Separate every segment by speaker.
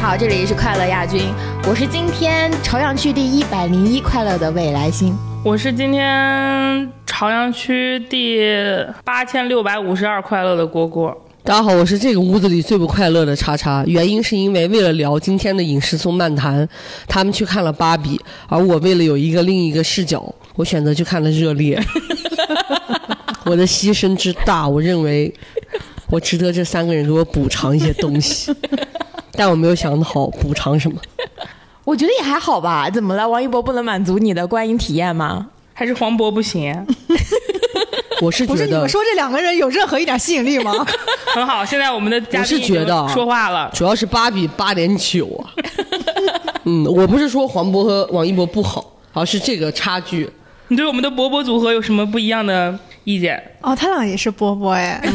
Speaker 1: 好，这里是快乐亚军，我是今天朝阳区第一百零一快乐的未来星。
Speaker 2: 我是今天朝阳区第八千六百五十二快乐的蝈蝈。
Speaker 3: 大家好，我是这个屋子里最不快乐的叉叉。原因是因为为了聊今天的影视松漫谈，他们去看了《芭比》，而我为了有一个另一个视角，我选择去看了《热 烈》。我的牺牲之大，我认为我值得这三个人给我补偿一些东 西，但我没有想好补偿什么。
Speaker 4: 我觉得也还好吧。怎么了？王一博不能满足你的观影体验吗？
Speaker 2: 还是黄渤不行，
Speaker 3: 我是
Speaker 5: 不
Speaker 3: 觉
Speaker 5: 是你
Speaker 3: 得
Speaker 5: 们，说这两个人有任何一点吸引力吗？
Speaker 2: 很好。现在我们的嘉宾
Speaker 3: 我是
Speaker 2: 已经
Speaker 3: 觉得啊
Speaker 2: 说话了，
Speaker 3: 主要是《芭比》八点九 啊。嗯，我不是说黄渤和王一博不好，而是这个差距。
Speaker 2: 你对我们的伯伯组合有什么不一样的意见？
Speaker 5: 哦，他俩也是波波哎，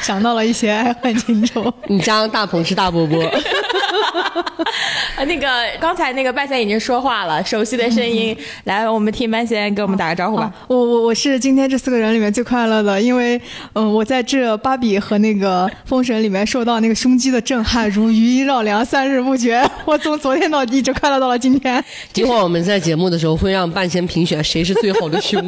Speaker 5: 想到了一些爱恨情 仇。
Speaker 3: 你加上大鹏是大波波。
Speaker 4: 啊，那个刚才那个半仙已经说话了，熟悉的声音，来，我们听半仙给我们打个招呼吧。
Speaker 5: 我我我是今天这四个人里面最快乐的，因为嗯、呃我在这芭比和那个封神里面受到那个胸肌的震撼，如余音绕梁，三日不绝。 我从昨天到一直快乐到了今天。
Speaker 3: 一会儿我们在节目的时候会让半仙评选谁是最好的 胸。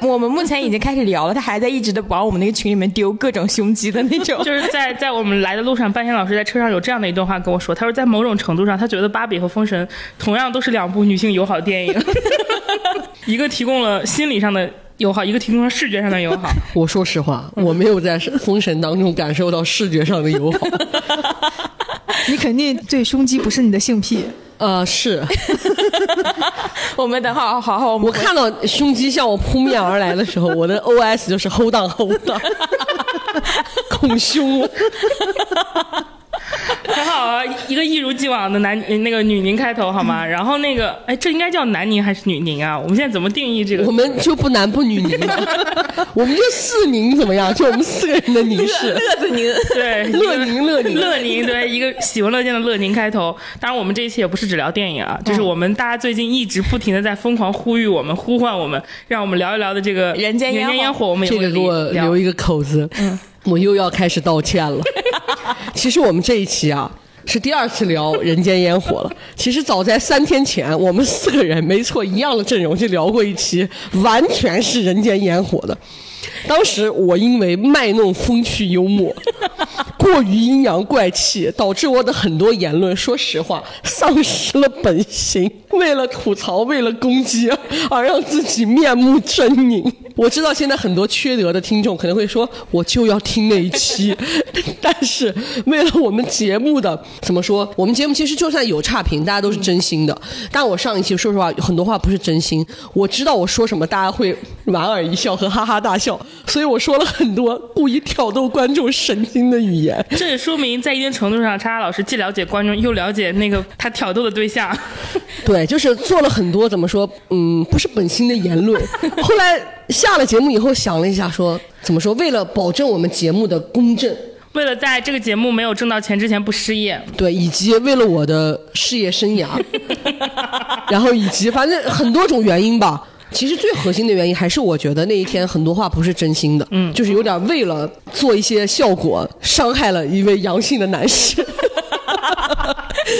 Speaker 4: 我们目前已经开始聊了，他还在一直的往我们那个群里面丢各种胸肌的那 种。
Speaker 2: 就是在在我们来的路上，半仙老师在车上有这样的一段话跟我说，他说在某种程度上，他觉得《芭比》和《封神》同样都是两部女性友好电影， 一个提供了心理上的友好，一个提供了视觉上的友好。
Speaker 3: 我说实话，
Speaker 4: 嗯
Speaker 3: 我没有在《封神》当中感受到视觉上的 友好。
Speaker 5: 你肯定对胸肌不是你的性癖，
Speaker 3: 呃，是
Speaker 4: 我们等会儿，好好，我
Speaker 3: 我
Speaker 4: 们
Speaker 3: 看到胸肌向我扑面而来的时候，我的 OS 就是 hold on hold on，恐胸。
Speaker 2: 很好啊，一个一如既往的南那个女宁开头好 吗？然后那个哎，这应该叫南宁还是女宁啊？我们现在怎么定义这个
Speaker 3: 我？们就不男不女宁 了，我们就四宁怎么样？就我们四个人的宁是
Speaker 4: 乐子您
Speaker 2: 对，一个
Speaker 3: 乐宁乐宁
Speaker 2: 乐宁，对，一个喜闻乐见的乐宁开头。当然，我们这一期也不是只聊电影
Speaker 3: 嗯
Speaker 2: 啊，就是我们大家最近一直不停的在疯狂呼吁我们、呼唤我们，让我们聊一聊的这个
Speaker 4: 人间烟
Speaker 2: 烟
Speaker 4: 火
Speaker 2: 火，我们也
Speaker 3: 这
Speaker 2: 会
Speaker 3: 个给我
Speaker 2: 聊嗯
Speaker 3: 留一个口子，我又要开始道歉 了。其实我们这一期啊。是第二次聊《人间烟火》了。其实早在三天前，我们四个人没错一样的阵容就聊过一期，完全是《人间烟火》的。当时我因为卖弄风趣 幽默，过于阴阳怪气，导致我的很多言论，说实话，丧失了本心。为了吐槽，为了攻击，而让自己面目狰狞。我知道现在很多缺德的听众可能会说，我就要听那一期， 但是为了我们节目的怎么说，我们节目其实就算有差评，大家都是真心的。但我上一期说实话，很多话不是真心。我知道我说什么，大家会莞尔一笑和哈哈大笑，所以我说了很多故意挑逗观众神经的语言。
Speaker 2: 这也说明，在一定程度上，叉叉老师既了解观众，又了解那个他挑逗的对象。
Speaker 3: 对，就是做了很多怎么说，嗯，不是本心的言 论。后来下了节目以后，想了一下说，怎么说，为了保证我们节目的公正，
Speaker 2: 为了在这个节目没有挣到钱之前不失业，
Speaker 3: 对，以及为了我的事业生涯，然后以及反正很多种原因吧。其实最核心的原因还是我觉得那一天很多话不是真心的，嗯，就是有点为了做一些效果，伤害了一位阳性的男士。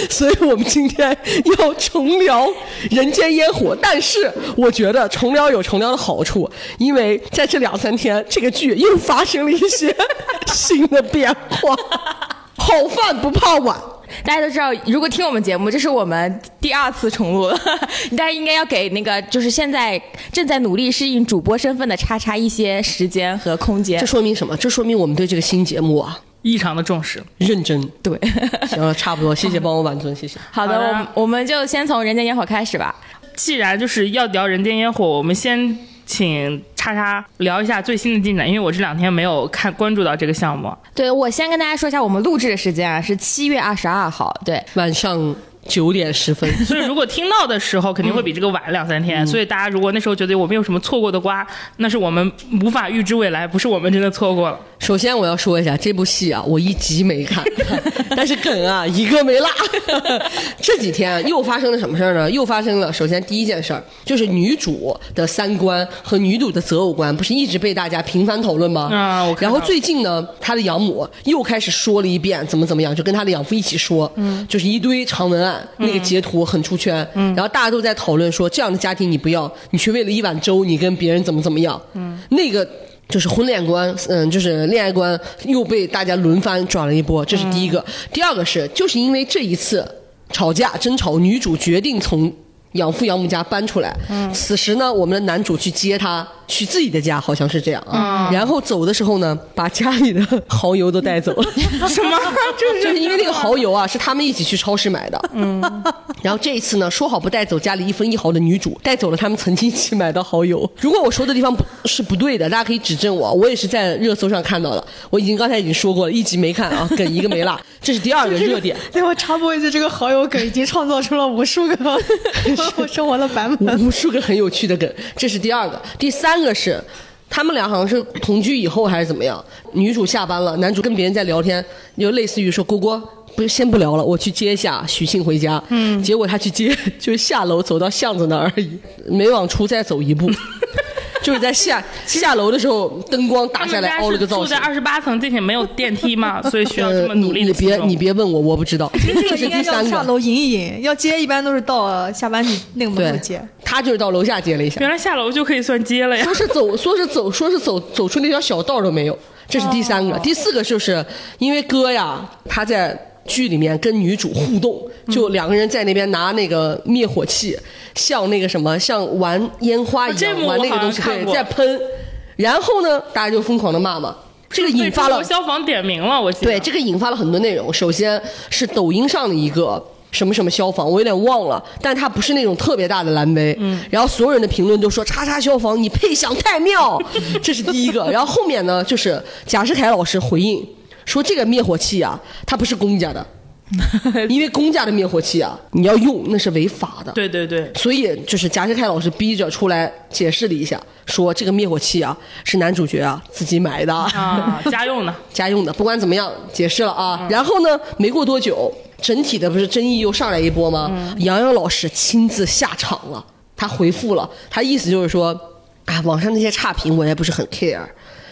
Speaker 3: 所以我们今天要重聊《人间烟火》，但是我觉得重聊有重聊的好处，因为在这两三天，这个剧又发生了一些 新的变化。 好饭不怕晚，
Speaker 4: 大家都知道，如果听我们节目，这是我们第二次重录了。 大家应该要给那个就是现在正在努力适应主播身份的叉叉一些时间和空间
Speaker 3: 这。说明什么？这说明我们对这个新节目啊
Speaker 2: 异常的重视。
Speaker 3: 认 真。
Speaker 4: 对，
Speaker 3: 行了，差不多，谢谢帮我挽尊，谢谢。
Speaker 4: 好的，
Speaker 2: 好的
Speaker 4: 我们我们就先从《人间烟火》开始吧。
Speaker 2: 既然就是要聊《人间烟火》，我们先请叉叉聊一下最新的进展，因为我这两天没有看关注到这个项目。
Speaker 4: 对，我先跟大家说一下我们录制的时间啊，是七月二十二号。对，
Speaker 3: 晚上九点十分，
Speaker 2: 所以如果听到的时候，肯定会比这个晚两三
Speaker 3: 嗯
Speaker 2: 天。所以大 家如果那时候觉得我们有什么错过的瓜，那是我们无法预知未来，不是我们真的错过了。
Speaker 3: 首先我要说一下这部戏啊，我一集没看， 但是梗啊一个没落。 这几天啊又发生了什么事儿呢？又发生了，首先第一件事儿就是女主的三观和女主的择偶观不是一直被大家频繁讨论吗？
Speaker 2: 啊我看
Speaker 3: 然后
Speaker 2: 到了
Speaker 3: 最近呢，她的养母又开始说了一遍怎么怎么样，就跟她的养父一起说，嗯，就是一堆长文案，那个截图很出圈，嗯，然后大家都在讨论说这样的家庭你不要，你去为了一碗粥，你跟别人怎么怎么样，嗯，那个。就是婚恋观，嗯，就是恋爱观又被大家轮番转了一波，这是第一个。第二个是，就是因为这一次吵架争吵，女主决定从养父养母家搬出来。此时呢，我们的男主去接她去自己的家，好像是这样啊。然后走的时候呢，把家里的蚝油都带走了。
Speaker 2: 什 么？这
Speaker 3: 就是因为那个蚝油啊，是他们一起去超市买的。嗯，然后这一次呢，说好不带走家里一分一毫的女主，带走了他们曾经一起买的蚝油。如果我说的地方不是不对的，大家可以指正我。我也是在热搜上看到的，我已经刚才已经说过了，一集没看啊，梗一个没落。这是第二个热点。
Speaker 5: 对，我插播一句，这个好友梗已经创造出了无数 个生活的版本。
Speaker 3: 无数个很有趣的梗，这是第二个。第三个是，他们俩好像是同居以后还是怎么样？女主下班了，男主跟别人在聊天，就类似于说：“郭郭，不是先不聊了，我去接一下许沁回家。”嗯，结果他去接，就是下楼走到巷子那儿而已，没往出再走一步。 就是 在下下楼的时候，灯光打
Speaker 2: 他
Speaker 3: 下
Speaker 2: 们
Speaker 3: 来，
Speaker 2: 家
Speaker 3: 凹了
Speaker 2: 是
Speaker 3: 个造
Speaker 2: 住在。
Speaker 3: 型
Speaker 2: 二十八层，并且没有电梯 嘛，所以需要这么
Speaker 3: 呃，
Speaker 2: 努
Speaker 3: 你
Speaker 2: 力
Speaker 3: 你
Speaker 2: 的
Speaker 3: 别你别问我，我不知道。这是
Speaker 5: 应该
Speaker 3: 第
Speaker 5: 叫
Speaker 3: 三
Speaker 5: 下
Speaker 3: 个，
Speaker 5: 楼饮一饮，要接一般都是到下班那个门口
Speaker 3: 对
Speaker 5: 接。，
Speaker 3: 他就是到楼下接了一下。
Speaker 2: 原来下楼就可以算接了呀
Speaker 3: 说！是走，说是走，说是走，走出那条小道都没有。这是第三个，
Speaker 2: 哦
Speaker 3: 第四个就是因为哥呀，他在剧里面跟女主互动，
Speaker 2: 嗯
Speaker 3: 就两个人在那边拿那个灭火器，像那个什么，像玩烟花一
Speaker 2: 啊这
Speaker 3: 样
Speaker 2: 幕
Speaker 3: 玩那
Speaker 2: 我
Speaker 3: 个
Speaker 2: 好
Speaker 3: 东
Speaker 2: 像
Speaker 3: 西，
Speaker 2: 看
Speaker 3: 对，
Speaker 2: 过
Speaker 3: 在喷。然后呢，大家就疯狂的骂嘛，这个
Speaker 2: 被
Speaker 3: 引发
Speaker 2: 中
Speaker 3: 了
Speaker 2: 国消防点名了，我记得。
Speaker 3: 对，啊这个引发了很多内容。首先是抖音上的一个什么什么消防，我有点忘了，但它不是那种特别大的蓝杯。嗯。然后所有人的评论都说“叉叉消防，你配享太妙”， 这是第一个。然后后面呢，就是贾士凯老师回应说，这个灭火器啊，它不是公家 的，因为公家的灭火器啊，你要用那是违法的。
Speaker 2: 对对对，
Speaker 3: 所以就是贾士凯老师逼着出来解释了一下，说这个灭火器啊是男主角啊自己买的
Speaker 2: 啊，家用的。
Speaker 3: 家用的，不管怎么样解释了啊。然后呢，没过多久，整体的不是争议又上来一波吗？杨洋老师亲自下场了，他回复了，他意思就是说，啊，网上那些差评我也不是很 care，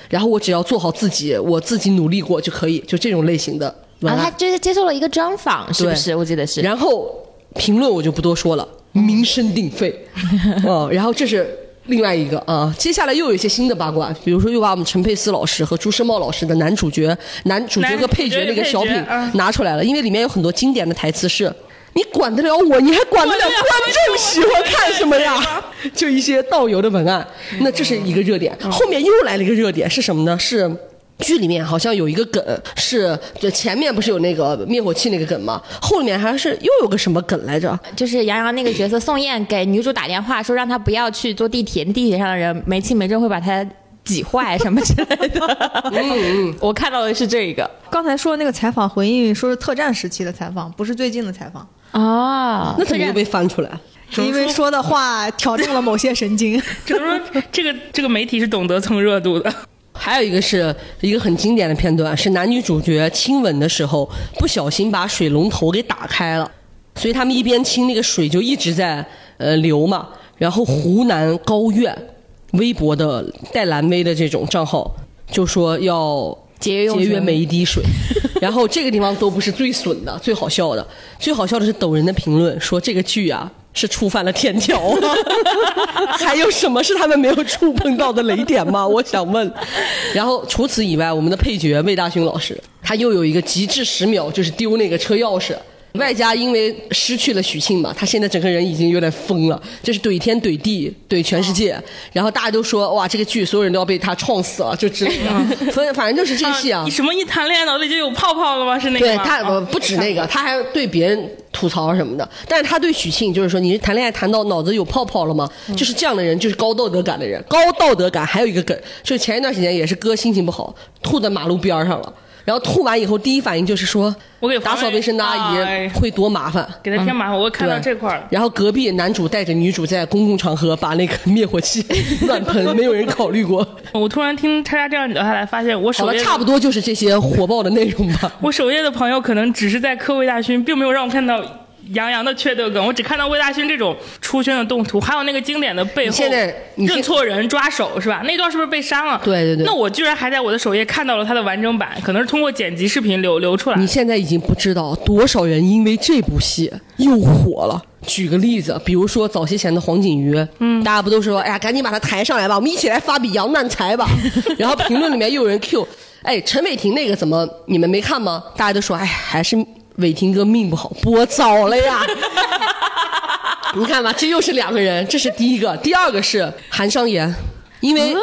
Speaker 3: 然后我只要做好自己，我自己努力过就可以，就这种类型的文
Speaker 1: 然后
Speaker 3: 案。
Speaker 1: 啊他就是接受了一个专访，是不是？
Speaker 3: 对
Speaker 1: 我记得是。
Speaker 3: 然后评论我就不多说了，名声鼎沸。 哦，然后这是另外一个啊，接下来又有一些新的八卦，比如说又把我们陈佩斯老师和朱时茂老师的男主角、男主角和配角那个小品
Speaker 2: 男主角配角嗯
Speaker 3: 拿出来了，因为里面有很多经典的台词是。你管得了我，你还管得了
Speaker 2: 管得了
Speaker 3: 观众喜欢看什么
Speaker 2: 观
Speaker 3: 呀？ 就一些倒游的文案，那这是一个热点。后面又来了一个热点是什么呢？是剧里面好像有一个梗，是就前面不是有那个灭火器那个梗吗？后面还是又有个什么梗来着？
Speaker 1: 就是杨洋那个角色宋焰给女主打电话说让她不要去坐地铁，地铁上的人没亲没证会把她挤坏什么之类
Speaker 4: 嗯
Speaker 1: 的。
Speaker 4: 我看到的是这个，
Speaker 5: 刚才说的那个采访回应，说是特战时期的采访，不是最近的采访，
Speaker 1: 哦，
Speaker 3: 那怎么又被翻出来？
Speaker 5: 因为说的话挑中了某些神经。
Speaker 2: 只能说这个这个媒体是懂得蹭热度的。
Speaker 3: 还有一个是一个很经典的片段，是男女主角亲吻的时候不小心把水龙头给打开了，所以他们一边亲那个水就一直在呃流嘛。然后湖南高院微博的带蓝 V 的这种账号就说要
Speaker 1: 节约用
Speaker 3: 节约
Speaker 1: 水
Speaker 3: 每一滴 水。然后这个地方都不是最损的，最好笑的，最好笑的是抖人的评论说这个剧啊是触犯了天条，啊 还有什么是他们没有触碰到的雷点吗？我想问。然后除此以外，我们的配角魏大勋老师，他又有一个极致十秒，就是丢那个车钥匙。外加因为失去了许沁嘛，他现在整个人已经有点疯了，就是怼天怼地怼全世界，然后大家都说哇，这个剧所有人都要被他撞死了，就之类 的。所以反正就是这戏啊
Speaker 2: 你，什么一谈恋爱脑袋就有泡泡了吗？是那个
Speaker 3: 对
Speaker 2: 吗？
Speaker 3: 他不
Speaker 2: 哦
Speaker 3: 不止那个，他还对别人吐槽什么的。但是他对许沁就是说，你是谈恋爱谈到脑子有泡泡了吗？
Speaker 2: 嗯
Speaker 3: 就是这样的人，就是高道德感的人。高道德感还有一个梗，就是前一段时间也是哥心情不好，吐在马路边儿上了。然后吐完以后，第一反应就是说，
Speaker 2: 我给
Speaker 3: 打扫卫生的阿
Speaker 2: 哎
Speaker 3: 姨会多麻烦。
Speaker 2: 给他添麻烦。我看到
Speaker 3: 嗯对
Speaker 2: 这块儿，
Speaker 3: 然后隔壁男主带着女主在公共场合把那个灭火器 乱喷，没有人考虑过。
Speaker 2: 我突然听叉叉这样聊下来，发现我
Speaker 3: 好
Speaker 2: 首
Speaker 3: 了，
Speaker 2: 页
Speaker 3: 差不多就是这些火爆的内容吧。
Speaker 2: 我首页的朋友可能只是在磕魏大勋，并没有让我看到杨洋的缺德梗，我只看到魏大勋这种出圈的动图，还有那个经典的背后
Speaker 3: 你现在你现
Speaker 2: 认错人抓手是吧？那段是不是被删了？
Speaker 3: 对对对
Speaker 2: 那我居然还在我的首页看到了他的完整版，可能是通过剪辑视频流流出来
Speaker 3: 你。现在已经不知道多少人因为这部戏又火了。举个例子，比如说早些前的黄景瑜，嗯，大家不都说，哎呀，赶紧把他抬上来吧，我们一起来发笔杨难 才吧。然后评论里面又有人 Q，哎，陈伟霆那个怎么你们没看吗？大家都说，哎，还是伟霆哥命不好，播早了呀。 你看吧，这又是两个人，这是第一个，第二个是韩商言。因为、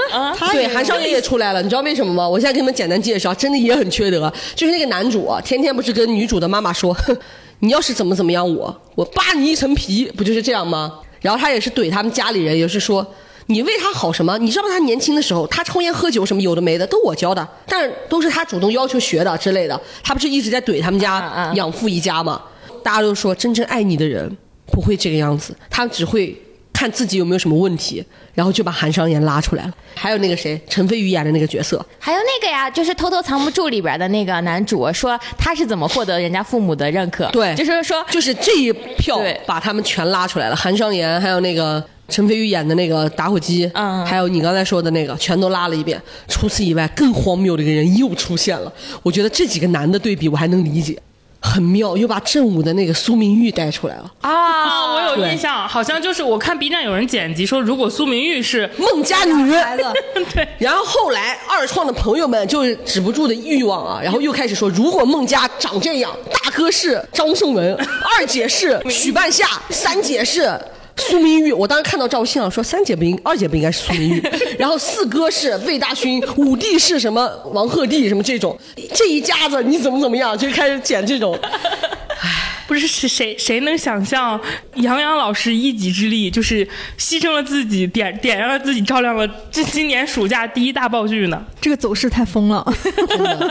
Speaker 3: 对韩商言也出来了，你知道为什么吗？我现在给你们简单介绍，真的也很缺德。就是那个男主啊，天天不是跟女主的妈妈说， 哼，你要是怎么怎么样我，我扒你一层皮，不就是这样吗？然后他也是怼他们家里人，也是说，你为他好什么？你知道他年轻的时候，他抽烟喝酒什么有的没的都我教的，但是都是他主动要求学的之类的。他不是一直在怼他们家 养父一家吗？大家都说真正爱你的人不会这个样子，他只会看自己有没有什么问题，然后就把韩商言拉出来了。还有那个谁，陈飞宇演的那个角色，
Speaker 1: 还有那个呀，就是《偷偷藏不住》里边的那个男主，说他是怎么获得人家父母的认可，
Speaker 3: 对
Speaker 1: 就是说
Speaker 3: 就是这一票
Speaker 1: 对
Speaker 3: 把他们全拉出来了。韩商言，还有那个陈飞宇演的那个打火机，
Speaker 1: 嗯
Speaker 3: 还有你刚才说的那个，全都拉了一遍。除此以外，更荒谬的一个人又出现了。我觉得这几个男的对比我还能理解，很妙，又把正午的那个苏明玉带出来了。
Speaker 2: 啊，我有印象，好像就是我看 B 站有人剪辑说，如果苏明玉是
Speaker 3: 孟家女
Speaker 5: 孩子，
Speaker 3: 然后后来二创的朋友们就是止不住的欲望啊，然后又开始说，如果孟家长这样，大哥是张颂 文，二姐是许半夏，三姐是。苏明玉，我当时看到照相说三姐不应，二姐不应该是苏明玉， 然后四哥是魏大勋，五弟是什么王鹤棣什么这种，这一家子你怎么怎么样，就开始剪这种，
Speaker 2: 不是谁谁谁能想象杨洋老师一己之力，就是牺牲了自己，点点燃了自己，照亮了这今年暑假第一大爆剧呢？
Speaker 5: 这个走势太疯了。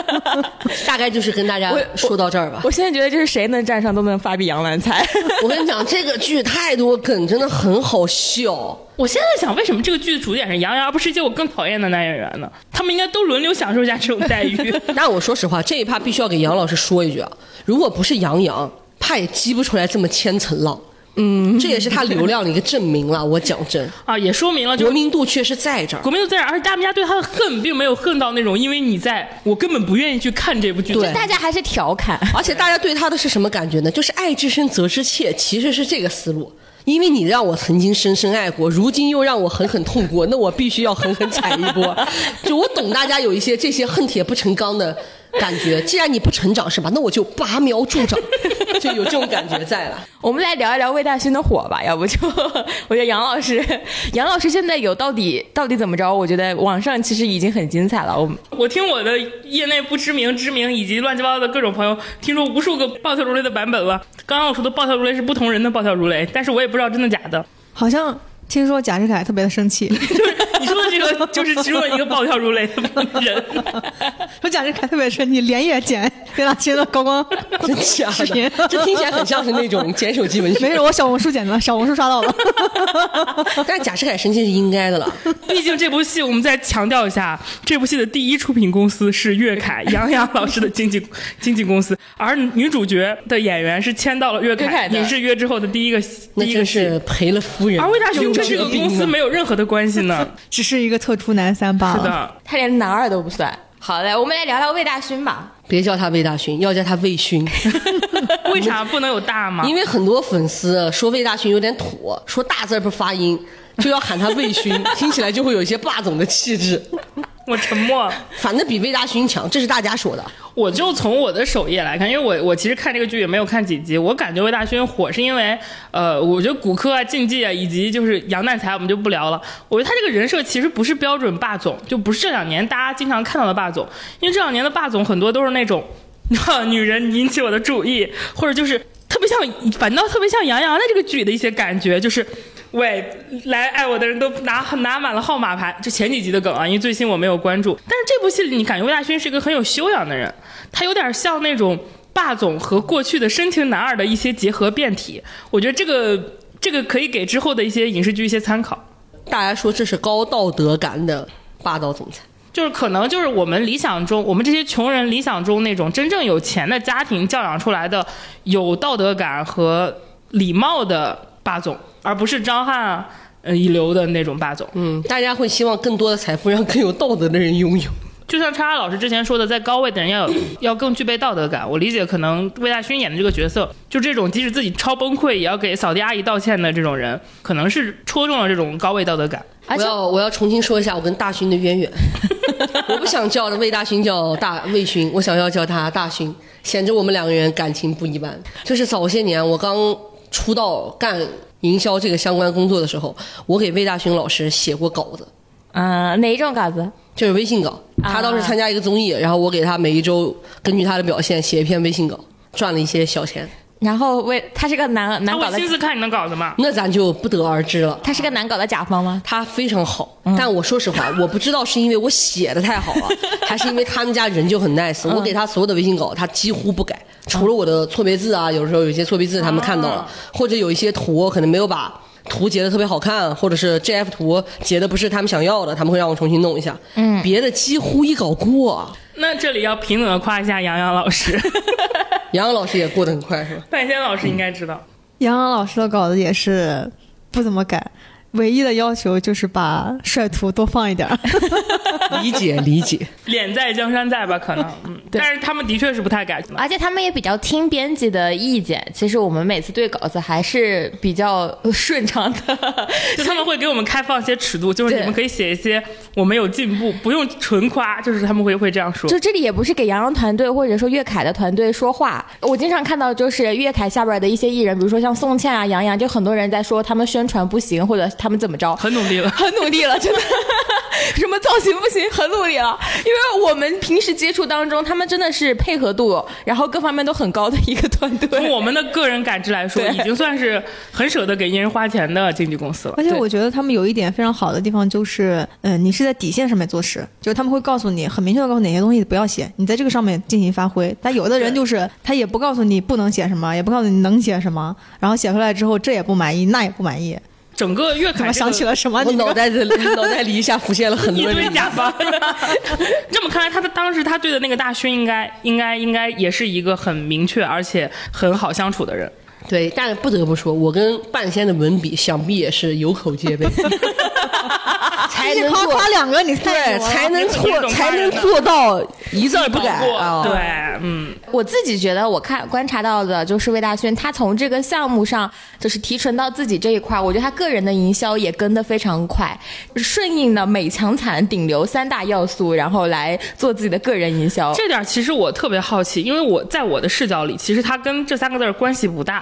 Speaker 3: 大概就是跟大家说到这儿吧。
Speaker 4: 我现在觉得就是谁能站上都能发比杨澜才。
Speaker 3: 我跟你讲，这个剧太多梗，真的很好笑。
Speaker 2: 我现在想，为什么这个剧的主演是杨洋，而不是一些我更讨厌的男演员呢？他们应该都轮流享受一下这种待遇。
Speaker 3: 那我说实话，这一趴必须要给杨老师说一句啊，如果不是杨洋，怕也激不出来这么千层浪。嗯，这也是他流量的一个证明了。我讲真，
Speaker 2: 啊，也说明了就
Speaker 3: 国
Speaker 2: 是。
Speaker 3: 民度确实在 这儿。
Speaker 2: 国民就在这儿，而且大家对他的恨并没有恨到那种，因为你在我根本不愿意去看这部剧。
Speaker 3: 对
Speaker 1: 大家还是调侃。
Speaker 3: 而且大家对他的是什么感觉呢？就是爱之深责之切，其实是这个思路。因为你让我曾经深深爱过，如今又让我狠狠痛过，那我必须要狠狠踩一波。 就我懂大家有一些这些恨铁不成钢的感觉。既然你不成长是吧？那我就拔苗助长， 就有这种感觉在了。
Speaker 4: 我们来聊一聊魏大勋的火吧，要不就 我觉得杨老师，杨老师现在有到底到底怎么着？我觉得网上其实已经很精彩了。我们
Speaker 2: 我听我的业内不知名、知名以及乱七八糟的各种朋友，听说无数个暴跳如雷的版本了。刚刚我说的暴跳如雷是不同人的暴跳如雷，但是我也不知道真的假的。
Speaker 5: 好像听说贾志凯特别的生气，
Speaker 2: 就是你说的这个，就是其中的一个暴跳如雷的人。
Speaker 5: 说贾志凯特别生气，连夜剪给他切的高光
Speaker 3: 真假
Speaker 5: 视频
Speaker 2: 啊
Speaker 3: 的？这听起来很像是那种捡手机文
Speaker 5: 没
Speaker 3: 学
Speaker 5: 事，。我小红书剪的，小红书刷到了。
Speaker 3: 但是贾士凯生气是应该的了。
Speaker 2: 毕竟这部戏，我们再强调一下，这部戏的第一出品公司是岳凯杨洋老师的经纪 经纪公司，而女主角的演员是签到了岳
Speaker 4: 岳凯
Speaker 2: 凯
Speaker 4: 的
Speaker 2: 影视约之后的第一个戏
Speaker 3: 那
Speaker 2: 第一个
Speaker 3: 真
Speaker 2: 戏。
Speaker 3: 是赔了夫人。
Speaker 2: 而魏大勋跟这
Speaker 3: 有
Speaker 2: 个
Speaker 3: 折兵啊
Speaker 2: 公司没有任何的关系 呢。
Speaker 5: 只是一个特出男三罢
Speaker 2: 是
Speaker 5: 了。
Speaker 2: 的，
Speaker 4: 他连男二都不算。好嘞，我们来聊聊魏大勋吧。
Speaker 3: 别叫他魏大勋，要叫他 魏勋，
Speaker 2: 为啥不能有大吗？
Speaker 3: 因为很多粉丝说魏大勋有点土，说大字儿不发音，就要喊他魏 勋，听起来就会有一些霸总的气质。
Speaker 2: 我沉默了。
Speaker 3: 反正比魏大勋强，这是大家说的。
Speaker 2: 我就从我的首页来看，因为我我其实看这个剧也没有看几集，我感觉魏大勋火是因为，呃，我觉得骨科啊、竞技啊，以及就是杨难才，我们就不聊了。我觉得他这个人设其实不是标准霸总，就不是这两年大家经常看到的霸总，因为这两年的霸总很多都是那种，女人你引起我的注意，或者就是特别像，反倒特别像杨洋在这个剧里的一些感觉，就是。喂，来爱我的人都拿拿满了号码牌，就前几集的梗啊，因为最新我没有关注。但是这部戏里，你感觉魏大勋是一个很有修养的人，他有点像那种霸总和过去的深情男二的一些结合变体。我觉得这个这个可以给之后的一些影视剧一些参考。
Speaker 3: 大家说这是高道德感的霸道总裁。
Speaker 2: 就是可能就是我们理想中，我们这些穷人理想中那种真正有钱的家庭教养出来的有道德感和礼貌的霸总，而不是张翰啊呃一流的那种霸总。
Speaker 3: 嗯，大家会希望更多的财富让更有道德的人拥有。
Speaker 2: 就像叉叉老师之前说的，在高位的人要有要更具备道德感。我理解，可能魏大勋演的这个角色，就这种即使自己超崩溃也要给扫地阿姨道歉的这种人，可能是戳中了这种高位道德感。
Speaker 3: 我要我要重新说一下我跟大勋的渊源。我不想叫魏大勋叫大魏勋，我想要叫他大勋，显着我们两个人感情不一般。就是早些年我刚出道干营销这个相关工作的时候，我给魏大勋老师写过稿子，
Speaker 4: 呃
Speaker 1: 嗯，哪一种稿子？
Speaker 3: 就是微信稿。他当时参加一个综艺，然后我给他每一周根据他的表现写一篇微信稿，赚了一些小钱。
Speaker 1: 然后为他是个难
Speaker 2: 他
Speaker 1: 难哎搞
Speaker 2: 会
Speaker 1: 的
Speaker 2: 亲，自看你的稿子吗？
Speaker 3: 那咱就不得而知了。
Speaker 1: 他是个难搞的甲方吗？
Speaker 3: 他非常好，但我说实 话，我不知道是因为我写的太好 了，还是因为他们家人就很 nice。我给他所有的微信稿，他几乎不改，除了我的错别字嗯啊，有时候有一些错别字他们看到了，或者有一些图我可能没有把图截的特别好看，或者是 GF 图截的不是他们想要的，他们会让我重新弄一下。嗯，别的几乎一稿 过。啊
Speaker 2: 那这里要平等的夸一下杨洋老师，
Speaker 3: 杨洋老师也过得很快，是吧？
Speaker 2: 半仙老师应该知道。
Speaker 5: 杨洋老师的稿子也是不怎么改，唯一的要求就是把帅图多放一点儿。
Speaker 3: 理解理解。
Speaker 2: 脸在江山在吧？ 可能，嗯，但是他们的确是不太改。
Speaker 1: 而且他们也比较听编辑的意见。其实我们每次对稿子还是比较顺畅的，
Speaker 2: 就他们会给我们开放一些尺度，就是你们可以写一些我们有进步，不用纯夸，就是他们会会这样说。
Speaker 1: 就这里也不是给杨洋团队或者说岳凯的团队说话，我经常看到就是岳凯下边的一些艺人，比如说像宋茜啊、杨洋，就很多人在说他们宣传不行，或者他们怎么着。
Speaker 2: 很努力了，
Speaker 1: 很努力了，真的， 什么造型不行，很努力了。因为我们平时接触当中，他们真的是配合度，然后各方面都很高的一个团队。
Speaker 2: 从我们的个人感知来说，
Speaker 1: 对
Speaker 2: 已经算是很舍得给艺人花钱的经纪公司了。
Speaker 5: 而且我觉得他们有一点非常好的地方就是，嗯，你是在底线上面做事，就是他们会告诉你很明确的告诉你哪些东西不要写，你在这个上面进行发挥。但有的人就是他也不告诉你不能写什么，也不告诉你能写什么，然后写出来之后这也不满意，那也不满意，
Speaker 2: 整个月
Speaker 5: 怎
Speaker 2: 凯
Speaker 5: 么想起了什么？
Speaker 3: 我
Speaker 5: 你
Speaker 3: 脑袋里脑袋里一下浮现了很
Speaker 2: 一
Speaker 3: 多
Speaker 2: 堆
Speaker 3: 人。
Speaker 2: 甲方， 这么看来，他的当时他对的那个大勋，应该应该应该也是一个很明确而且很好相处的人。
Speaker 3: 对，但不得不说，我跟半仙的文笔想必也是有口皆碑，才
Speaker 5: 你
Speaker 3: 能
Speaker 5: 夸
Speaker 3: 做
Speaker 5: 夸两个，你
Speaker 3: 对，才能
Speaker 2: 你懂
Speaker 3: 做
Speaker 2: 吗
Speaker 3: 才能做到一字儿不改
Speaker 2: 搞过
Speaker 3: 啊。
Speaker 2: 对，，嗯，
Speaker 1: 我自己觉得，我看观察到的就是魏大勋，他从这个项目上就是提纯到自己这一块儿，我觉得他个人的营销也跟得非常快，顺应了美强惨顶流三大要素，然后来做自己的个人营销。
Speaker 2: 这点儿其实我特别好奇，因为我在我的视角里，其实它跟这三个字儿关系不大。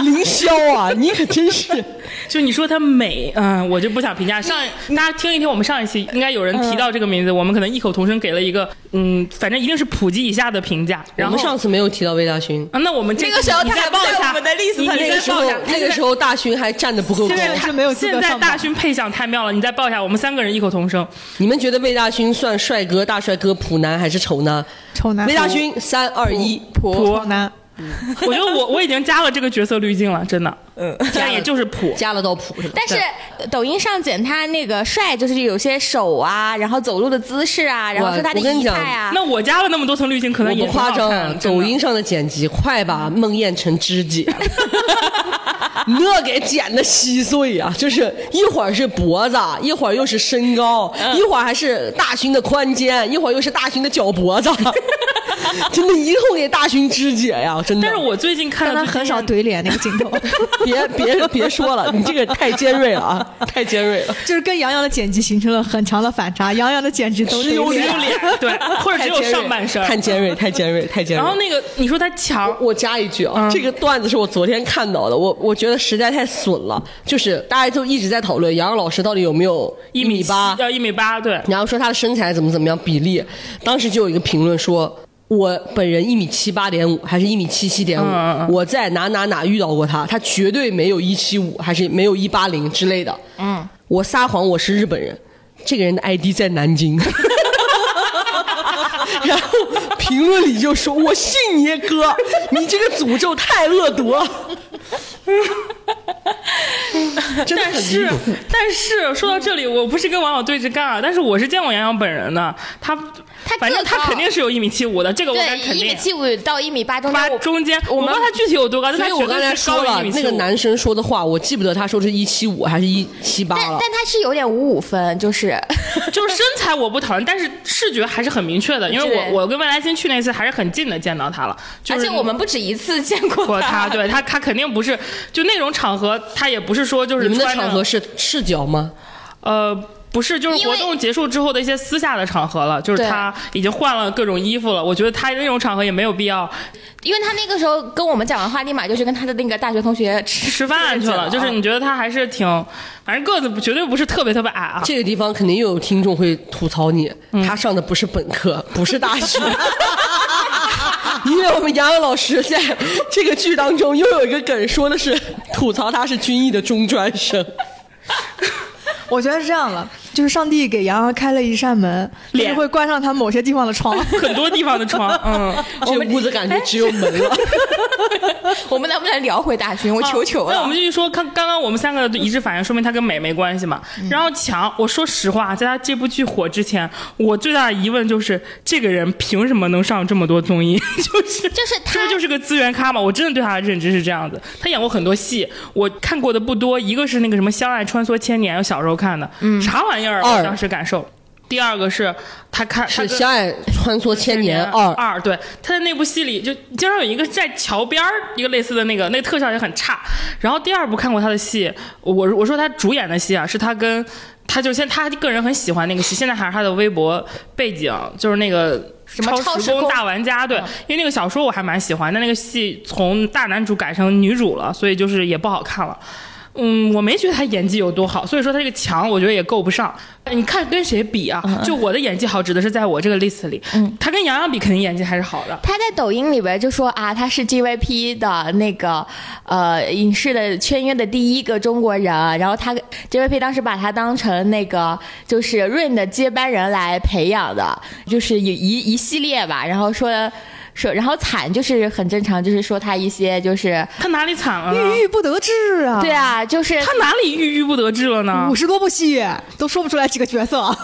Speaker 3: 凌霄啊，你可真是
Speaker 2: 就你说它美，嗯，我就不想评价。上大家听一听，我们上一期应该有人提到这个名字，我们可能异口同声给了一个，嗯，反正一定是普及以下的评价。
Speaker 3: 我
Speaker 2: 然后
Speaker 3: 们上次没有提到魏大勋，
Speaker 2: 啊，那我们这
Speaker 1: 那个时候
Speaker 2: 你
Speaker 1: 他
Speaker 2: 再
Speaker 1: 还不
Speaker 2: 报一
Speaker 1: 在
Speaker 2: 下
Speaker 1: 我们的 list
Speaker 2: 你
Speaker 1: 上
Speaker 2: 你
Speaker 3: 那
Speaker 2: 再
Speaker 3: 个时
Speaker 2: 报
Speaker 3: 候
Speaker 2: 一下。
Speaker 3: 那个时候大勋还站得不够
Speaker 2: 现。
Speaker 3: 高
Speaker 2: 在
Speaker 5: 是没有资格
Speaker 2: 现在
Speaker 5: 上榜
Speaker 2: 大勋配享太妙了，你再报一下，我们三个人异口同声。
Speaker 3: 你们觉得魏大勋算帅哥、大帅哥、普男还是丑男？
Speaker 5: 丑男
Speaker 3: 魏大勋三二一，
Speaker 2: 普
Speaker 5: 丑，男，
Speaker 2: 我觉得我我已经加了这个角色滤镜了，真的，嗯，但也就是普，
Speaker 3: 加了到普是吧？
Speaker 1: 但是抖音上剪他那个帅，就是有些手啊，然后走路的姿势啊，然后说他的
Speaker 3: 我跟你
Speaker 1: 仪态
Speaker 3: 讲
Speaker 1: 啊，
Speaker 2: 那我加了那么多层滤镜，可能
Speaker 3: 我
Speaker 2: 也
Speaker 3: 不夸
Speaker 2: 很好
Speaker 3: 张啊
Speaker 2: 看，真的
Speaker 3: 抖音上的剪辑快把孟宴成肢解了， 那给剪的稀碎呀、就是一会儿是脖子，一会儿又是身高，
Speaker 2: 嗯
Speaker 3: 一会儿还是大勋的宽肩，一会儿又是大勋的脚脖子， 真的，一通给大勋肢解呀、真的。
Speaker 2: 但是我最近看
Speaker 5: 但
Speaker 2: 到
Speaker 5: 他
Speaker 2: 最
Speaker 5: 很
Speaker 2: 近
Speaker 5: 少怼脸那个镜头，
Speaker 3: 别别别说了，你这个太尖锐了啊，太尖锐了。
Speaker 5: 就是跟杨洋的剪辑形成了很强的反差。杨洋的剪辑都
Speaker 3: 只有
Speaker 5: 怼
Speaker 2: 只
Speaker 5: 脸
Speaker 2: 有脸，对，或者只有上半身。
Speaker 3: 太尖锐，太尖锐，太尖锐。
Speaker 2: 然后那个你说他强，
Speaker 3: 我加一句啊，
Speaker 2: 嗯
Speaker 3: 这个段子是我昨天看到的，我我觉得实在太损了。就是大家就一直在讨论杨洋老师到底有没有
Speaker 2: 一
Speaker 3: 米
Speaker 2: 七
Speaker 3: 八，
Speaker 2: 要一米八，对，
Speaker 3: 然后说他的身材怎么怎么样比例。当时就有一个评论说。我本人一米七八点五，还是一米七七点
Speaker 2: 嗯嗯
Speaker 3: 五，我在哪哪哪遇到过他，他绝对没有一七五，还是没有一八零之类的。嗯，我撒谎我是日本人，这个人的 ID 在南京。 然后评论里就说：“我信你哥，你这个诅咒太恶毒了。” 真的
Speaker 2: 但
Speaker 3: 很离
Speaker 2: 是
Speaker 3: 谱。，
Speaker 2: 但是说到这里，我不是跟网友对着干啊，但是我是见过杨洋本人的，他
Speaker 1: 他
Speaker 2: 反正
Speaker 1: 个
Speaker 2: 他
Speaker 1: 高
Speaker 2: 肯定是有一米七五的，这个我敢
Speaker 1: 对，
Speaker 2: 肯
Speaker 1: 一米
Speaker 2: 定。
Speaker 1: 七五到一米八中
Speaker 2: 八
Speaker 1: 间，我
Speaker 2: 中间，
Speaker 1: 我
Speaker 2: 我不知道
Speaker 1: 们
Speaker 2: 他具体有多高，但
Speaker 3: 所
Speaker 2: 他
Speaker 3: 以我
Speaker 2: 绝
Speaker 3: 刚才
Speaker 2: 对是高
Speaker 3: 说了
Speaker 2: 于一米，七
Speaker 3: 那
Speaker 2: 五。
Speaker 3: 个男生说的话，我记不得他说是一七五还是一七八
Speaker 1: 但
Speaker 3: 了
Speaker 1: 但。他是有点五五分，就是
Speaker 2: 就是身材我不讨厌，但是视觉还是很明确的，因为
Speaker 1: 对
Speaker 2: 我我跟魏来星去那次还是很近的见到他了，就
Speaker 1: 而
Speaker 2: 是
Speaker 1: 且我们不止一次见
Speaker 2: 过
Speaker 1: 过
Speaker 2: 他，对他他肯定不是就那种场合，他也不是说就是
Speaker 3: 你们的
Speaker 2: 穿着
Speaker 3: 场合是视角吗？
Speaker 2: 呃，不是，就是
Speaker 1: 因为
Speaker 2: 活动结束之后的一些私下的场合了，就是
Speaker 1: 对
Speaker 2: 他已经换了各种衣服了。我觉得他那种场合也没有必要
Speaker 1: 因为他那个时候跟我们讲完话，立马就去跟他的那个大学同学吃
Speaker 2: 吃饭去了。就是你觉得他还是挺，反正个子不绝对不是特别特别矮啊。
Speaker 3: 这个地方肯定又有听众会吐槽你，
Speaker 2: 嗯
Speaker 3: 他上的不是本科，不是大学。 因为我们杨洋老师在这个剧当中又有一个梗，说的是吐槽他是军艺的中专生，
Speaker 5: 我觉得是这样的，就是上帝给杨洋开了一扇门，
Speaker 2: 脸
Speaker 5: 就是会关上他某些地方的 窗。
Speaker 2: 很多地方的床，嗯，
Speaker 3: 这屋子感觉只有门 了。
Speaker 1: 哦我们能不能聊回大勋？我求求
Speaker 2: 哦那我
Speaker 1: 了。
Speaker 2: 们继续说，看刚刚我们三个的一致反应，说明他跟美没关系嘛。
Speaker 1: 嗯
Speaker 2: 然后强，我说实话，在他这部剧火之前，我最大的疑问就是，这个人凭什么能上这么多综艺？ 就是
Speaker 1: 就是他
Speaker 2: 这就是个资源咖嘛。我真的对他的认知是这样子。他演过很多戏，我看过的不多，一个是那个什么《相爱穿梭千年》，我小时候看的，
Speaker 1: 嗯
Speaker 2: 啥玩意儿啊？
Speaker 3: 二
Speaker 2: 我当时感受。第二个是他看他
Speaker 3: 是《
Speaker 2: 跟
Speaker 3: 相爱穿梭千年二》，
Speaker 2: 二对，他在那部戏里就经常有一个在桥边儿一个类似的那个，那个特效也很差。然后第二部看过他的戏，我我说他主演的戏啊，是他跟他就现他个人很喜欢那个戏，现在还是他的微博背景，就是那个。
Speaker 1: 么
Speaker 2: 超
Speaker 1: 超
Speaker 2: 时
Speaker 1: 时
Speaker 2: 空
Speaker 1: 空
Speaker 2: 大玩家，对，
Speaker 5: 嗯
Speaker 2: 因为那个小说我还蛮喜欢，但那个戏从大男主改成女主了，所以就是也不好看了。嗯，我没觉得他演技有多好，所以说他这个强，我觉得也够不上。你看跟谁比啊？
Speaker 5: 嗯
Speaker 2: 就我的演技好，指的是在我这个 list 里。他跟杨洋比，肯定演技还是好的。
Speaker 1: 他在抖音里边就说啊，他是 GVP 的那个呃影视的签约的第一个中国人，然后他 GVP 当时把他当成那个就是 Rain 的接班人来培养的，就是一一一系列吧，然后说说，然后惨就是很正常，就是说他一些就是
Speaker 2: 他哪里惨了呢？
Speaker 5: 郁郁不得志啊！
Speaker 1: 对，啊，就是
Speaker 2: 他哪里郁郁不得志了呢
Speaker 5: 五？十多部戏都说不出来几个角色，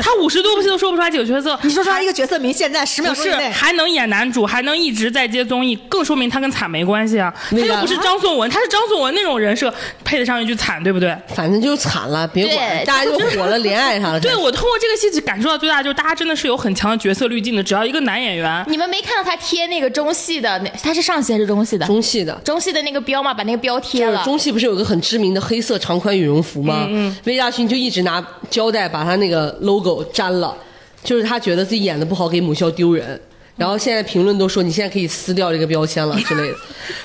Speaker 2: 他五十多部戏都说不出来几个角色，
Speaker 5: 你说出来一个角色名，现在十秒
Speaker 2: 不
Speaker 5: 钟之
Speaker 2: 是
Speaker 5: 内，
Speaker 2: 还能演男主，还能一直在接综艺，更说明他跟惨没关系啊。他
Speaker 3: 那个
Speaker 2: 又不是张颂文，他是张颂文那种人设，配得上一句惨，对不对？
Speaker 3: 反正就惨了，别管，
Speaker 1: 对
Speaker 3: 大家就火了，怜爱他了。
Speaker 2: 对我通过这个戏只感受到最大就是大家真的是有很强的角色滤镜的，只要一个男演员。
Speaker 1: 你们没看到他贴那个中戏的，那他是上戏还是中戏的？
Speaker 3: 中戏的，
Speaker 1: 中戏的那个标嘛，把那个标贴
Speaker 3: 就是
Speaker 1: 了。
Speaker 3: 中戏不是有个很知名的黑色长款羽绒服吗？魏大勋就一直拿胶带把他那个 logo 粘了，就是他觉得自己演的不好给母校丢人。然后现在评论都说你现在可以撕掉这个标签了之 类的，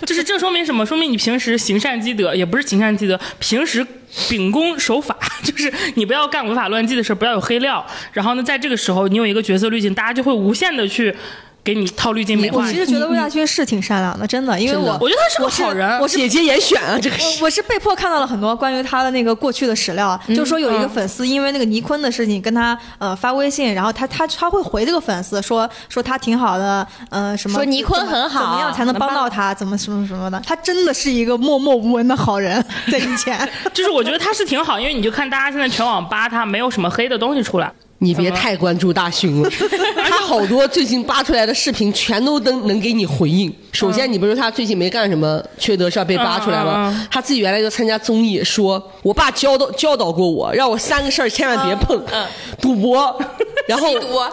Speaker 2: 就是这说明什么？说明你平时行善积德，也不是行善积德，平时秉公守法，就是你不要干违法乱纪的事，不要有黑料。然后呢，在这个时候，你有一个角色滤镜，大家就会无限的去给你套滤镜美
Speaker 5: 我
Speaker 2: 化
Speaker 5: 其
Speaker 2: 你。
Speaker 5: 实觉得魏大勋是挺善良的，真的，因为
Speaker 3: 真的
Speaker 5: 我
Speaker 2: 我觉得他是个
Speaker 5: 我是
Speaker 2: 好人，
Speaker 5: 我是
Speaker 3: 姐姐严选啊，这个
Speaker 5: 我我是被迫看到了很多关于他的那个过去的史料，啊就说有一个粉丝因为那个倪坤的事情跟他呃发微信，然后他他他会回这个粉丝说说他挺好的，呃什么
Speaker 1: 说倪坤
Speaker 5: 怎么
Speaker 1: 很好
Speaker 5: 怎么样才能帮到他，怎么什么什么的，他真的是一个默默无闻的好人，在以前
Speaker 2: 就是我觉得他是挺好，因为你就看大家现在全网扒他，没有什么黑的东西出来。
Speaker 3: 你别太关注大勋 了，他好多最近扒出来的视频全都能能给你回应。首先，你不是说他最近没干什么缺德事儿被扒出来
Speaker 2: 嗯嗯
Speaker 3: 吗？他自己原来就参加综艺，说我爸教导教导过我，让我三个事儿千万别碰：赌博，然后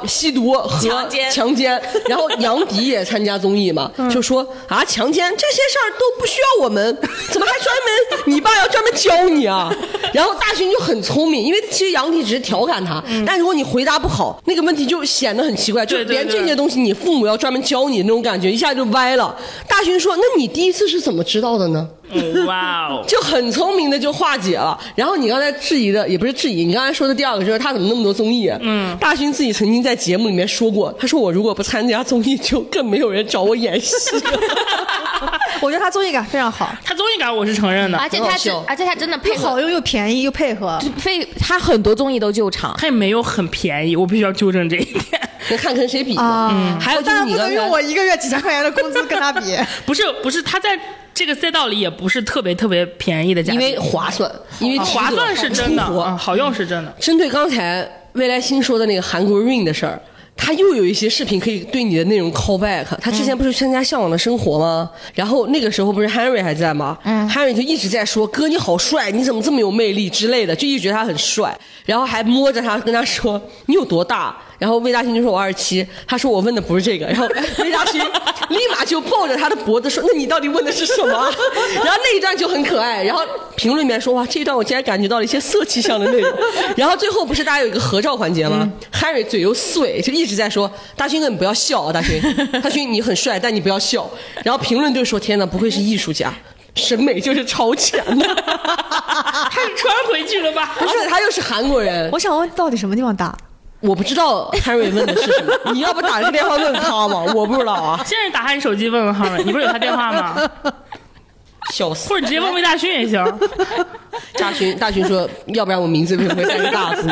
Speaker 3: 吸毒和
Speaker 1: 强奸
Speaker 3: 强奸。然后杨迪也参加综艺嘛，就说啊，强奸这些事儿都不需要我们，怎么还专门 你爸要专门教你啊？然后大勋就很聪明，因为其实杨迪只是调侃他，但如果你回答不好，那个问题就显得很奇怪，就
Speaker 2: 对对
Speaker 3: 连
Speaker 2: 对
Speaker 3: 这些东西你父母要专门教你那种感觉，一下就歪了。大勋说：“那你第一次是怎么知道的呢？”
Speaker 2: 嗯哇哦！
Speaker 3: 就很聪明的就化解了。然后你刚才质疑的也不是质疑，你刚才说的第二个就是他怎么那么多综艺？嗯，大勋自己曾经在节目里面说过，他说我如果不参加综艺，就更没有人找我演戏。
Speaker 5: 我觉得他综艺感非常好，
Speaker 2: 他综艺感我是承认的，
Speaker 1: 哎
Speaker 4: 而且
Speaker 3: 很好
Speaker 4: 他
Speaker 3: 笑
Speaker 4: 真，而且他真的配
Speaker 5: 又
Speaker 4: 合
Speaker 5: 好用又便宜又配合。
Speaker 4: 非他很多综艺都救场，
Speaker 2: 他也没有很便宜，我必须要纠正这一点。
Speaker 3: 那看跟谁比嘛？
Speaker 5: 啊，
Speaker 3: 还有就
Speaker 5: 当
Speaker 3: 是
Speaker 5: 然
Speaker 3: 你
Speaker 5: 不
Speaker 3: 刚
Speaker 5: 能用
Speaker 3: 才
Speaker 5: 我一个月几千块钱的工资跟他比，
Speaker 2: 不是不是，他在这个赛道里也不是特别特别便宜的价
Speaker 3: 因
Speaker 2: 格，
Speaker 3: 为划算，因为
Speaker 2: 啊划算是真的，
Speaker 3: 出活
Speaker 2: 啊好用是真的。
Speaker 3: 针对刚才未来星说的那个韩国 Rain 的事儿，他又有一些视频可以对你的内容 call back。他之前不是参加《向往的生活》吗？然后那个时候不是 Henry 还在吗？嗯，Henry 就一直在说：“哥，你好帅，你怎么这么有魅力之类的，就一直觉得他很帅。”然后还摸着他跟他说：“你有多大？”然后魏大勋就说：“我二十七。”他说：“我问的不是这个。”然后魏大勋 立马就抱着他的脖子说：“那你到底问的是什么？” 然后那一段就很可爱。然后评论里面说：“哇，这一段我竟然感觉到了一些色气上的内容。” 然后最后不是大家有一个合照环节吗、h a r r y 嘴又碎，就一直在说：“大勋哥，你不要笑啊，大勋，大勋你很帅，但你不要笑。”然后评论就说：“天哪，不愧是艺术家。”审美就是超前的，啊
Speaker 2: 他是穿回去了吧？
Speaker 3: 而且他又是韩国人，
Speaker 5: 我想问到底什么地方大？
Speaker 3: 我不知道 Harry 问的是什么，你要不打个电话问他吗？我不知道啊，
Speaker 2: 现在打开你手机问问哈文，你不是有他电话 吗？
Speaker 3: 笑死！
Speaker 2: 或者直接问魏大勋也行。
Speaker 3: 啊大勋，大勋说，要不然我名字为什么会带个 大字？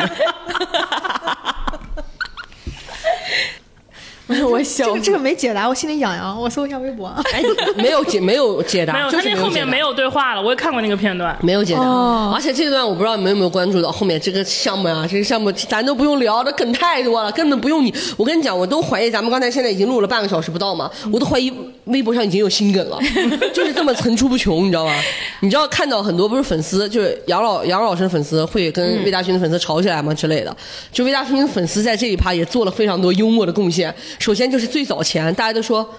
Speaker 4: 我
Speaker 5: 这
Speaker 4: 笑
Speaker 5: 个这个没解答，我心里痒痒，我搜一下微博。啊
Speaker 3: 哎，没有解，没有解答，
Speaker 2: 没有，
Speaker 3: 就
Speaker 2: 他
Speaker 3: 是
Speaker 2: 那后面没
Speaker 3: 有解答。
Speaker 2: 有对话了，我也看过那个片段。
Speaker 3: 没有解答，
Speaker 5: 哦
Speaker 3: 而且这段我不知道你们有没有关注到后面这个项目啊，这个项目咱都不用聊，这梗太多了，根本不用你。我跟你讲，我都怀疑咱们刚才现在已经录了半个小时不到嘛，我都怀疑微博上已经有新梗了，就是这么层出不穷，你知道吗？你知道看到很多不是粉丝，就是杨老杨老师的粉丝会跟魏大勋的粉丝吵起来吗之类的？就魏大勋的粉丝在这一趴也做了非常多幽默的贡献。首先就是最早前大家都说。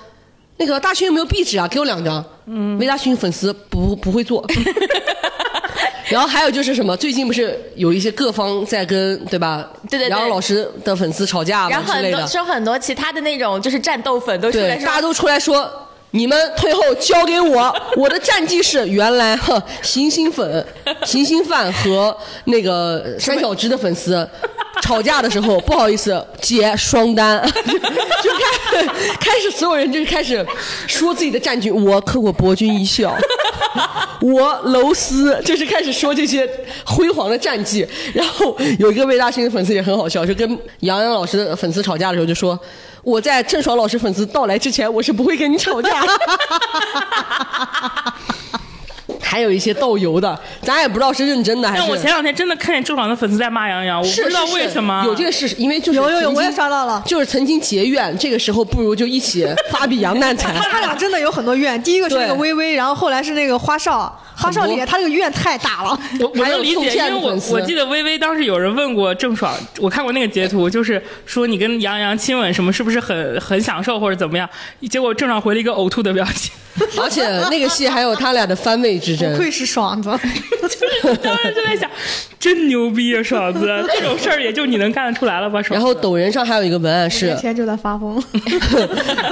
Speaker 3: 那个大勋有没有壁纸啊？给我两张。嗯，魏大勋粉丝不不会做。 然后还有就是什么，最近不是有一些各方在跟对吧？
Speaker 4: 对对对
Speaker 3: 然后老师的粉丝吵架
Speaker 4: 然后
Speaker 3: 嘛之
Speaker 4: 很
Speaker 3: 类
Speaker 4: 多
Speaker 3: 的，
Speaker 4: 说很多其他的那种就是战斗粉都出
Speaker 3: 对
Speaker 4: 来，说
Speaker 3: 大家都出来说。你们退后，交给 我。我的战绩是原来哼，行星粉、行星饭和那个山小芝的粉丝吵架的时候，不好意思，结双 单，就开开始所有人就开始说自己的战绩。我克过博君一笑，我楼斯就是开始说这些辉煌的战绩，然后有一个魏大勋的粉丝也很好笑，就跟杨洋老师的粉丝吵架的时候就说：“我在郑爽老师粉丝到来之前，我是不会跟你吵 架。”还有一些斗油的，咱也不知道是认真的还
Speaker 2: 但我前
Speaker 3: 是。
Speaker 2: 两天真的看见郑爽的粉丝在骂杨洋，我不
Speaker 3: 是
Speaker 2: 知道
Speaker 3: 是
Speaker 2: 为
Speaker 3: 是
Speaker 2: 什么
Speaker 3: 有这个事实，因为就是
Speaker 5: 有有有，
Speaker 3: 曾经
Speaker 5: 我也刷到了。
Speaker 3: 就是曾经结怨，这个时候不如就一起发笔扬难才。
Speaker 5: 他他俩真的有很多怨，第一个是那个
Speaker 3: 对
Speaker 5: 微微，然后后来是那个花少，花少里
Speaker 3: 很多
Speaker 5: 他这个怨太 大了。
Speaker 2: 我我
Speaker 3: 还有
Speaker 2: 能理
Speaker 3: 宋
Speaker 2: 解，
Speaker 3: 茜
Speaker 2: 因为
Speaker 3: 的
Speaker 2: 我
Speaker 3: 粉丝
Speaker 2: 我记得微微当时有人问过郑爽，我看过那个截图，就是说你跟杨洋亲吻什么是不是很很享受或者怎么样？结果郑爽回了一个呕吐的表情，
Speaker 3: 而且那个戏还有他俩的番位之争
Speaker 5: 不。愧是爽子，
Speaker 2: 就是当时就在 想，真牛逼啊，爽 子，这种事儿也就你能干得出来了吧，爽
Speaker 3: 然
Speaker 2: 子。
Speaker 3: 后抖人上还有一个文案是
Speaker 5: 眼，前就在 发疯。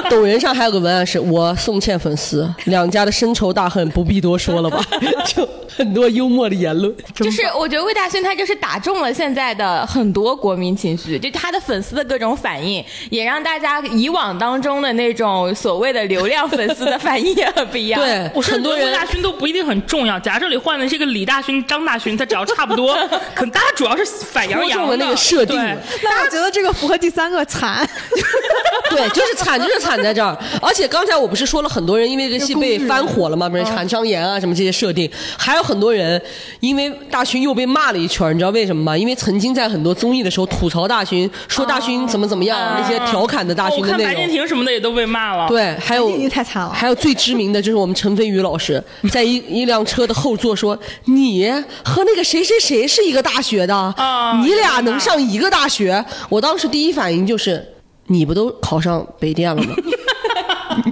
Speaker 3: 抖人上还有个文案是我宋茜粉丝，两家的深仇大恨不必多说了 吧，就很多幽默的言论。
Speaker 4: 就是我觉得魏大勋他就是打中了现在的很多国民情绪，就他的粉丝的各种反应，也让大家以往当中的那种所谓的流量粉丝的反应也很不一样。
Speaker 3: 对，
Speaker 2: 我甚
Speaker 3: 很
Speaker 2: 至
Speaker 3: 多
Speaker 2: 觉得
Speaker 3: 人
Speaker 2: 魏大勋都不一定很重要。假设你换的是一个李大勋、张大勋，他只要差不多，可能大家主要是反杨
Speaker 3: 戳
Speaker 2: 洋
Speaker 3: 中了那个设定
Speaker 2: 对
Speaker 5: 那我觉得这个符合第三个惨，
Speaker 3: 对，就是惨，就是惨在这儿。而且刚才我不是说了，很多人因为这个戏被翻火了吗？
Speaker 2: 嗯
Speaker 3: 不是韩商言啊，什么这些设定，还有很多人因为大勋又被骂了一圈儿，你知道为什么吗？因为曾经在很多综艺的时候吐槽大勋，说大勋怎么怎么样，那些调侃的大
Speaker 2: 啊
Speaker 3: 勋
Speaker 2: 哦我
Speaker 3: 的
Speaker 2: 看白
Speaker 3: 内
Speaker 2: 敬
Speaker 3: 容。
Speaker 2: 亭什么的也都被骂了。
Speaker 3: 对，还有
Speaker 5: 白敬亭哎太惨了
Speaker 3: 还有最知名的就是我们陈飞宇老 师，在一一辆车的后座说：“你和那个谁谁谁是一个大学的，
Speaker 5: 哦
Speaker 2: 啊
Speaker 3: 你俩能上一个大学？”我当时第一反应就是：“你不都考上北电了吗？”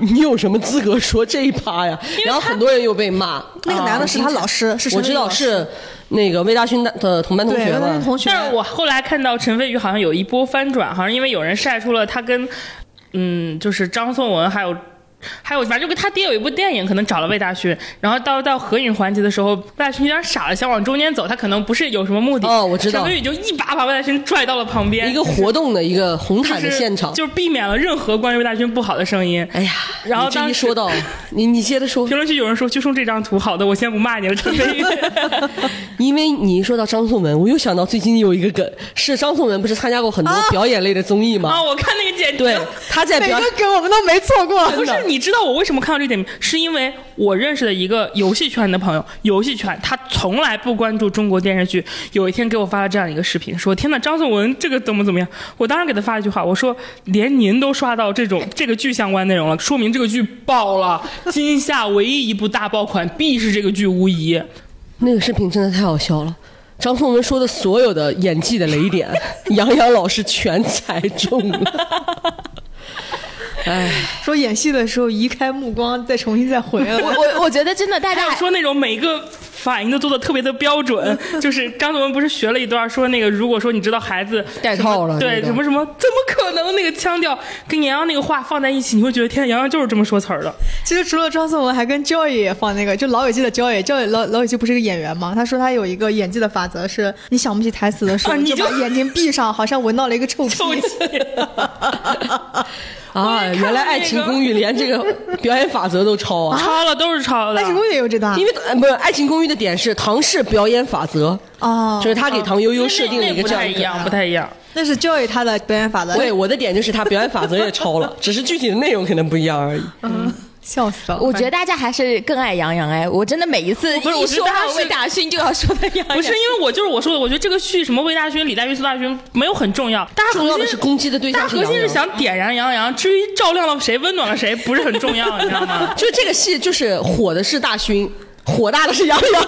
Speaker 3: 你有什么资格说这一趴呀？然后很多人又被骂。啊
Speaker 5: 那个男的是他老师，是
Speaker 3: 我知道
Speaker 5: 是
Speaker 3: 是那个魏大勋的的同班同
Speaker 5: 对
Speaker 3: 学
Speaker 5: 我那
Speaker 3: 嘛
Speaker 5: 个，同学。
Speaker 2: 但是我后来看到陈飞宇好像有一波翻转，好像因为有人晒出了他跟嗯，就是张颂文还有还有，反正就跟他爹有一部电影，可能找了魏大勋，然后到到合影环节的时候，魏大勋有点傻了，想往中间走，他可能不是有什么目的。
Speaker 3: 哦我知道
Speaker 2: 陈飞宇就一把把魏大勋拽到了旁边，
Speaker 3: 一个活动的一个红毯的现场。
Speaker 2: 就是就是避免了任何关于魏大勋不好的声音。
Speaker 3: 哎呀，
Speaker 2: 然后
Speaker 3: 你这一
Speaker 2: 当时
Speaker 3: 说 到，你你接着说
Speaker 2: 评，论区有人说，就冲这张图，好的，我先不骂你了，陈 飞宇。
Speaker 3: 因为你一说到张颂文，我又想到最近有一个梗，是张颂文不是参加过很多表演类的综艺吗？
Speaker 2: 啊，我看那个简直
Speaker 3: 对，啊他在
Speaker 5: 每
Speaker 3: 表
Speaker 5: 个梗我们都没错过。
Speaker 2: 不是，你知道我为什么看到这点名？是因为我认识的一个游戏圈的朋友，游戏圈他从来不关注中国电视剧。有一天给我发了这样一个视频，说：“天呐，张颂文这个怎么怎么样？”我当时给他发了一句话，我说：“连您都刷到这种 这个剧相关内容了，说明这个剧爆了，今夏唯一一部大爆款必是这个剧无疑。”
Speaker 3: 那个视频真的太好笑了。张颂文说的所有的演技的 雷点，杨洋老师全猜中了。哎，
Speaker 5: 说演戏的时候移开目光，再重新再回 来。
Speaker 1: 我我我觉得真的大
Speaker 3: 哎
Speaker 2: 还有
Speaker 1: 家
Speaker 2: 说那种每一个反应都做的特别的标准，
Speaker 3: 嗯
Speaker 2: 就是张颂文不是学了一段说那个，如果说你知道孩子
Speaker 3: 带套了那
Speaker 2: 对
Speaker 3: 个
Speaker 2: 什么什么，怎么可能那个腔调跟杨洋那个话放在一起，你会觉得天，杨洋就是这么说词儿 的。
Speaker 5: 其实除了张颂文，还跟 Joy 也放那个，就老友记的 Joy，Joy 老老友记不是个演员吗？他说他有一个演技的法则是，你想不起台词的时候，
Speaker 2: 啊你就
Speaker 5: 把眼睛闭上，好像闻到了一个臭屁。
Speaker 2: 臭 气，
Speaker 3: 啊，
Speaker 2: 也看了
Speaker 3: 原来《
Speaker 2: 那
Speaker 3: 爱情
Speaker 2: 个
Speaker 3: 公寓》连这个表演法则都抄啊！
Speaker 2: 抄了都是抄的
Speaker 5: 爱。情公寓也有这
Speaker 2: 啊
Speaker 5: 段
Speaker 3: 因为呃不是《爱情公寓》的点是唐氏表演法则，
Speaker 5: 哦
Speaker 3: 就，是他给唐悠悠设定了一
Speaker 2: 啊那
Speaker 3: 个
Speaker 2: 不
Speaker 3: 这
Speaker 2: 太
Speaker 3: 样啊
Speaker 2: 一
Speaker 3: 一个。
Speaker 2: 样，不太一样。
Speaker 5: 那是 Joy 他的表演法则。
Speaker 3: 对，我的点就是他表演法则也 抄了，只是具体的内容可能不一样而已。
Speaker 5: 笑死了。
Speaker 1: 我觉得大家还是更爱杨洋哎，我真的每一次
Speaker 2: 不是我
Speaker 1: 一
Speaker 2: 觉得
Speaker 1: 说
Speaker 2: 大家
Speaker 1: 到
Speaker 2: 是
Speaker 1: 魏大勋就要说到
Speaker 3: 哎
Speaker 1: 杨洋，
Speaker 2: 不是因为我就是我说的，我觉得这个剧什么魏大勋、李大勋、苏大勋没有很重要，大家
Speaker 3: 重要的
Speaker 2: 核
Speaker 3: 是
Speaker 2: 心
Speaker 3: 攻击的对
Speaker 2: 大
Speaker 3: 象
Speaker 2: 家
Speaker 3: 是
Speaker 2: 核
Speaker 3: 杨
Speaker 2: 心是
Speaker 3: 洋。
Speaker 2: 想点燃杨洋，至于照亮了谁、温暖了谁，不是很重要，你知道 吗？
Speaker 3: 就这个戏，就是火的是大勋，火大的是杨洋，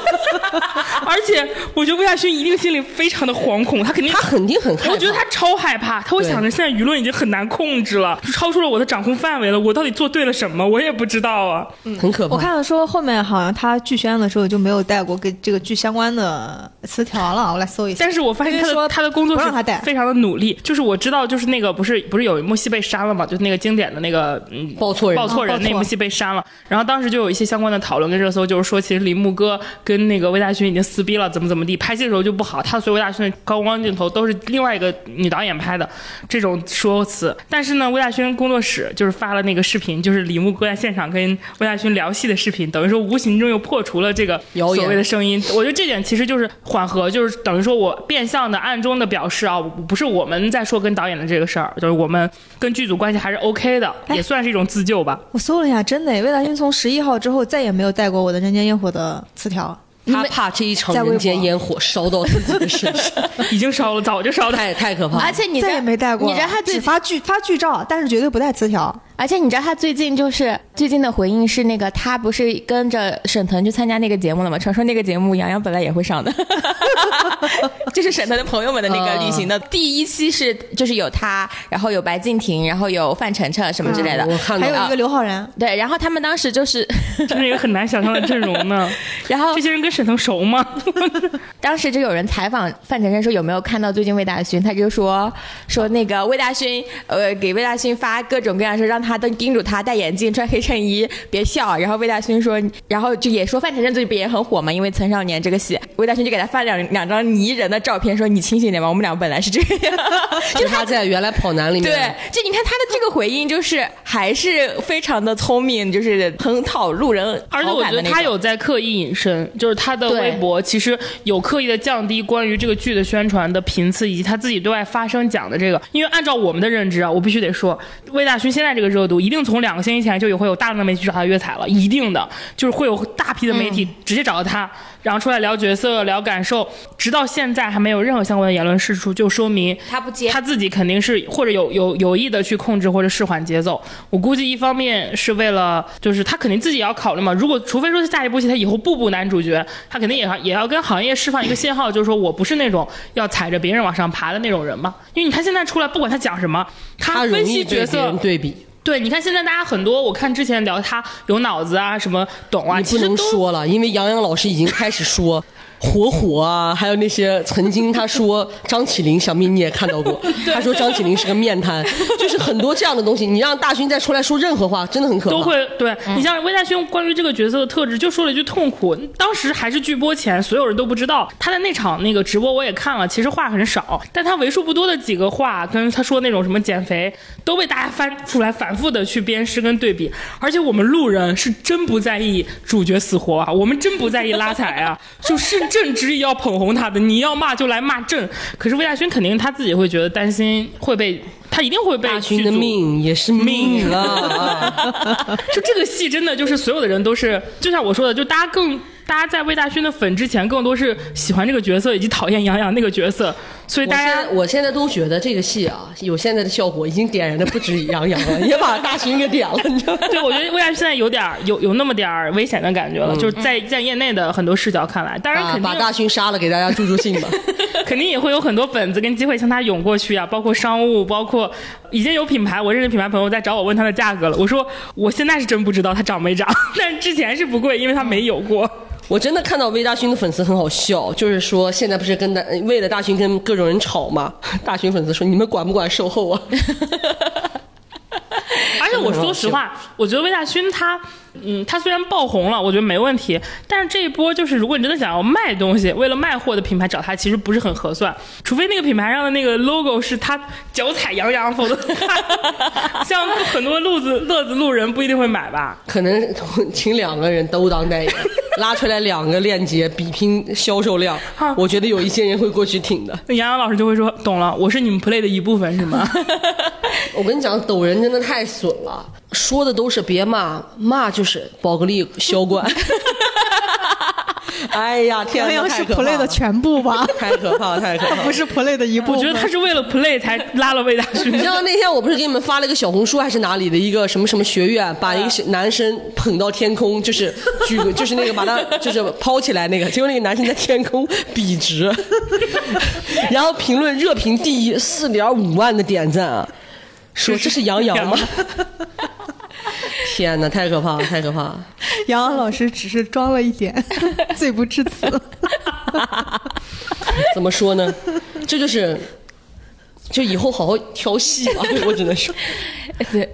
Speaker 2: 而且我觉得魏大勋一定心里非常的惶恐，他肯定
Speaker 3: 他肯定很害怕。
Speaker 2: 我觉得他超害怕，他会
Speaker 3: 对
Speaker 2: 想着现在舆论已经很难控制了，超出了我的掌控范围了，我到底做对了什么，我也不知道啊。
Speaker 3: 很可怕。
Speaker 5: 我看了说后面好像他剧宣的时候就没有带过跟这个剧相关的词条了，我来搜一下。
Speaker 2: 但是我发现他
Speaker 5: 因为
Speaker 2: 的
Speaker 5: 说
Speaker 2: 他的工作
Speaker 5: 不
Speaker 2: 是
Speaker 5: 让他带
Speaker 2: 非常的努力，就是我知道，就是那个不是不是有一幕戏被删了嘛，就是那个经典的那个嗯
Speaker 3: 报错人
Speaker 2: 报错人
Speaker 5: 啊报错
Speaker 2: 那幕戏被删了，然后当时就有一些相关的讨论跟热搜，就是说其实李牧歌跟那个魏大勋已经撕逼了，怎么怎么地，拍戏的时候就不好，他所有魏大勋的高光镜头都是另外一个女导演拍的这种说辞。但是呢，魏大勋工作室就是发了那个视频，就是李牧歌在现场跟魏大勋聊戏的视频，等于说无形中又破除了这个
Speaker 3: 谣言
Speaker 2: 所谓的声音。我觉得这点其实就是缓和，就是等于说我变相的暗中的表示啊，不是我们在说跟导演的这个事儿，就是我们跟剧组关系还是 OK 的，
Speaker 5: 哎
Speaker 2: 也算是一种自救吧。
Speaker 5: 我搜了一下，真的，魏大勋从十一号之后再也没有带过我的《人间烟火》的词条。
Speaker 3: 他怕这一场
Speaker 5: 在微博
Speaker 3: 人间烟火烧到自己的身上，
Speaker 2: 已经烧了，早就烧了。
Speaker 3: 太太可怕了。
Speaker 1: 而且你
Speaker 5: 再也没带过，
Speaker 1: 你知道他最
Speaker 5: 只发剧发剧照，但是绝对不带词条。
Speaker 1: 而且你知道他最近就是最近的回应是那个他不是跟着沈腾去参加那个节目了吗？传说那个节目杨洋本来也会上的， 就是沈腾的朋友们的那个旅行的、第一期是就是有他，然后有白敬亭，然后有范丞丞什么之类的，
Speaker 3: 嗯我看到
Speaker 5: 还
Speaker 3: 了
Speaker 5: 有一个刘昊然，
Speaker 1: 对，然后他们当时就是，
Speaker 2: 真是一个很难想象的阵容呢。
Speaker 1: 然后
Speaker 2: 这些人跟沈腾熟 吗？
Speaker 1: 当时就有人采访范丞丞说有没有看到最近魏大勋，他就说说那个魏大勋，呃，给魏大勋发各种各样的事，让他都叮嘱他戴眼镜、穿黑衬衣，别笑。然后魏大勋说，然后就也说范丞丞最近不也很火嘛，因为《曾少年》这个戏，魏大勋就给他发两两张泥人的照片，说你清醒点吧，我们俩本来是这 样。
Speaker 3: 就他在原来跑男里
Speaker 1: 对
Speaker 3: 面，，
Speaker 1: 就你看他的这个回应，就是还是非常的聪明，就是很讨路人
Speaker 2: 而且
Speaker 1: 好
Speaker 2: 我
Speaker 1: 感
Speaker 2: 觉
Speaker 1: 的
Speaker 2: 得
Speaker 1: 那
Speaker 2: 他
Speaker 1: 种
Speaker 2: 有在刻意隐身，就是他的
Speaker 1: 对
Speaker 2: 微博其实有刻意的降低关于这个剧的宣传的频次，以及他自己对外发声讲的这个。因为按照我们的认知啊，我必须得说，魏大勋现在这个热度，一定从两个星期前就有会有大量的媒体去找他约采了，一定的就是会有大批的媒体直接找到他，然后出来聊角色、聊感受，直到现在还没有任何相关的言论释出，就说明
Speaker 1: 他不接
Speaker 2: 他自己肯定是或者有有有意的去控制或者试缓节奏。我估计一方面是为了，就是他肯定自己也要考虑嘛。如果除非说下一部戏他以后步步男主角，他肯定也要也要跟行业释放一个信号，就是说我不是那种要踩着别人往上爬的那种人嘛。因为你看现在出来，不管他讲什么，
Speaker 3: 他
Speaker 2: 他
Speaker 3: 容
Speaker 2: 分
Speaker 3: 易
Speaker 2: 析
Speaker 3: 对
Speaker 2: 角
Speaker 3: 别人
Speaker 2: 色，
Speaker 3: 对比，
Speaker 2: 对，你看现在大家很多，我看之前聊他有脑子啊，什么懂啊，
Speaker 3: 你
Speaker 2: 其
Speaker 3: 不
Speaker 2: 实
Speaker 3: 能
Speaker 2: 都
Speaker 3: 说了，因为杨洋老师已经开始说火火啊，还有那些曾经 他说张起灵，小蜜你也看到过，他说张起灵是个面 瘫，就是很多这样的东西。你让大勋再出来说任何话，真的很可怕。
Speaker 2: 都会对、
Speaker 3: 嗯
Speaker 2: 你像魏大勋关于这个角色的特质，就说了一句痛苦。当时还是剧播前，所有人都不知道他的那场那个直播，我也看了，其实话很少，但他为数不多的几个话，跟他说那种什么减肥，都被大家翻出来反复的去鞭尸跟对比。而且我们路人是真不在意主角死活啊，我们真不在意拉踩啊，就是朕执意要捧红他的，你要骂就来骂朕。可是魏大勋肯定他自己会觉得担心会被。他一定会被
Speaker 3: 大勋
Speaker 2: 剧
Speaker 3: 的
Speaker 2: 组
Speaker 3: 命也是命 啊！
Speaker 2: 就这个戏真的就是所有的人都是，就像我说的，就大家更大家在魏大勋的粉之前，更多是喜欢这个角色以及讨厌杨洋那个角色，所以
Speaker 3: 我
Speaker 2: 大
Speaker 3: 现
Speaker 2: 家
Speaker 3: 在我现在都觉得这个戏啊，有现在的效果，已经点燃的不止杨洋了，也把大勋给点了，你知道吗？
Speaker 2: 对，我觉得魏大勋现在有点儿有有那么点儿危险的感觉了，就是在在业内的很多视角看来，当然
Speaker 3: 把
Speaker 2: 肯定
Speaker 3: 啊把大勋杀了，给大家助助 兴吧。
Speaker 2: 肯定也会有很多本子跟机会向他涌过去啊，包括商务，包括已经有品牌，我认识品牌朋友在找我问他的价格了，我说我现在是真不知道它涨没涨， 但是之前是不贵，因为它没有过。
Speaker 3: 我真的看到魏大勋的粉丝很好笑，就是说现在不是跟大为了大勋跟各种人吵嘛， 大勋粉丝说你们管不管售后啊？
Speaker 2: 而且我说实话，我觉得魏大勋他，嗯，他虽然爆红了，我觉得没问题，但是这一波就是，如果你真的想要卖东西，为了卖货的品牌找他，其实不是很合算，除非那个品牌上的那个 logo 是他脚踩洋洋，否则 像很多路子乐子路人不一定会买吧。
Speaker 3: 可能 请两个人都当代言，拉出来两个链接比拼销售量
Speaker 2: 啊，
Speaker 3: 我觉得有一些人会过去挺的。
Speaker 2: 那杨洋老师就会说，懂了，我是你们 play 的一部分，是吗？
Speaker 3: 我跟你讲，抖人真的太损了，说的都是别骂，骂就是宝格丽销冠。 哎呀，天
Speaker 5: 好
Speaker 3: 哪，
Speaker 5: 像
Speaker 3: 太
Speaker 5: 是
Speaker 3: 可怕
Speaker 5: play 的
Speaker 3: 了，
Speaker 5: 全部 吧
Speaker 3: 太可怕了，太可怕了。
Speaker 5: 不是 play 的一部
Speaker 2: 我
Speaker 5: 分。
Speaker 2: 觉得他是为了 play 才拉了魏大勋
Speaker 3: 你知。道那天我不是给你们发了一个小红书还是哪里的一个什么什么学院，把
Speaker 2: 嗯
Speaker 3: 一个小男生捧到天空，就是举，就是那个把他就是抛起来那个，结果那个男生在天空笔直， 然后评论热评第一，四点五万的点赞啊，说这是杨洋吗？ 天哪，太可怕了，太可怕了！
Speaker 5: 杨洋老师只是装了一 点，罪不至此。
Speaker 3: 怎么说呢？这就是，就以后好好挑戏吧， 我只能说。
Speaker 1: 对，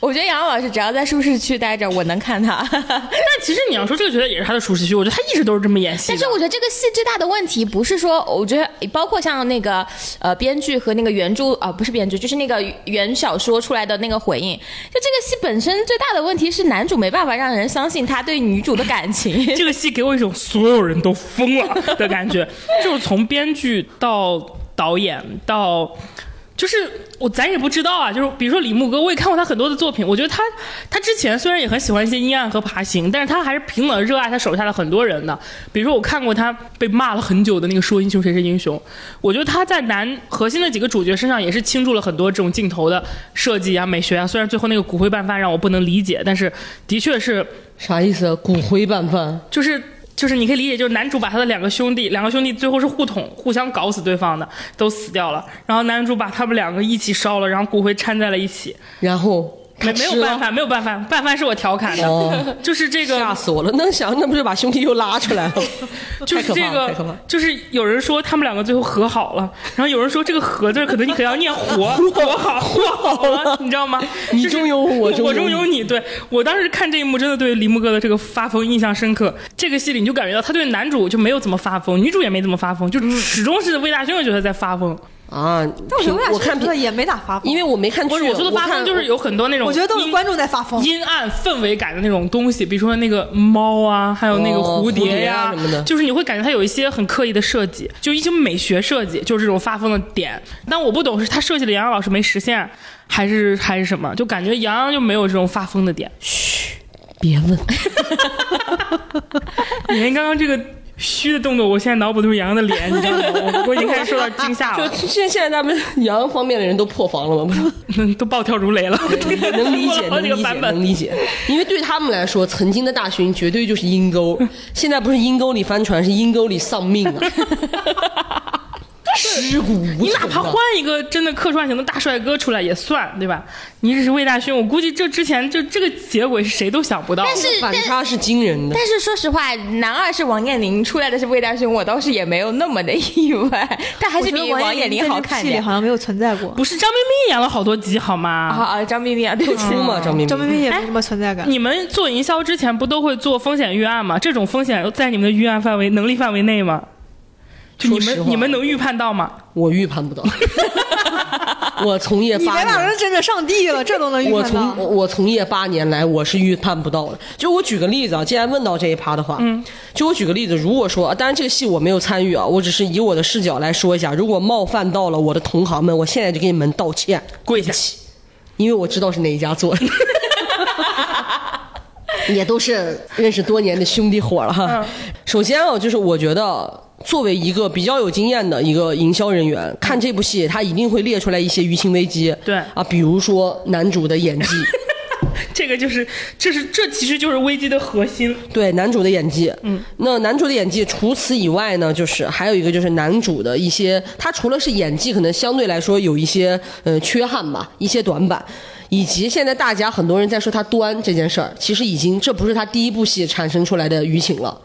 Speaker 1: 我觉得杨洋老师只要在舒适区待着，我能看他。
Speaker 2: 但其实你要说这个角色也是他的舒适区，我觉得他一直都是这么演戏
Speaker 1: 但
Speaker 2: 的。
Speaker 1: 是我觉得这个戏最大的问题不是说，我觉得包括像那个呃编剧和那个原著啊、呃不是编剧，就是那个原小说出来的那个回应。就这个戏本身最大的问题是男主没办法让人相信他对女主的感情。
Speaker 2: 这个戏给我一种所有人都疯了的感觉，就是从编剧到导演到。就是我咱也不知道啊，就是比如说李牧歌，我也看过他很多的作品，我觉得他他之前虽然也很喜欢一些阴暗和爬行，但是他还是平等热爱他手下的很多人的。比如说我看过他被骂了很久的那个《说英雄谁是英雄》，我觉得他在男核心的几个主角身上也是倾注了很多这种镜头的设计啊、美学啊。虽然最后那个骨灰拌饭让我不能理解，但是的确是
Speaker 3: 啥意思啊？骨灰拌饭？
Speaker 2: 就是就是你可以理解，就是男主把他的两个兄弟，两个兄弟最后是互捅，互相搞死对方的，都死掉了。然后男主把他们两个一起烧了，然后骨灰掺在了一起，
Speaker 3: 然后
Speaker 2: 没
Speaker 3: 他
Speaker 2: 没
Speaker 3: 吃
Speaker 2: 有
Speaker 3: 了
Speaker 2: 办法，没有办法，拌饭是我调侃的，
Speaker 3: 哦
Speaker 2: 就是这个
Speaker 3: 吓死我了！那想那不是把兄弟又拉出来 了吗？
Speaker 2: 就
Speaker 3: 太
Speaker 2: 是
Speaker 3: 可
Speaker 2: 这
Speaker 3: 怕了，
Speaker 2: 个
Speaker 3: 太可怕了！，
Speaker 2: 就是有人说他们两个最后和好了，然后有人说这个“和”字儿可能你可能要念“和”， 和好，和好了，你知道吗？
Speaker 3: 你
Speaker 2: 就是
Speaker 3: 中有 我中有
Speaker 2: 我中
Speaker 3: 你
Speaker 2: 有你。对我当时看这一幕，真的对李牧哥的这个发疯印象深刻。这个戏里你就感觉到他对男主就没有怎么发疯，女主也没怎么发疯，就始终是魏大勋的角色在发疯。
Speaker 3: 啊！
Speaker 6: 但我觉得
Speaker 3: 凭
Speaker 6: 魏大
Speaker 3: 我
Speaker 6: 勋
Speaker 3: 看
Speaker 6: 觉得
Speaker 3: 评，
Speaker 6: 也没咋发疯，
Speaker 3: 因为我没看剧，
Speaker 2: 不是我说的发
Speaker 3: 看
Speaker 2: 疯，就是有很多那种
Speaker 6: 我觉得都是
Speaker 2: 阴
Speaker 6: 观众在发
Speaker 3: 哦
Speaker 6: 疯。
Speaker 2: 阴暗氛围感的那种东西，比如说那个猫啊，还有那个
Speaker 3: 哦
Speaker 2: 蝴
Speaker 3: 蝴蝶
Speaker 2: 呀、
Speaker 3: 啊什么的
Speaker 2: 就是你会感觉它有一些很刻意的设计，就一些美学设计，就是这种发疯的点。但我不懂是他设计的杨洋老师没实现，还是还是什么，就感觉杨洋就没有这种发疯的点。
Speaker 3: 别问，
Speaker 2: 你连刚刚这个。虚的动作，我现在脑补的是杨洋的脸，你知道吗？我我已经开始受到惊吓 了，
Speaker 3: 就现现在咱们洋方面的人都破防了吗？不 是，
Speaker 2: 都暴跳如雷了。
Speaker 3: 能理
Speaker 2: 过
Speaker 3: 解，
Speaker 2: 了好
Speaker 3: 能
Speaker 2: 几个
Speaker 3: 理解，
Speaker 2: 版本
Speaker 3: 能理解。因为对他们来说，曾经的大勋绝对就 是阴沟，现在不是阴沟里翻船，是阴沟里丧命啊！尸骨无
Speaker 2: 你
Speaker 3: 存
Speaker 2: 哪怕
Speaker 3: 啊
Speaker 2: 换一个真的客串型的大帅哥出来也算，对吧？你只是魏大勋，我估计这之前就这个结尾是谁都想不到的。
Speaker 1: 但是
Speaker 3: 反差是惊人的。
Speaker 1: 但是说实话，男二是王彦霖，出来的是魏大勋，我倒是也没有那么的 意外，但还
Speaker 5: 我
Speaker 1: 是
Speaker 5: 觉得
Speaker 1: 比王
Speaker 5: 彦
Speaker 1: 彦
Speaker 5: 霖
Speaker 1: 霖
Speaker 5: 在
Speaker 1: 好
Speaker 5: 这
Speaker 1: 看
Speaker 5: 戏里
Speaker 1: 点。
Speaker 5: 好像没有存 在过。
Speaker 2: 不是张彬彬演了好多集好吗？
Speaker 1: 啊啊，张彬彬啊，对不起
Speaker 3: 出，嘛，张彬
Speaker 5: 张
Speaker 3: 彬，
Speaker 5: 彬彬
Speaker 1: 哎
Speaker 5: 也没什么存在感。
Speaker 2: 你们做营销之前不都会做风险预案吗？这种风险在你们的预案范围、能力范围内吗？就你
Speaker 3: 说实
Speaker 2: 们
Speaker 3: 话
Speaker 2: 你们能预判到吗？
Speaker 3: 我预判不到。 我从业
Speaker 5: 你
Speaker 3: 八
Speaker 5: 别把
Speaker 3: 年
Speaker 5: 人，真的上帝了，这都能预
Speaker 3: 我
Speaker 5: 判
Speaker 3: 从
Speaker 5: 到？
Speaker 3: 我从业八年来，我是预判不到的。就我举个例子啊，既然问到这一趴的话，嗯，就我举个例子，如果说，啊，当然这个戏我没有参与啊，我只是以我的视角来说一下，如果冒犯到了我的同行们，我现在就给你们道歉，
Speaker 2: 跪下！
Speaker 3: 因为我知道是哪一家做的。 也都是认识多年的兄弟伙了哈。
Speaker 5: 嗯
Speaker 3: 首先啊，就是我觉得作为一个比较有经验的一个营销人员，看这部戏，他一定会列出来一些舆情危机。
Speaker 2: 对
Speaker 3: 啊，比如说男主的演技，
Speaker 2: 这个就是，这是这其实就是危机的核心。
Speaker 3: 对男主的演技，嗯，那男主的演技，除此以外呢，就是还有一个就是男主的一些，他除了是演技，可能相对来说有一些呃缺憾吧，一些短板，以及现在大家很多人在说他端这件事儿，其实已经这不是他第一部戏产生出来的舆情了。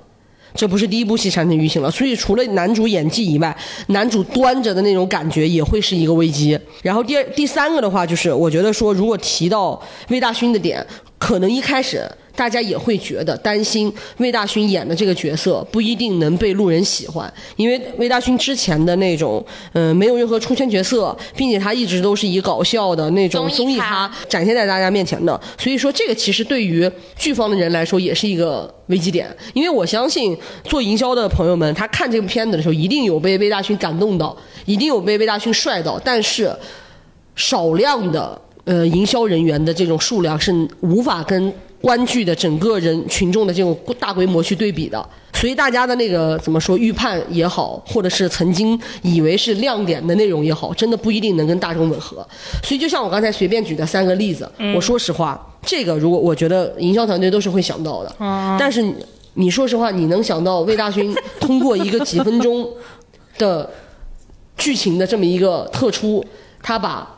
Speaker 3: 这不是第一部戏产生舆情了，所以除了男主演技以外，男主端着的那种感觉也会是一个危机。然后第二、第三个的话，就是我觉得说，如果提到魏大勋的点，可能一开始大家也会觉得担心魏大勋演的这个角色不一定能被路人喜欢，因为魏大勋之前的那种，嗯、没有任何出圈角色，并且他一直都是以搞笑的那种综
Speaker 1: 综艺
Speaker 3: 艺
Speaker 1: 咖
Speaker 3: 咖展现在大家面前的。所以说，这个其实对于剧方的人来说也是一个危机点，因为我相信做营销的朋友们，他看这部片子的时候，一定有被魏大勋感动到，一定有被魏大勋帅到，但是少量的呃营销人员的这种数量是无法跟观剧的整个人群众的这种大规模去对比的。所以大家的那个怎么说预判也好，或者是曾经以为是亮点的内容也好，真的不一定能跟大众吻合。所以就像我刚才随便举的三个例子，我说实话，这个如果我觉得营销团队都是会想到的，但是你你说实话，你能想到魏大勋通过一个几分钟的剧情的这么一个特出，他把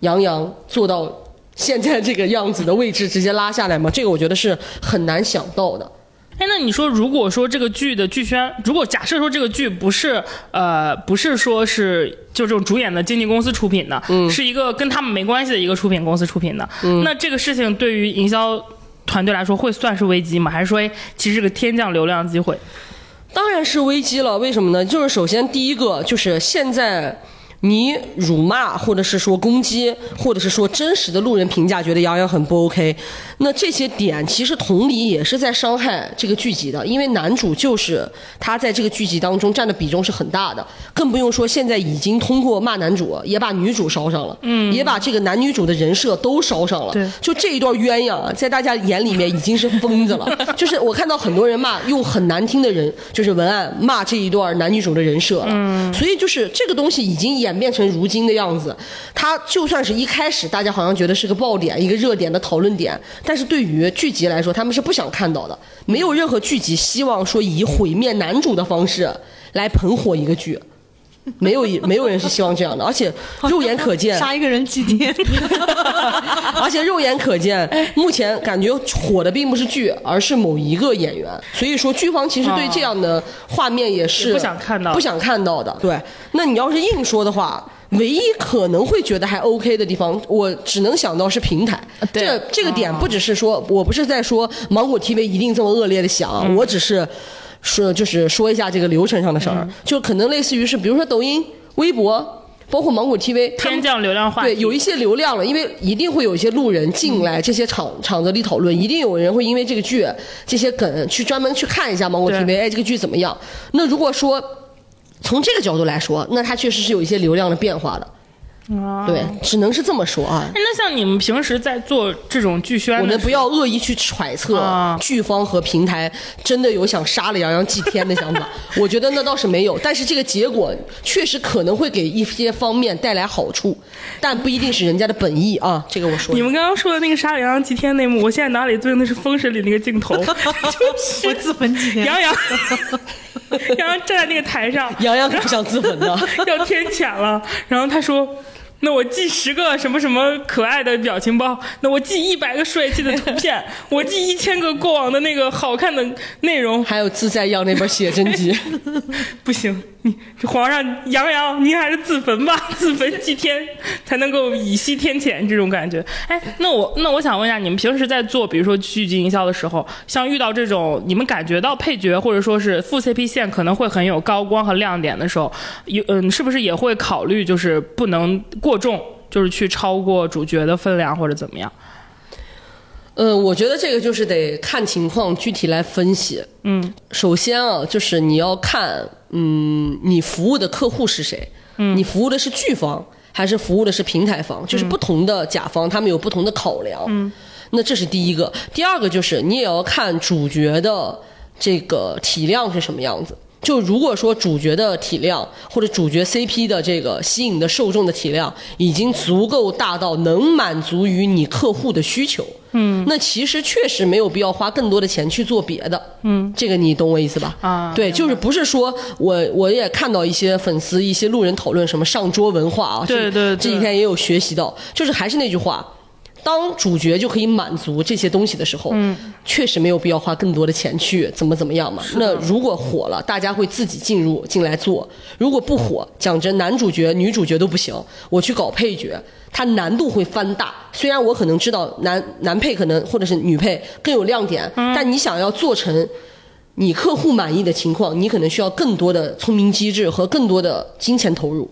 Speaker 3: 杨洋做到现在这个样子的位置直接拉下来吗？这个我觉得是很难想到的。
Speaker 2: 哎，那你说，如果说这个剧的剧宣，如果假设说这个剧不是呃不是说是就这种主演的经纪公司出品的，
Speaker 3: 嗯
Speaker 2: 是一个跟他们没关系的一个出品公司出品的，那这个事情对于营销团队来说会算是危机吗？还是说，哎，其实是个天降流量机会？
Speaker 3: 当然是危机了，为什么呢？就是首先第一个就是现在。你辱骂，或者是说攻击，或者是说真实的路人评价，觉得杨洋很不 OK，那这些点其实同理也是在伤害这个剧集的，因为男主就是他在这个剧集当中占的比重是很大的，更不用说现在已经通过骂男主也把女主烧上了，嗯，也把这个男女主的人设都烧上了，
Speaker 2: 对
Speaker 3: 就这一对鸳鸯啊，在大家眼里面已经是疯子了。就是我看到很多人骂，用很难听的人，就是文案骂这一段男女主的人设了。所以就是这个东西已经演变成如今的样子。它就算是一开始大家好像觉得是个爆点、一个热点的讨论点，但是对于剧集来说，他们是不想看到的。没有任何剧集希望说以毁灭男主的方式来捧火一个剧。没有没有人是希望这样的，而且肉眼可见，
Speaker 5: 杀一个人祭 天，
Speaker 3: 而且肉眼可见，
Speaker 2: 哎
Speaker 3: 目前感觉火的并不是剧，而是某一个演员。所以说，剧方其实对这样的画面也
Speaker 2: 啊
Speaker 3: 是
Speaker 2: 也不想看到
Speaker 3: 不想看到的。对，那你要是硬说的话。唯一可能会觉得还 OK 的地方，我只能想到是平台。
Speaker 2: 啊
Speaker 1: 对
Speaker 3: 这这个点不只是说，我不是在说芒果 TV 一定这么恶劣的想，
Speaker 2: 嗯
Speaker 3: 我只是说就是说一下这个流程上的事
Speaker 2: 嗯
Speaker 3: 儿，就可能类似于是，比如说抖音、微博，包括芒果 TV，他们
Speaker 2: 天降流量话
Speaker 3: 对，
Speaker 2: 题，
Speaker 3: 有一些流量了，因为一定会有一些路人进来这些场场子里讨论，一定有人会因为这个剧、这些梗去专门去看一下芒果
Speaker 2: 对
Speaker 3: TV，哎，这个剧怎么样？那如果说从这个角度来说，那它确实是有一些流量的变化的。
Speaker 2: 啊，
Speaker 3: 对，只能是这么说啊。
Speaker 2: 哎那像你们平时在做这种剧宣的时候，
Speaker 3: 我们不要恶意去揣测
Speaker 2: 啊
Speaker 3: 剧方和平台真的有想杀了杨洋祭天的想法，我觉得那倒是没有。但是这个结果确实可能会给一些方面带来好处，但不一定是人家的本意啊。这个我说
Speaker 2: 你们刚刚说的那个杀杨洋祭天那幕，我现在脑海里对应的是《封神》里那个镜 头，
Speaker 5: 我自焚几天。
Speaker 2: 杨洋，杨洋站在那个台上，
Speaker 3: 杨洋可不想自焚的，
Speaker 2: 要天谴了，然后他说。那我寄十个什么什么可爱的表情包，那我寄一百个帅气的图片， 我寄一千个过往的那个好看的内容，
Speaker 3: 还有自在样那本写真集，
Speaker 2: 不行，你皇上杨洋，您还是自焚吧， 自焚祭天才能够以息天谴这种感觉。哎，那我那我想问一下，你们平时在做，比如说剧集营销的时候，像遇到这种你们感觉到配角或者说是副 CP 线可能会很有高光和亮点的时候，有嗯，是不是也会考虑就是不能过重，就是去超过主角的分量或者怎么样？
Speaker 3: 呃，我觉得这个就是得看情况具体来分析。
Speaker 2: 嗯，
Speaker 3: 首先啊，就是你要看，嗯，你服务的客户是谁？嗯，你服务的是剧方还是服务的是平台方？就是不同的甲方，他们有不同的考量。嗯，那这是第一个。第二个就是你也要看主角的这个体量是什么样子。就如果说主角的体量或者主角 CP 的这个吸引的受众的体量已经足够大到能满足于你客户的需求，嗯，那其实确实没有必要花更多的钱去做别的，嗯，这个你懂我意思吧？
Speaker 2: 啊
Speaker 3: 对，就是不是说我我也看到一些粉丝、一些路人讨论什么上桌文化啊，
Speaker 2: 对
Speaker 3: 这
Speaker 2: 对对
Speaker 3: 这几天也有学习到，就是还是那句话。当主角就可以满足这些东西的时候，嗯，确实没有必要花更多的钱去怎么怎么样嘛。那如果火了，大家会自己进入进来做；如果不火，讲真，男主角、女主角都不行，我去搞配角，它难度会翻大。虽然我可能知道男男配可能或者是女配更有亮点，但你想要做成你客户满意的情况，你可能需要更多的聪明机制和更多的金钱投入。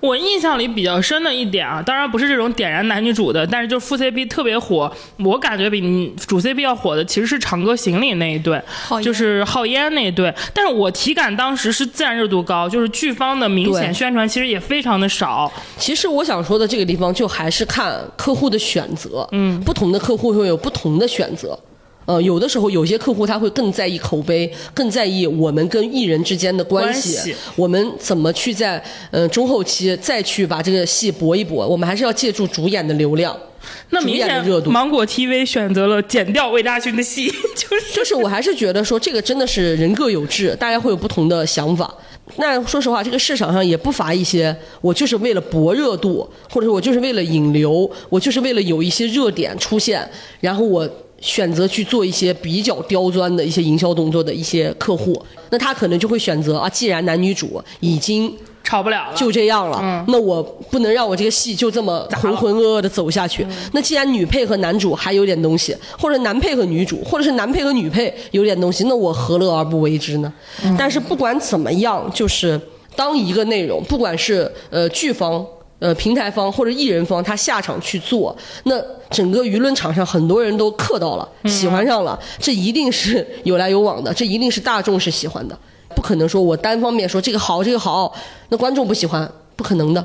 Speaker 2: 我印象里比较深的一点啊，当然不是这种点燃男女主的，但是就是副 CP 特别火，我感觉比你主 CP 要火的其实是长歌行里那一对，
Speaker 5: 好呀
Speaker 2: 就是浩烟那一对。但是我体感当时是自然热度高，就是剧方的明显
Speaker 3: 对
Speaker 2: 宣传其实也非常的少。
Speaker 3: 其实我想说的这个地方，就还是看客户的选择。嗯，不同的客户会有不同的选择。呃，有的时候有些客户他会更在意口碑，更在意我们跟艺人之间的关系，
Speaker 2: 关系
Speaker 3: 我们怎么去在呃中后期再去把这个戏搏一搏。我们还是要借助主演的流量，
Speaker 2: 那
Speaker 3: 主
Speaker 2: 明
Speaker 3: 演的
Speaker 2: 显
Speaker 3: 热度。
Speaker 2: 芒果 TV 选择了剪掉魏大勋的戏， 就是
Speaker 3: 就是我还是觉得说这个真的是人各有志，大家会有不同的想法。那说实话，这个市场上也不乏一些，我就是为了博热度，或者说我就是为了引流，我就是为了有一些热点出现，然后我选择去做一些比较刁钻的一些营销动作的一些客户，那他可能就会选择啊，既然男女主已经
Speaker 2: 吵不了了。
Speaker 3: 就这样了，那我不能让我这个戏就这么浑浑噩噩的走下去。那既然女配和男主还有点东西，或者男配和女主，或者是男配和女配有点东西，那我何乐而不为之呢？但是不管怎么样，就是当一个内容，不管是呃剧方。呃，平台方或者艺人方，他下场去做，那整个舆论场上很多人都磕到了，喜欢上
Speaker 2: 嗯
Speaker 3: 了，这一定是 有来有往的，这一定是大众是喜欢的。不可能说我单方面说这个好，这个好，那观众不喜欢，不可能的。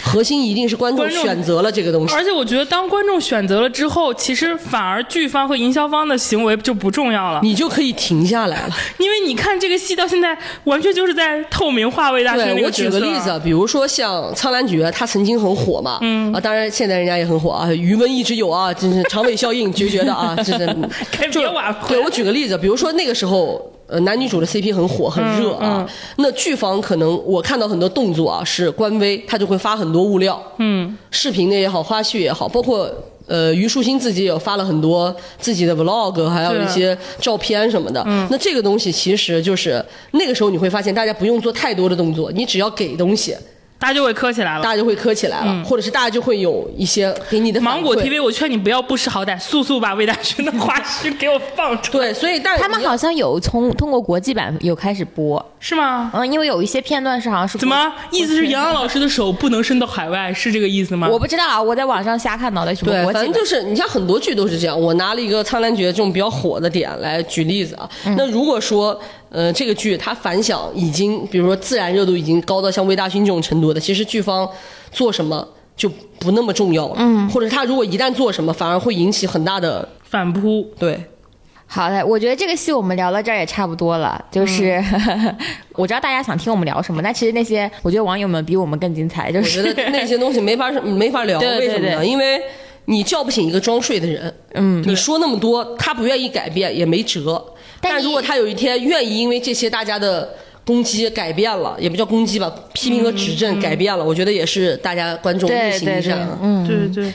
Speaker 3: 核心一定是观众
Speaker 2: 观众
Speaker 3: 选择了这个东西。
Speaker 2: 而且我觉得，当观众选择了之后，其实反而剧方和营销方的行为就不重要了。
Speaker 3: 你就可以停下来了。
Speaker 2: 因为你看这个戏到现在，完全就是在透明化为大勋那
Speaker 3: 对
Speaker 2: 个
Speaker 3: 我举
Speaker 2: 角色
Speaker 3: 个
Speaker 2: 啊
Speaker 3: 例子啊，比如说像《苍兰诀》，它曾经很火嘛，
Speaker 2: 嗯
Speaker 3: 啊，当然现在人家也很火啊，余温一直有啊，真是长尾效应决绝的啊，真 是。
Speaker 2: 该别挽回
Speaker 3: 对我举个例子，比如说那个时候。呃，男女主的 CP 很火很热
Speaker 2: 嗯
Speaker 3: 啊，那剧方可能我看到很多动作啊，是官微他就会发很多物料，嗯，视频的也好，花絮也好，包括呃虞书欣自己也发了很多自己的 vlog，还有一些照片什么的。
Speaker 2: 嗯
Speaker 3: 那这个东西其实就是那个时候你会发现，大家不用做太多的动作，你只要给东西，
Speaker 2: 大家就会磕起来
Speaker 3: 大
Speaker 2: 了。
Speaker 3: 家就会磕起来了，或者是大家就会有一些给你的反
Speaker 2: 嗯
Speaker 3: 馈
Speaker 2: 芒果 TV，我劝你不要不识好歹，速速把魏大勋的花絮给我放 出来，
Speaker 3: 对，所以但
Speaker 1: 他们好像有从通过国际版有开始播，
Speaker 2: 是吗？
Speaker 1: 嗯，因为有一些片段是好像是
Speaker 2: 怎么意思是杨洋老师的手不能伸到海外，是这个意思吗？
Speaker 1: 我不知道啊，我在网上瞎看到的，什么
Speaker 3: 对，
Speaker 1: 国
Speaker 3: 反
Speaker 1: 际
Speaker 3: 正
Speaker 1: 版
Speaker 3: 就是你像很多剧都是这样。我拿了一个《苍兰诀》这种比较火的点来举例子啊。那如果说呃，这个剧它反响已经，比如说自然热度已经高到像魏大勋这种程度的，其实剧方做什么就不那么重要了。嗯，或者他如果一旦做什么，反而会引起很大的
Speaker 2: 反扑，
Speaker 3: 对。
Speaker 1: 好的，我觉得这个戏我们聊到这儿也差不多了。就是嗯 我知道大家想听我们聊什么，但其实那些我觉得网友们比我们更精彩。就
Speaker 3: 我觉
Speaker 1: 是
Speaker 3: 得 那些东西没法没法聊，
Speaker 1: 对对
Speaker 3: 为什么呢？
Speaker 1: 对
Speaker 3: 因为你叫不醒一个装睡的人，嗯，你说那么多，他不愿意改变也没辙。
Speaker 1: 但
Speaker 3: 但如
Speaker 1: 你
Speaker 3: 果他有一天愿意因为这些大家的攻击改变了，也不叫攻击吧，批评和指正改变了，我觉得也是大家观众
Speaker 1: 嗯对
Speaker 3: 日行
Speaker 1: 对
Speaker 3: 一
Speaker 1: 对
Speaker 3: 善啊，。
Speaker 1: 嗯，
Speaker 2: 对对。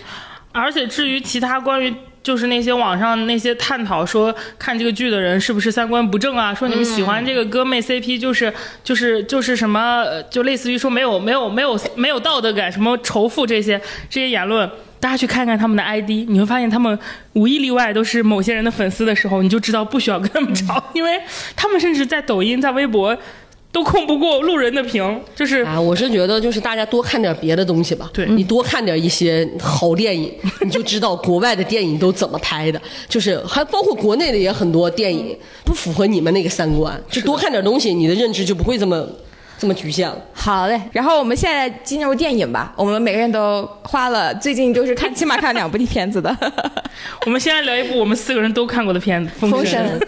Speaker 2: 而且至于其他关于。就是那些网上那些探讨说看这个剧的人是不是三观不正啊？说你们喜欢这个哥妹 CP 就是、就是就是什么，呃就类似于说没有没有没有没有道德感，什么仇富这些这些言论，大家去看看他们的 ID，你会发现他们无一例外都是某些人的粉丝的时候，你就知道不需要跟他们吵，因为他们甚至在抖音在微博都控不过路人的屏，就是
Speaker 3: 啊，我是觉得就是大家多看点别的东西吧。
Speaker 2: 对
Speaker 3: 你多看点一些好电影，你就知道国外的电影都怎么拍的，就是还包括国内的也很多电影不符合你们那个三观，就多看点东西，你的认知就不会这么这么局限了。
Speaker 1: 好嘞。然后我们现在进入电影吧，我们每个人都花了最近就是看起码看两部 片子的
Speaker 2: 我们先来聊一部我们四个人都看过的片子《封
Speaker 1: 《封
Speaker 2: 神》
Speaker 1: 神》。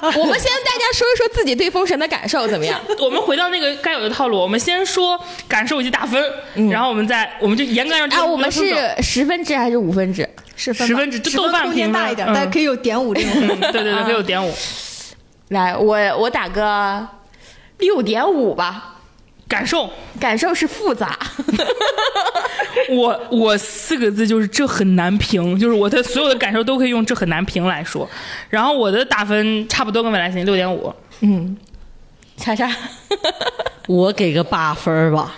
Speaker 1: 我们先大家说一说自己对《封神》的感受怎么样？
Speaker 2: 我们回到那个该有的套路，我们先说感受以及打分，
Speaker 3: 嗯
Speaker 2: 然后我们再我们就严格按照
Speaker 1: 啊，
Speaker 2: 这个
Speaker 1: 我们
Speaker 2: 分
Speaker 1: 是
Speaker 2: 走
Speaker 1: 十分制还是五分制？
Speaker 5: 十分吧
Speaker 2: 十分制这
Speaker 5: 十
Speaker 2: 豆瓣
Speaker 5: 分空间
Speaker 2: 评分
Speaker 5: 大一点，
Speaker 2: 嗯
Speaker 5: 但可以有点五这种。
Speaker 2: 嗯对对
Speaker 3: 啊
Speaker 2: 对，可以有点五，
Speaker 1: 来，我我打个六点五吧，
Speaker 2: 感受
Speaker 1: 感受是复 杂。
Speaker 2: 我我四个字就是这很难评，就是我的所有的感受都可以用这很难评来说。然后我的打分差不多跟未来行六点五，
Speaker 1: 查查，
Speaker 3: 我给个八分儿吧，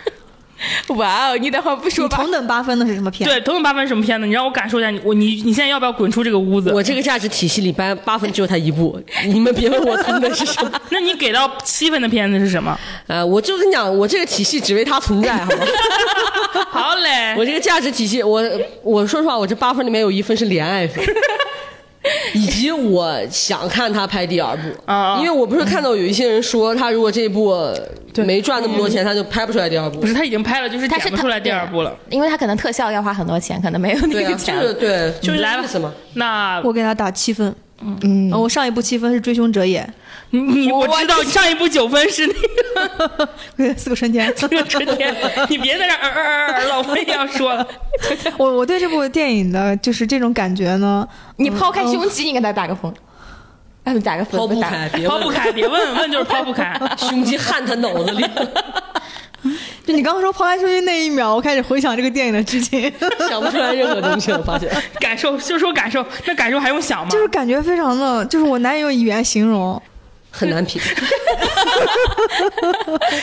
Speaker 1: 哇哦，你等会儿不
Speaker 5: 你
Speaker 1: 说吧？
Speaker 5: 同等八分的是什么片？
Speaker 2: 对，同等八分什么片子？你让我感受一下，你我你你现在要不要滚出这个屋子？
Speaker 3: 我这个价值体系里边八分只有他一部，你们别问我同的是什么。
Speaker 2: 那你给到七分的片子是什么？
Speaker 3: 呃，我就跟你讲，我这个体系只为他存在，好吗？
Speaker 2: 好嘞，
Speaker 3: 我这个价值体系，我我说实话，我这八分里面有一分是怜爱 分，以及我想看他拍第二部，
Speaker 2: 啊
Speaker 3: 因为我不是看到有一些人说他如果这一部没赚那么多
Speaker 2: 嗯
Speaker 3: 钱，他就拍不出来第二部
Speaker 2: 不。是他已经拍了，就是
Speaker 1: 他
Speaker 2: 剪
Speaker 1: 是
Speaker 2: 不出来第二部了。
Speaker 1: 因为他可能特效要花很多钱，可能没有那
Speaker 3: 对啊，
Speaker 1: 个
Speaker 3: 就
Speaker 1: 钱。
Speaker 3: 是对，就是
Speaker 2: 嗯来
Speaker 3: 这
Speaker 2: 吧
Speaker 3: 个意思嘛。
Speaker 2: 那
Speaker 5: 我给他打七分。嗯，我上一部七分是《追凶者 也
Speaker 2: 你你我知道你上一部九分是那个》
Speaker 5: 对，四个 春天。
Speaker 2: 《春天》，你别在那儿呃呃呃呃了，我也要说了。
Speaker 5: 我我对这部电影的就是这种感觉呢，
Speaker 1: 你抛开胸肌，你给他打个分，哎，打个分，
Speaker 3: 抛不
Speaker 1: 打
Speaker 3: 开，别
Speaker 2: 抛
Speaker 3: 问
Speaker 2: 不，开，别问问就是抛不开。
Speaker 3: 胸肌焊他脑 子里。
Speaker 5: 就你刚刚说抛开出去那一秒，我开始回想这个电影的 剧情，
Speaker 3: 想不出来任何东西，我发现。
Speaker 2: 感受就说感受，那感受还用想吗？
Speaker 5: 就是感觉非常的，就是我难以用语言形容。
Speaker 3: 很 难评，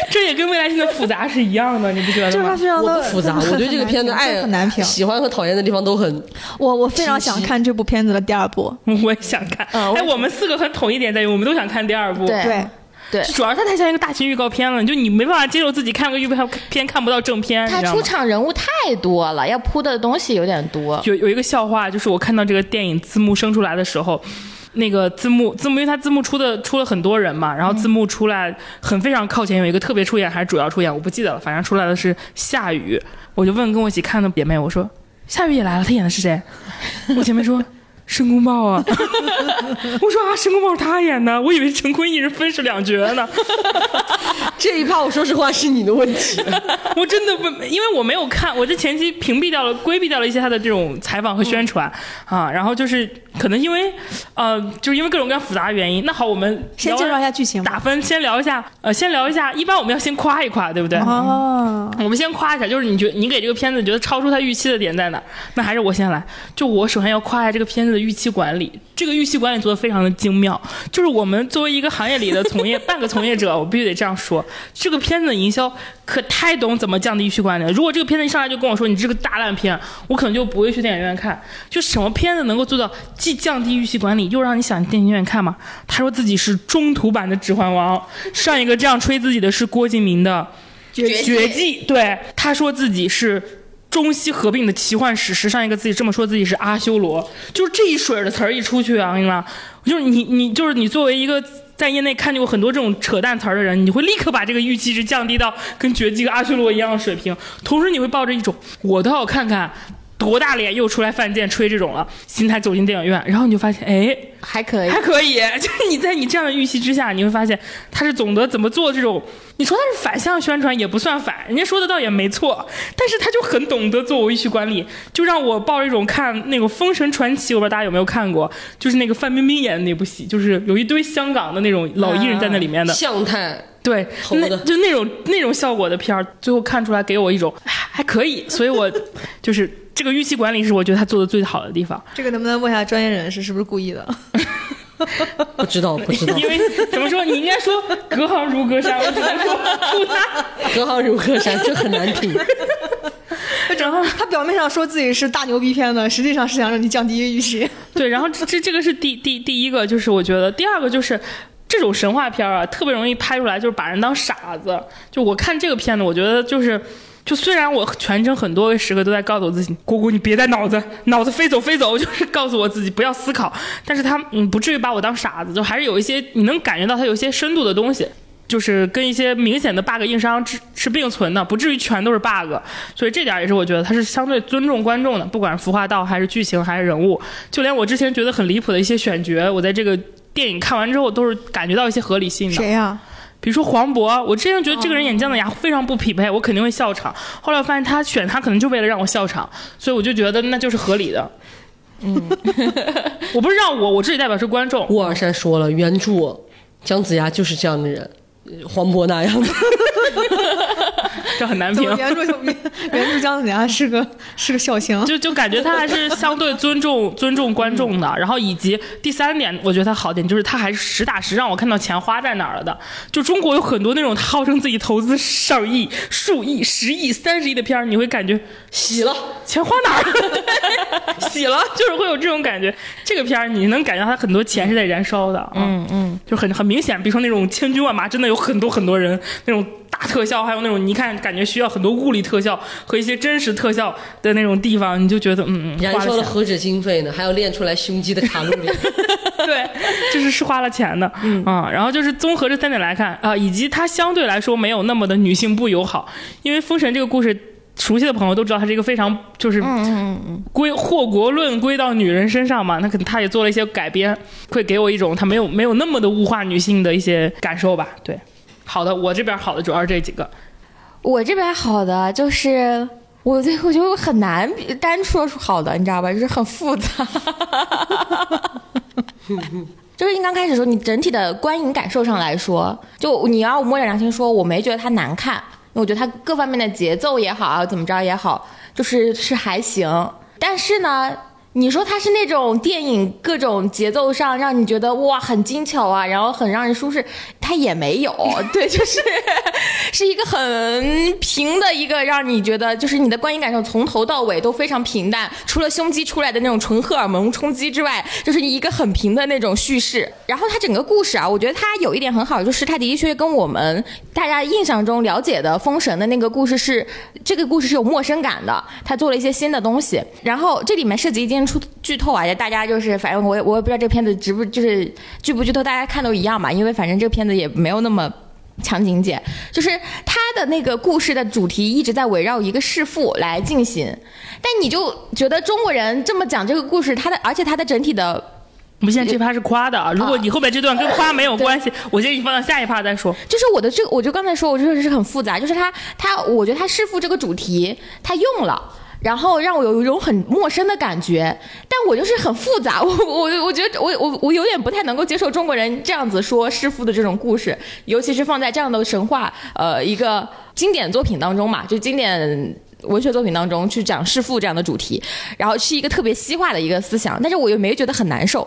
Speaker 2: 这也跟未来性的复杂是一样的，你不觉
Speaker 5: 就
Speaker 3: 哎
Speaker 2: 得
Speaker 5: 是它
Speaker 2: 吗？
Speaker 5: 非常
Speaker 3: 我
Speaker 5: 的
Speaker 3: 不复杂。我对这个片子爱
Speaker 5: 很难、评。
Speaker 3: 喜欢和讨厌的地方都很。
Speaker 5: 我我非常想看这部片子的第二部，
Speaker 2: 我也想看。
Speaker 1: 嗯我也
Speaker 2: 哎，我们四个很统一点在于，我们都想看第二部。
Speaker 1: 对
Speaker 5: 对，
Speaker 1: 对。
Speaker 2: 主要是它太像一个大型预告片了，就你没办法接受自己看个预告片看不到正片，你
Speaker 1: 他
Speaker 2: 知道
Speaker 1: 出
Speaker 2: 吗？
Speaker 1: 场人物太多了，要铺的东西有点多。
Speaker 2: 有有一个笑话，就是我看到这个电影字幕生出来的时候，那个字幕字幕，因为它字幕出的出了很多人嘛，然后字幕出来很非常靠前，有一个特别出演还是主要出演，我不记得了，反正出来的是夏雨，我就问跟我一起看的姐妹，我说夏雨也来了，她演的是谁？我姐妹说。申公豹啊！ 我说啊，申公豹是他演的，我以为陈坤一人分饰两角呢。
Speaker 3: 这一趴，我说实话是你的问题。
Speaker 2: 我真的不，因为我没有看，我这前期屏蔽掉了、规避掉了一些他的这种采访和宣传、
Speaker 5: 嗯
Speaker 2: 啊，然后就是可能因为，呃，就是因为各种各样复杂的原因。那好，我们
Speaker 5: 先
Speaker 2: 聊完
Speaker 5: 介绍一下剧情吧
Speaker 2: 打分，先聊一下，呃，先聊一下，一般我们要先夸一夸，对不对？
Speaker 5: 哦，
Speaker 2: 我们先夸一下，就是你觉你给这个片子觉得超出他预期的点在哪儿？那还是我先来。就我首先要夸一下这个片子的预期管理，这个预期管理做得非常的精妙。就是我们作为一个行业里的从业半个从业者，我必须得这样说，这个片子的营销可太懂怎么降低预期管理了。如果这个片子一上来就跟我说你这个大烂片，我可能就不会去电影院看。就什么片子能够做到既降低预期管理，又让你想电影院看吗？他说自己是中途版的《指环王》，上一个这样吹自己的是郭敬明的。
Speaker 5: 绝
Speaker 2: 绝技，对，他说自己是中西合并的奇幻史诗上一个自己这么说自己是阿修罗，就是这一水儿的词儿一出去啊，我跟你讲，就是你你就是你作为一个在业内看见过很多这种扯淡词儿的人，你会立刻把这个预期值降低到跟绝技和阿修罗一样的水平，同时你会抱着一种我倒要看看。多大脸又出来犯贱吹这种了，心态走进电影院，然后你就发现，哎，
Speaker 1: 还可以
Speaker 2: 还。可以， 就是你在你这样的预期之下，你会发现他是懂得怎么做这种。你说他是反向宣传也不算反，人家说的倒也没错，但是他就很懂得做微序管理，就让我抱着一种看那个《封神传奇》，我不知道大家有没有看过，就是那个范冰冰演的那部戏，就是有一堆香港的那种老艺人在那里面的，
Speaker 3: 向太
Speaker 2: 对，
Speaker 3: 猴
Speaker 2: 那
Speaker 3: 子
Speaker 2: 就那种那种效果的片儿，最后看出来给我一种哎还可以，所以我 就是这个预期管理是我觉得他做的最好的地方。
Speaker 5: 这个能不能问一下专业人士是不是故意的？
Speaker 3: 不知道不知 道，
Speaker 2: 因为怎么说，你应该说隔行如隔山，我只 能说祝他。
Speaker 3: 隔行如隔山，这很 难评。
Speaker 2: 然后
Speaker 5: 他表面上说自己是大牛逼片的，实际上是想让你降低预期。
Speaker 2: 对，然后这这这个是第第第一个，就是我觉得第二个就是。这种神话片儿啊，特别容易拍出来，就是把人当傻子。就我看这个片子，我觉得就是，就虽然我全程很多个时刻都在告诉我自己，姑姑你别带脑子，脑子飞走飞走，就是告诉我自己不要思考。但是他嗯不至于把我当傻子，就还是有一些你能感觉到他有一些深度的东西。就是跟一些明显的 bug 硬伤是是并存的，不至于全都是 bug，所以这点也是我觉得它是相对尊重观众的，不管是服化道还是剧情还是人物，就连我之前觉得很离谱的一些选角，我在这个电影看完之后都是感觉到一些合理性的。
Speaker 5: 谁呀、
Speaker 2: 比如说黄渤，我之前觉得这个人演姜子牙非常不匹配，我肯定会笑场，后来我发现他选他可能就为了让我笑场，所以我就觉得那就是合理的。嗯， 我不是让我，我这里代表是观众，
Speaker 3: 沃尔善说了，原著姜子牙就是这样的人，黄渤 那样的。
Speaker 2: 这很难
Speaker 5: 怎
Speaker 2: 评
Speaker 5: 么。原著就 原著姜子牙是个是个笑星，
Speaker 2: 就就感觉他还是相对尊重 尊重观众的。然后以及第三点，我觉得他好点就是他还是实打实让我看到钱花在哪儿了的。就中国有很多那种号称自己投资上亿、数亿、十亿、三十亿的片儿，你会感觉
Speaker 3: 洗了，
Speaker 2: 钱花哪儿了？ 洗了，就是会有这种感觉。这个片儿你能感觉到它很多钱是在燃烧的，嗯嗯，就很很明显。比如说那种千军万马，真的有很多很多人那种。大特效，还有那种你看感觉需要很多物理特效和一些真实特效的那种地方，你就觉得嗯，嗯
Speaker 3: 燃
Speaker 2: 花了
Speaker 3: 烧
Speaker 2: 钱
Speaker 3: 了何止经费呢？还要练出来胸肌的卡路里。
Speaker 2: 对， 就是是花了钱的，嗯啊，然后就是综合这三点来看啊、以及它相对来说没有那么的女性不友好，因为《封神》这个故事。熟悉的朋友都知道，它是一个非常就是嗯归祸国论归到女人身上嘛，那可能他也做了一些改编，会给我一种他没有没有那么的物化女性的一些感受吧。对，好的，我这边好的主要是这几个，
Speaker 1: 我这边好的就是。我这我觉得很难单说出好的，你知道吧？就是很复 杂。就是你刚开始说，你整体的观影感受上来说，就你要摸着良心说，我没觉得它难看，因为我觉得它各方面的节奏也好啊，怎么着也好，就是是还行。但是呢，你说它是那种电影各种节奏上让你觉得哇很精巧啊，然后很让人舒适，它也没有。 对，就是是一个很平的一个，让你觉得就是你的观影感受从头到尾都非常平淡，除了胸肌出来的那种纯荷尔蒙冲击之外，就是一个很平的那种叙事。然后它整个故事啊，我觉得它有一点很好，就是它的确跟我们大家印象中了解的《封神》的那个故事是，这个故事是有陌生感的，它做了一些新的东西。然后这里面涉及一件出剧透啊，大家就是反正我也我也不知道这片子值不就是剧不剧透，大家看都一样嘛，因为反正这个片子也没有那么。强情节，就是他的那个故事的主题一直在围绕一个弑父来进行，但你就觉得中国人这么讲这个故事，他的而且他的整体的
Speaker 2: 我们现在这趴是夸的啊，如果你后面这段跟夸没有关系，我建议你放到下一趴再说。
Speaker 1: 就是我的这个，我就刚才说，我就是是很复杂，就是他他，我觉得他弑父这个主题他用了。然后让我有一种很陌生的感觉，但我就是很复杂， 我我我觉得我我我有点不太能够接受中国人这样子说弑父的这种故事，尤其是放在这样的神话呃一个经典作品当中嘛，就经典文学作品当中去讲弑父这样的主题，然后是一个特别西化的一个思想，但是我又没觉得很难受，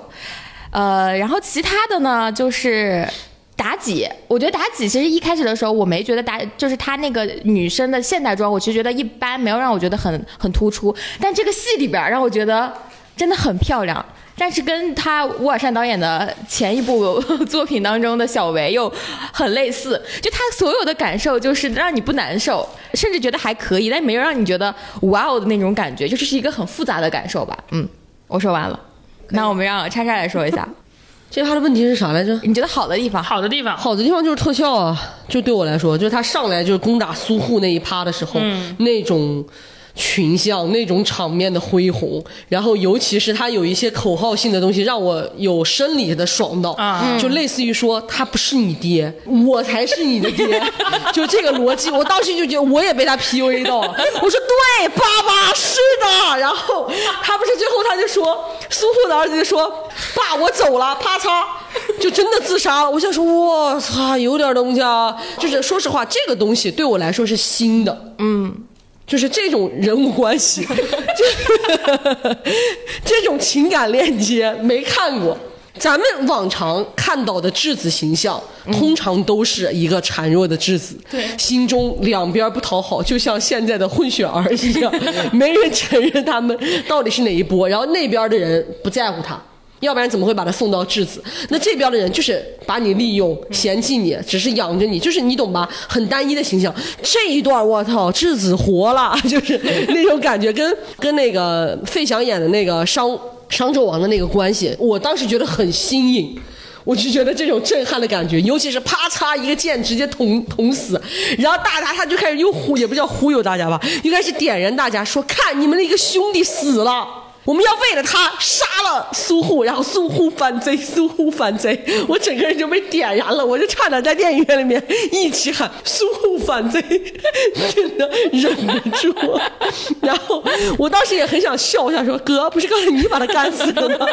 Speaker 1: 呃，然后其他的呢，就是妲己。我觉得妲己其实一开始的时候，我没觉得妲就是她那个女生的现代装，我其实觉得一般，没有让我觉得很很突出。但这个戏里边儿让我觉得真的很漂亮。但是跟他乌尔善导演的前一部作品当中的小维又很类似，就他所有的感受就是让你不难受，甚至觉得还可以，但没有让你觉得哇哦的那种感觉，就是是一个很复杂的感受吧。嗯，我说完了，那我们让叉叉来说一下，
Speaker 3: 这他的问题是啥来着？
Speaker 1: 你觉得好的地方？
Speaker 2: 好的地方，
Speaker 3: 好的地方就是特效啊，就对我来说，就是他上来就是攻打苏护那一趴的时候，
Speaker 2: 嗯
Speaker 3: 那种群像、那种场面的恢宏，然后尤其是他有一些口号性的东西，让我有生理的爽到，
Speaker 2: 啊
Speaker 3: 就类似于说他不是你爹，我才是你的爹， 就这个逻辑，我当时就觉得我也被他 PUA 到了，我说对，爸爸是的，然后他不是最后他就说苏护的儿子就说爸，我走了，啪嚓。就真的自杀了。我想说，我操，有点东西啊。就是说实话，这个东西对我来说是新的，嗯，就是这种人物关系，就这种情感链接没看过。咱们往常看到的质子形象，通常都是一个孱弱的质子，对，心中两边不讨好，就像现在的混血儿一样，没人承认他们到底是哪一波，然后那边的人不在乎他，要不然怎么会把他送到质子？那这边的人就是把你利用、嫌弃你，只是养着你，就是你懂吧？很单一的形象。这一段我操，质子活了， 就是那种感觉，跟跟那个费翔演的那个商商纣王的那个关系，我当时觉得很新颖。我就觉得这种震撼的感觉，尤其是啪嚓一个剑直接捅捅死，然后大家他就开始又忽也不叫忽悠大家吧，又开始点燃大家说看你们的一个兄弟死了。我们要为了他杀了苏护，然后苏护反贼，苏护反贼，我整个人就被点燃了，我就差点在电影院里面一起喊苏护反贼，真的忍不住。然后我当时也很想笑，我想说哥，不是刚才你把他干死的吗？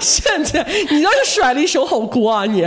Speaker 3: 现在你倒是甩了一手好锅啊你，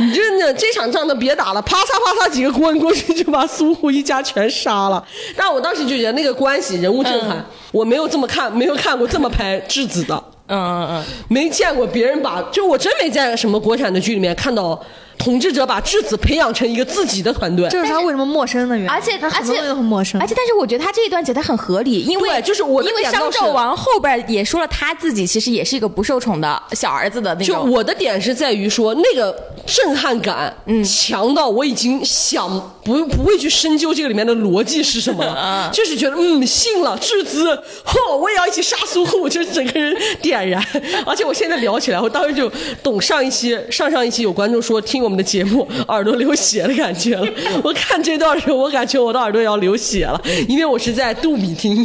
Speaker 3: 你真的这场仗都别打了，啪嚓啪嚓几个锅你过去就把苏护一家全杀了。但我当时就觉得那个关系人物震撼，我没有这么看，没有看过这么拍质子的。
Speaker 2: 嗯嗯嗯，
Speaker 3: 没见过别人把，就我真没在什么国产的剧里面看到统治者把质子培养成一个自己的团队。
Speaker 5: 这是他为什么陌生的原因，
Speaker 1: 而且
Speaker 5: 他
Speaker 1: 而
Speaker 5: 很多
Speaker 1: 且
Speaker 5: 东西都很陌生
Speaker 1: 而。且，但是我觉得他这一段写的很合理，因为
Speaker 3: 对就是我的
Speaker 1: 因为
Speaker 3: 点
Speaker 1: 商
Speaker 3: 倒是
Speaker 1: 纣王后边也说了，他自己其实也是一个不受宠的小儿子的那
Speaker 3: 就
Speaker 1: 种。
Speaker 3: 我的点是在于说，那个震撼感强到我已经想不不会去深究这个里面的逻辑是什么了，就是觉得嗯信了质子，嚯，我也要一起杀苏护，就是整个人点燃。 而且我现在聊起来，我当时就懂上一期、上上一期有观众说听我们的节目耳朵流血的感觉了。我看这段的时候，我感觉我的耳朵要流血了，因为我是在杜比听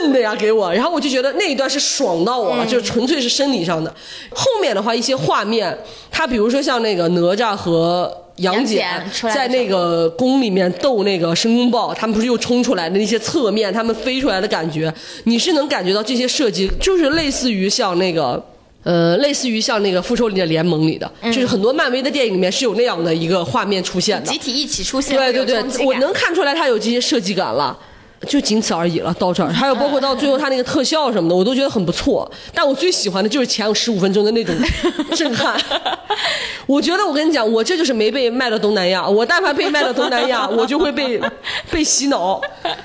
Speaker 3: 震的呀给我，然后我就觉得那一段是爽到
Speaker 1: 嗯
Speaker 3: 我了，就是纯粹是生理上的。后面的话，一些画面，他比如说像那个哪吒和。杨戬
Speaker 1: 杨戬出来的时
Speaker 3: 在
Speaker 1: 候
Speaker 3: 那个宫里面斗那个申公豹，他们不是又冲出来的那些侧面，他们飞出来的感觉，你是能感觉到这些设计，就是类似于像那个。呃，类似于像那个《复仇者联盟》里的，
Speaker 1: 嗯
Speaker 3: 就是很多漫威的电影里面是有那样的一个画面出现的，
Speaker 1: 集体一起出现，
Speaker 3: 对对
Speaker 1: 有冲击
Speaker 3: 对，
Speaker 1: 感
Speaker 3: 我能看出来他有这些设计感了。就仅此而已了，到这儿，还有包括到最后他那个特效什么的，我都觉得很不错。但我最喜欢的就是前十五分钟的那种震撼。 我觉得我跟你讲，我这就是没被卖到东南亚。我但凡被卖到东南亚，我就会被 被洗脑，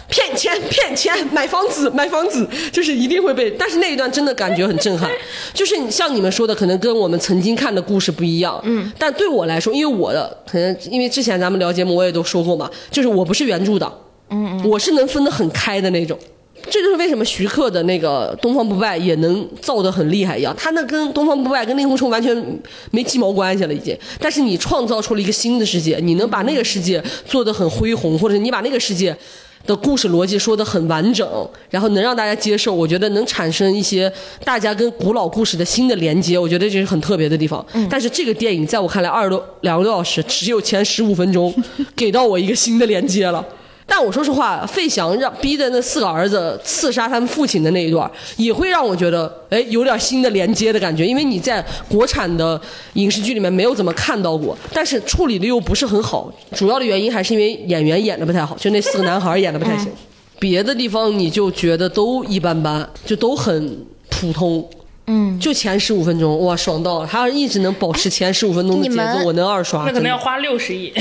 Speaker 3: 骗钱骗钱，买房子买房子，就是一定会被。但是那一段真的感觉很震撼，就是你像你们说的，可能跟我们曾经看的故事不一样。嗯，但对我来说，因为我的可能因为之前咱们聊节目我也都说过嘛，就是我不是原著党。我是能分得很开的那种。这就是为什么徐克的那个《东方不败》也能造得很厉害一样，他那跟《东方不败》跟《令狐冲》完全没鸡毛关系了已经。但是你创造出了一个新的世界，你能把那个世界做得很恢宏，或者你把那个世界的故事逻辑说得很完整，然后能让大家接受，我觉得能产生一些大家跟古老故事的新的连接，我觉得这是很特别的地方。但是这个电影在我看来，二十多两个多小时，只有前十五分钟给到我一个新的连接了。但我说实话，费翔让逼的那四个儿子刺杀他们父亲的那一段，也会让我觉得，哎，有点新的连接的感觉，因为你在国产的影视剧里面没有怎么看到过，但是处理的又不是很好，主要的原因还是因为演员演的不太好，就那四个男孩演的不太
Speaker 1: 嗯
Speaker 3: 行， 别的地方你就觉得都一般般，就都很普通。嗯，就前十五分钟，哇，爽到了！他要是一直能保持前十五分钟的
Speaker 1: 你
Speaker 3: 节
Speaker 1: 们
Speaker 3: 奏，我能二刷。
Speaker 2: 那可能
Speaker 3: 真的
Speaker 2: 要花六十亿。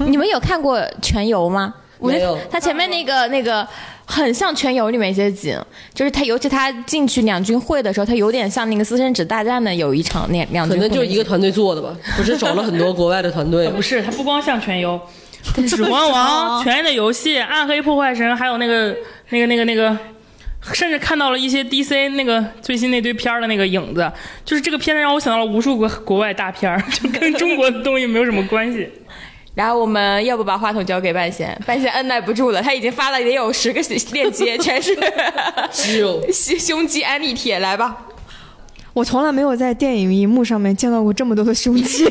Speaker 1: 你们有看过《全游》吗？我觉
Speaker 3: 没
Speaker 1: 得
Speaker 3: 有
Speaker 1: 他前面那个那个很像《全游》里面一些景，就是他，尤其他进去两军会的时候，他有点像那个私生子大战的有一场那两
Speaker 3: 可
Speaker 1: 军
Speaker 3: 能
Speaker 1: 会的景，
Speaker 3: 就是一个团队做的吧，不是找了很多国外的 团队
Speaker 2: 呃
Speaker 3: 吗
Speaker 2: 不是，它不光像全游，指环王、权力的游戏、暗黑破坏神，还有那个那个那个那个。甚至看到了一些 DC 那个最新那堆片儿的那个影子，就是这个片子让我想到了无数个国外大片儿，就跟中国的东西没有什么关系。
Speaker 1: 然后我们要不把话筒交给半仙，半仙按耐不住了，他已经发了得有十个链接，全 是
Speaker 3: 肌肉。
Speaker 1: 胸胸肌安利帖，来吧。
Speaker 5: 我从来没有在电影荧幕上面见到过这么多的 胸肌。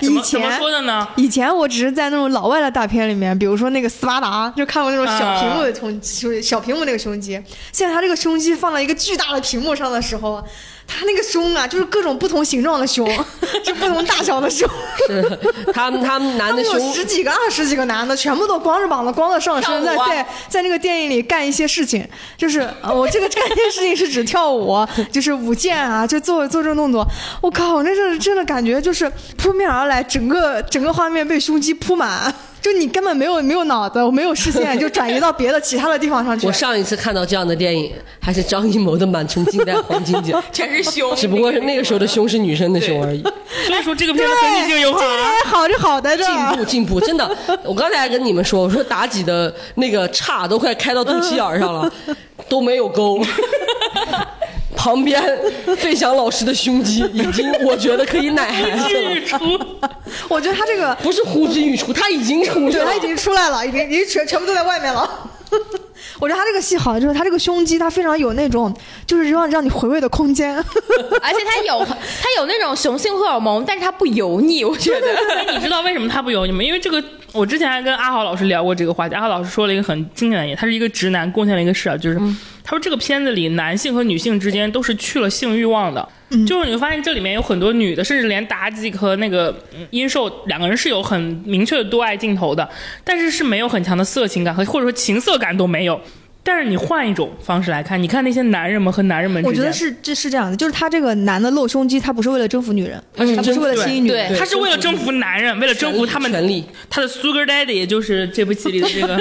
Speaker 2: 怎
Speaker 5: 以
Speaker 2: 么怎么
Speaker 5: 前
Speaker 2: 说的呢？
Speaker 5: 以前我只是在那种老外的大片里面，比如说那个斯巴达，就看过那种小屏幕的胸胸小屏幕那个胸肌。 现在他这个胸肌放到一个巨大的屏幕上的时候，他那个胸啊，就是各种不同形状的胸， 就不同大小的胸。
Speaker 3: 是 他们他们男
Speaker 5: 他
Speaker 3: 的
Speaker 5: 们有
Speaker 3: 胸
Speaker 5: 十几个、二十几个男的，全部都光着膀子、光着上身，
Speaker 1: 跳
Speaker 5: 在
Speaker 1: 舞啊，
Speaker 5: 在在那个电影里干一些事情。就是呃我这个干一些事情是指跳舞，就是舞剑啊，就做做这种动作。我靠，那是真的感觉就是扑面而来，整个整个画面被胸肌铺满，就你根本没有没有脑子，我没有视线，就转移到别的其他的地方上去
Speaker 3: 我。上一次看到这样的电影，还是张艺谋的《满城尽带黄金 甲》
Speaker 1: 全是胸，
Speaker 3: 只不过是那个时候的胸是女生的胸而已。
Speaker 2: 所以说这个片子跟女性友好啊。
Speaker 5: 哎，好就好在这
Speaker 3: 进
Speaker 5: 儿。
Speaker 3: 步进步，真的，我刚才还跟你们说，我说妲己的那个叉都快开到肚脐眼儿上 了，都没有勾。旁边费翔老师的胸肌已经，我觉得可以奶孩子了，
Speaker 2: 日出，
Speaker 5: 我觉得他这个
Speaker 3: 不是呼之欲出，他已经出去
Speaker 5: 对，
Speaker 3: 了
Speaker 5: 他已。经出来了，已经已经全全部都在外面了。 我觉得他这个戏好，就是他这个胸肌，他非常有那种，就是让让你回味的空间。
Speaker 1: 而且它有它有那种雄性荷尔蒙，但是它不油腻，我觉得。
Speaker 2: 哎 你知道为什么他不油腻吗？因为这个，我之前还跟阿豪老师聊过这个话题。阿豪老师说了一个很经典的一个，他是一个直男，贡献了一个视角，就是、
Speaker 5: 嗯
Speaker 2: 他说这个片子里男性和女性之间都是去了性欲望的，
Speaker 5: 嗯
Speaker 2: 就是你会发现这里面有很多女的，甚至连妲己和那个嗯殷寿两个人是有很明确的多爱镜头的，但是是没有很强的色情感和或者说情色感都没有。但是你换一种方式来看，你看那些男人们和男人们之
Speaker 5: 我觉
Speaker 2: 间
Speaker 5: 得，是这是这样的，就是他这个男的露胸肌，他不是为了征服女人，他
Speaker 3: 是
Speaker 5: 不是为了
Speaker 2: 征服
Speaker 5: 吸引女人。
Speaker 1: 对
Speaker 2: 他是为了征服男人，为了征服他们
Speaker 3: 权力，
Speaker 2: 他的 Sugar Daddy，也就是这部戏里的这个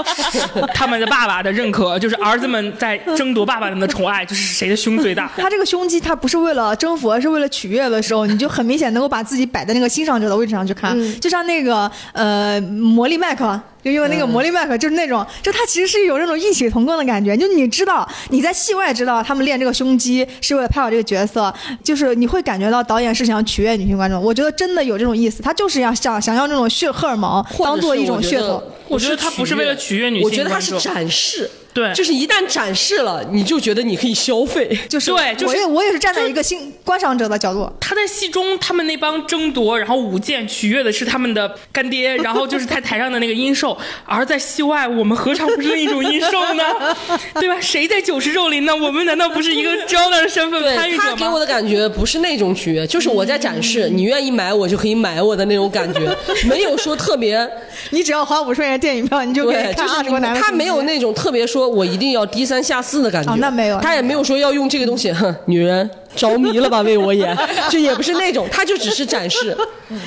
Speaker 2: 他们的爸爸的认可，就是儿子们在争夺爸爸们的宠爱，就是谁的胸最大。
Speaker 5: 他这个胸肌，他不是为了征服，而是为了取悦的时候，你就很明显能够把自己摆在那个欣赏者的位置上去看。
Speaker 3: 嗯
Speaker 5: 就像那个呃，魔力麦克，就因为那个魔力麦克就是那种，就他其实是有那种异曲同工的感觉。就你知道你在戏外知道他们练这个胸肌是为了拍好这个角色，就是你会感觉到导演是想取悦女性观众。我觉得真的有这种意思，他就是要想想要那种血荷尔蒙当做一种
Speaker 3: 或者是我觉
Speaker 5: 噱头
Speaker 3: 得。
Speaker 2: 我觉得他不是为了取悦女性
Speaker 3: 我觉得他是
Speaker 2: 观众
Speaker 3: 展示。
Speaker 2: 对
Speaker 3: 就是一旦展示了，你就觉得你可以消 费。
Speaker 5: 就是
Speaker 2: 对就是
Speaker 5: 我也我也是站在一个欣观赏者的角度，
Speaker 2: 他在戏中，他们那帮争夺，然后舞剑取悦的是他们的干爹，然后就是在台上的那个殷寿，而在戏外，我们何尝不是另一种殷寿呢？ 对吧？谁在酒池肉林呢？我们难道不是一个 Jonah 的身份参
Speaker 3: 对
Speaker 2: 与
Speaker 3: 他
Speaker 2: 者
Speaker 3: 给我
Speaker 2: 吗？
Speaker 3: 的感觉不是那种取悦，就是我在展示，
Speaker 5: 嗯
Speaker 3: 你愿意买我就可以买我的那种感觉，没有说特别
Speaker 5: 你只要花五十块钱电影票，你就可以
Speaker 3: 对，
Speaker 5: 看
Speaker 3: 就是
Speaker 5: 二十个男的胸肌。
Speaker 3: 他没有那种特别说我一定要低三下四的感觉，
Speaker 5: 哦那没有
Speaker 3: 他也没有说要用这个东西，哼，女人着迷了吧为我 眼，就也不是那种，他就只是展示，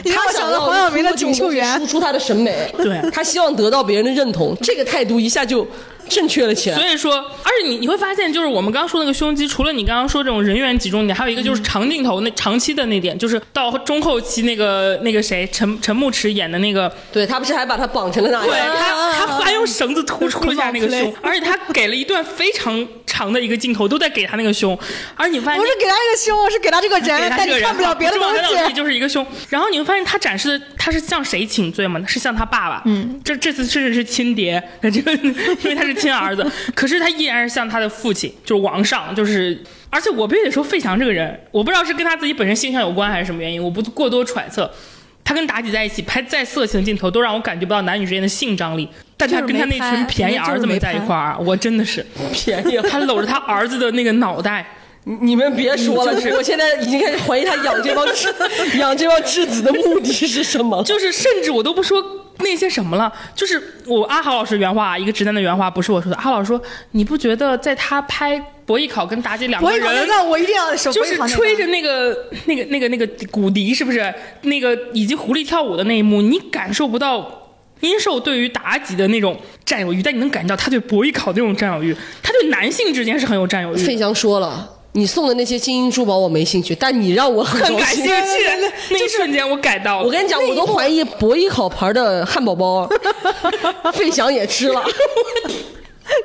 Speaker 5: 你让
Speaker 3: 他
Speaker 5: 我想到黄晓明的锦绣缘
Speaker 3: 输出他的审美，
Speaker 2: 对
Speaker 3: 他希望得到别人的认同，这个态度一下就正确了起来
Speaker 2: 所。以说，而且你你会发现，就是我们刚刚说那个胸肌，除了你刚刚说这种人员集中，你还有一个就是长镜头那长期的那点，就是到中后期那个那个谁陈陈牧驰演的那个，
Speaker 3: 对他不是还把他绑成了那
Speaker 2: 对
Speaker 3: 样？
Speaker 2: 他他还用绳子突出了一下那个胸，而且他给了一段非常长的一个镜头，都在给他那个胸，而你发现
Speaker 5: 不是给他这个胸，是给他这 个
Speaker 2: 给
Speaker 5: 人，
Speaker 2: 他
Speaker 5: 但
Speaker 2: 这个
Speaker 5: 你
Speaker 2: 人
Speaker 5: 看不了别的
Speaker 2: 重
Speaker 5: 东
Speaker 2: 要的
Speaker 5: 西。
Speaker 2: 就是一个胸。然后你会发现他展示的他是向谁请罪吗？是向他爸爸。嗯，这这次甚至是亲爹，这个 因为他是亲儿子，可是他依然是向他的父亲，就是王上，就是。而且我必须得说，费翔这个人，我不知道是跟他自己本身性向有关还是什么原因，我不过多揣测。他跟妲己在一起拍再色情镜头，都让我感觉不到男女之间的性张力。但他跟他那群便宜儿子们在一块儿啊，我真的是，
Speaker 3: 便宜啊，
Speaker 2: 他搂着他儿子的那个脑袋，
Speaker 3: 你你们别说了，我现在已经开始怀疑他养这帮 质养这帮质子的目的是什么了。
Speaker 2: 就是甚至我都不说那些什么了，就是我阿豪老师原话啊，一个直男的原话，不是我说的。阿豪老师说，你不觉得在他拍博弈考跟妲己两
Speaker 5: 我
Speaker 2: 个
Speaker 5: 一考那
Speaker 2: 人？
Speaker 5: 个，我一定要手
Speaker 2: 就是吹着。那个、那个、那个、那个骨笛，是不是？那个以及狐狸跳舞的那一幕，你感受不到殷寿对于妲己的那种占有欲，但你能感觉到他对博弈考那种占有欲，他对男性之间是很有占有欲
Speaker 3: 费
Speaker 2: 的。
Speaker 3: 翔说了，你送的那些金银珠宝我没兴趣，但你让我很
Speaker 2: 很
Speaker 3: 高
Speaker 2: 感
Speaker 3: 兴
Speaker 2: 兴 趣，那一瞬间我改到了。
Speaker 3: 我跟你讲，我都怀疑博弈烤盘的汉 堡包，费翔也吃了，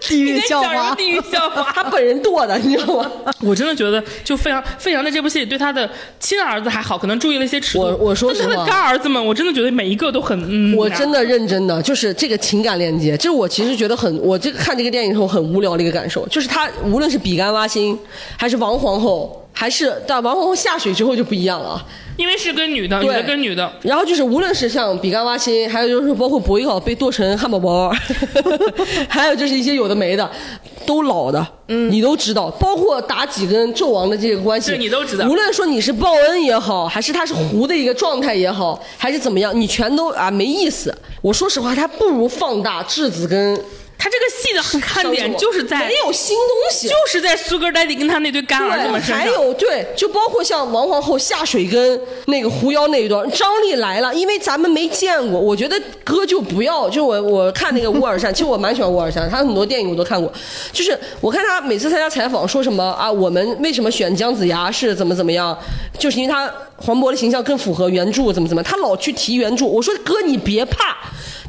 Speaker 5: 地狱
Speaker 2: 在
Speaker 5: 叫
Speaker 2: 讲 什么
Speaker 5: 花。
Speaker 2: 地狱笑话？
Speaker 3: 他本人剁的，你知道吗？
Speaker 2: 我真的觉得，就费翔，费翔在这部戏里对他的亲儿子还好，可能注意了一些尺度。
Speaker 3: 我我说
Speaker 2: 但是他
Speaker 3: 实
Speaker 2: 的
Speaker 3: 话
Speaker 2: 干儿子们，我真的觉得每一个都很，嗯，
Speaker 3: 我真的认真的，就是这个情感链接，这我其实觉得很，我这个看这个电影的时候很无聊的一个感受，就是他无论是比干挖心，还是王皇后，还是但王皇后下水之后就不一样了啊。
Speaker 2: 因为是跟女的，女
Speaker 3: 对
Speaker 2: 的跟女的，
Speaker 3: 然后就是，无论是像比干挖心，还有就是包括博弈考被剁成汉堡包， 还有就是一些有的没的，都老的，嗯，你都知道。包括妲己跟纣王的这个关系，
Speaker 2: 对你都知道
Speaker 3: 无论说你是报恩也好，还是他是糊的一个状态也好，还是怎么样，你全都啊没意思。我说实话，他不如放大质子跟
Speaker 2: 他这个戏的看
Speaker 3: 商
Speaker 2: 点
Speaker 3: 纣
Speaker 2: 就是在
Speaker 3: 没有新东西，
Speaker 2: 就是在苏格 daddy 跟他那对干儿子
Speaker 3: 对，
Speaker 2: 们身上
Speaker 3: 还。有对，就包括像王皇后下水跟那个狐妖那一段，张力来了，因为咱们没见过。我觉得哥就不要，就我我看那个乌尔善，其实我蛮喜欢乌尔善，他很多电影我都看过。就是我看他每次参加采访说什么啊，我们为什么选姜子牙是怎么怎么样，就是因为他黄渤的形象更符合原著怎么怎么样，他老去提原著。我说哥你别怕，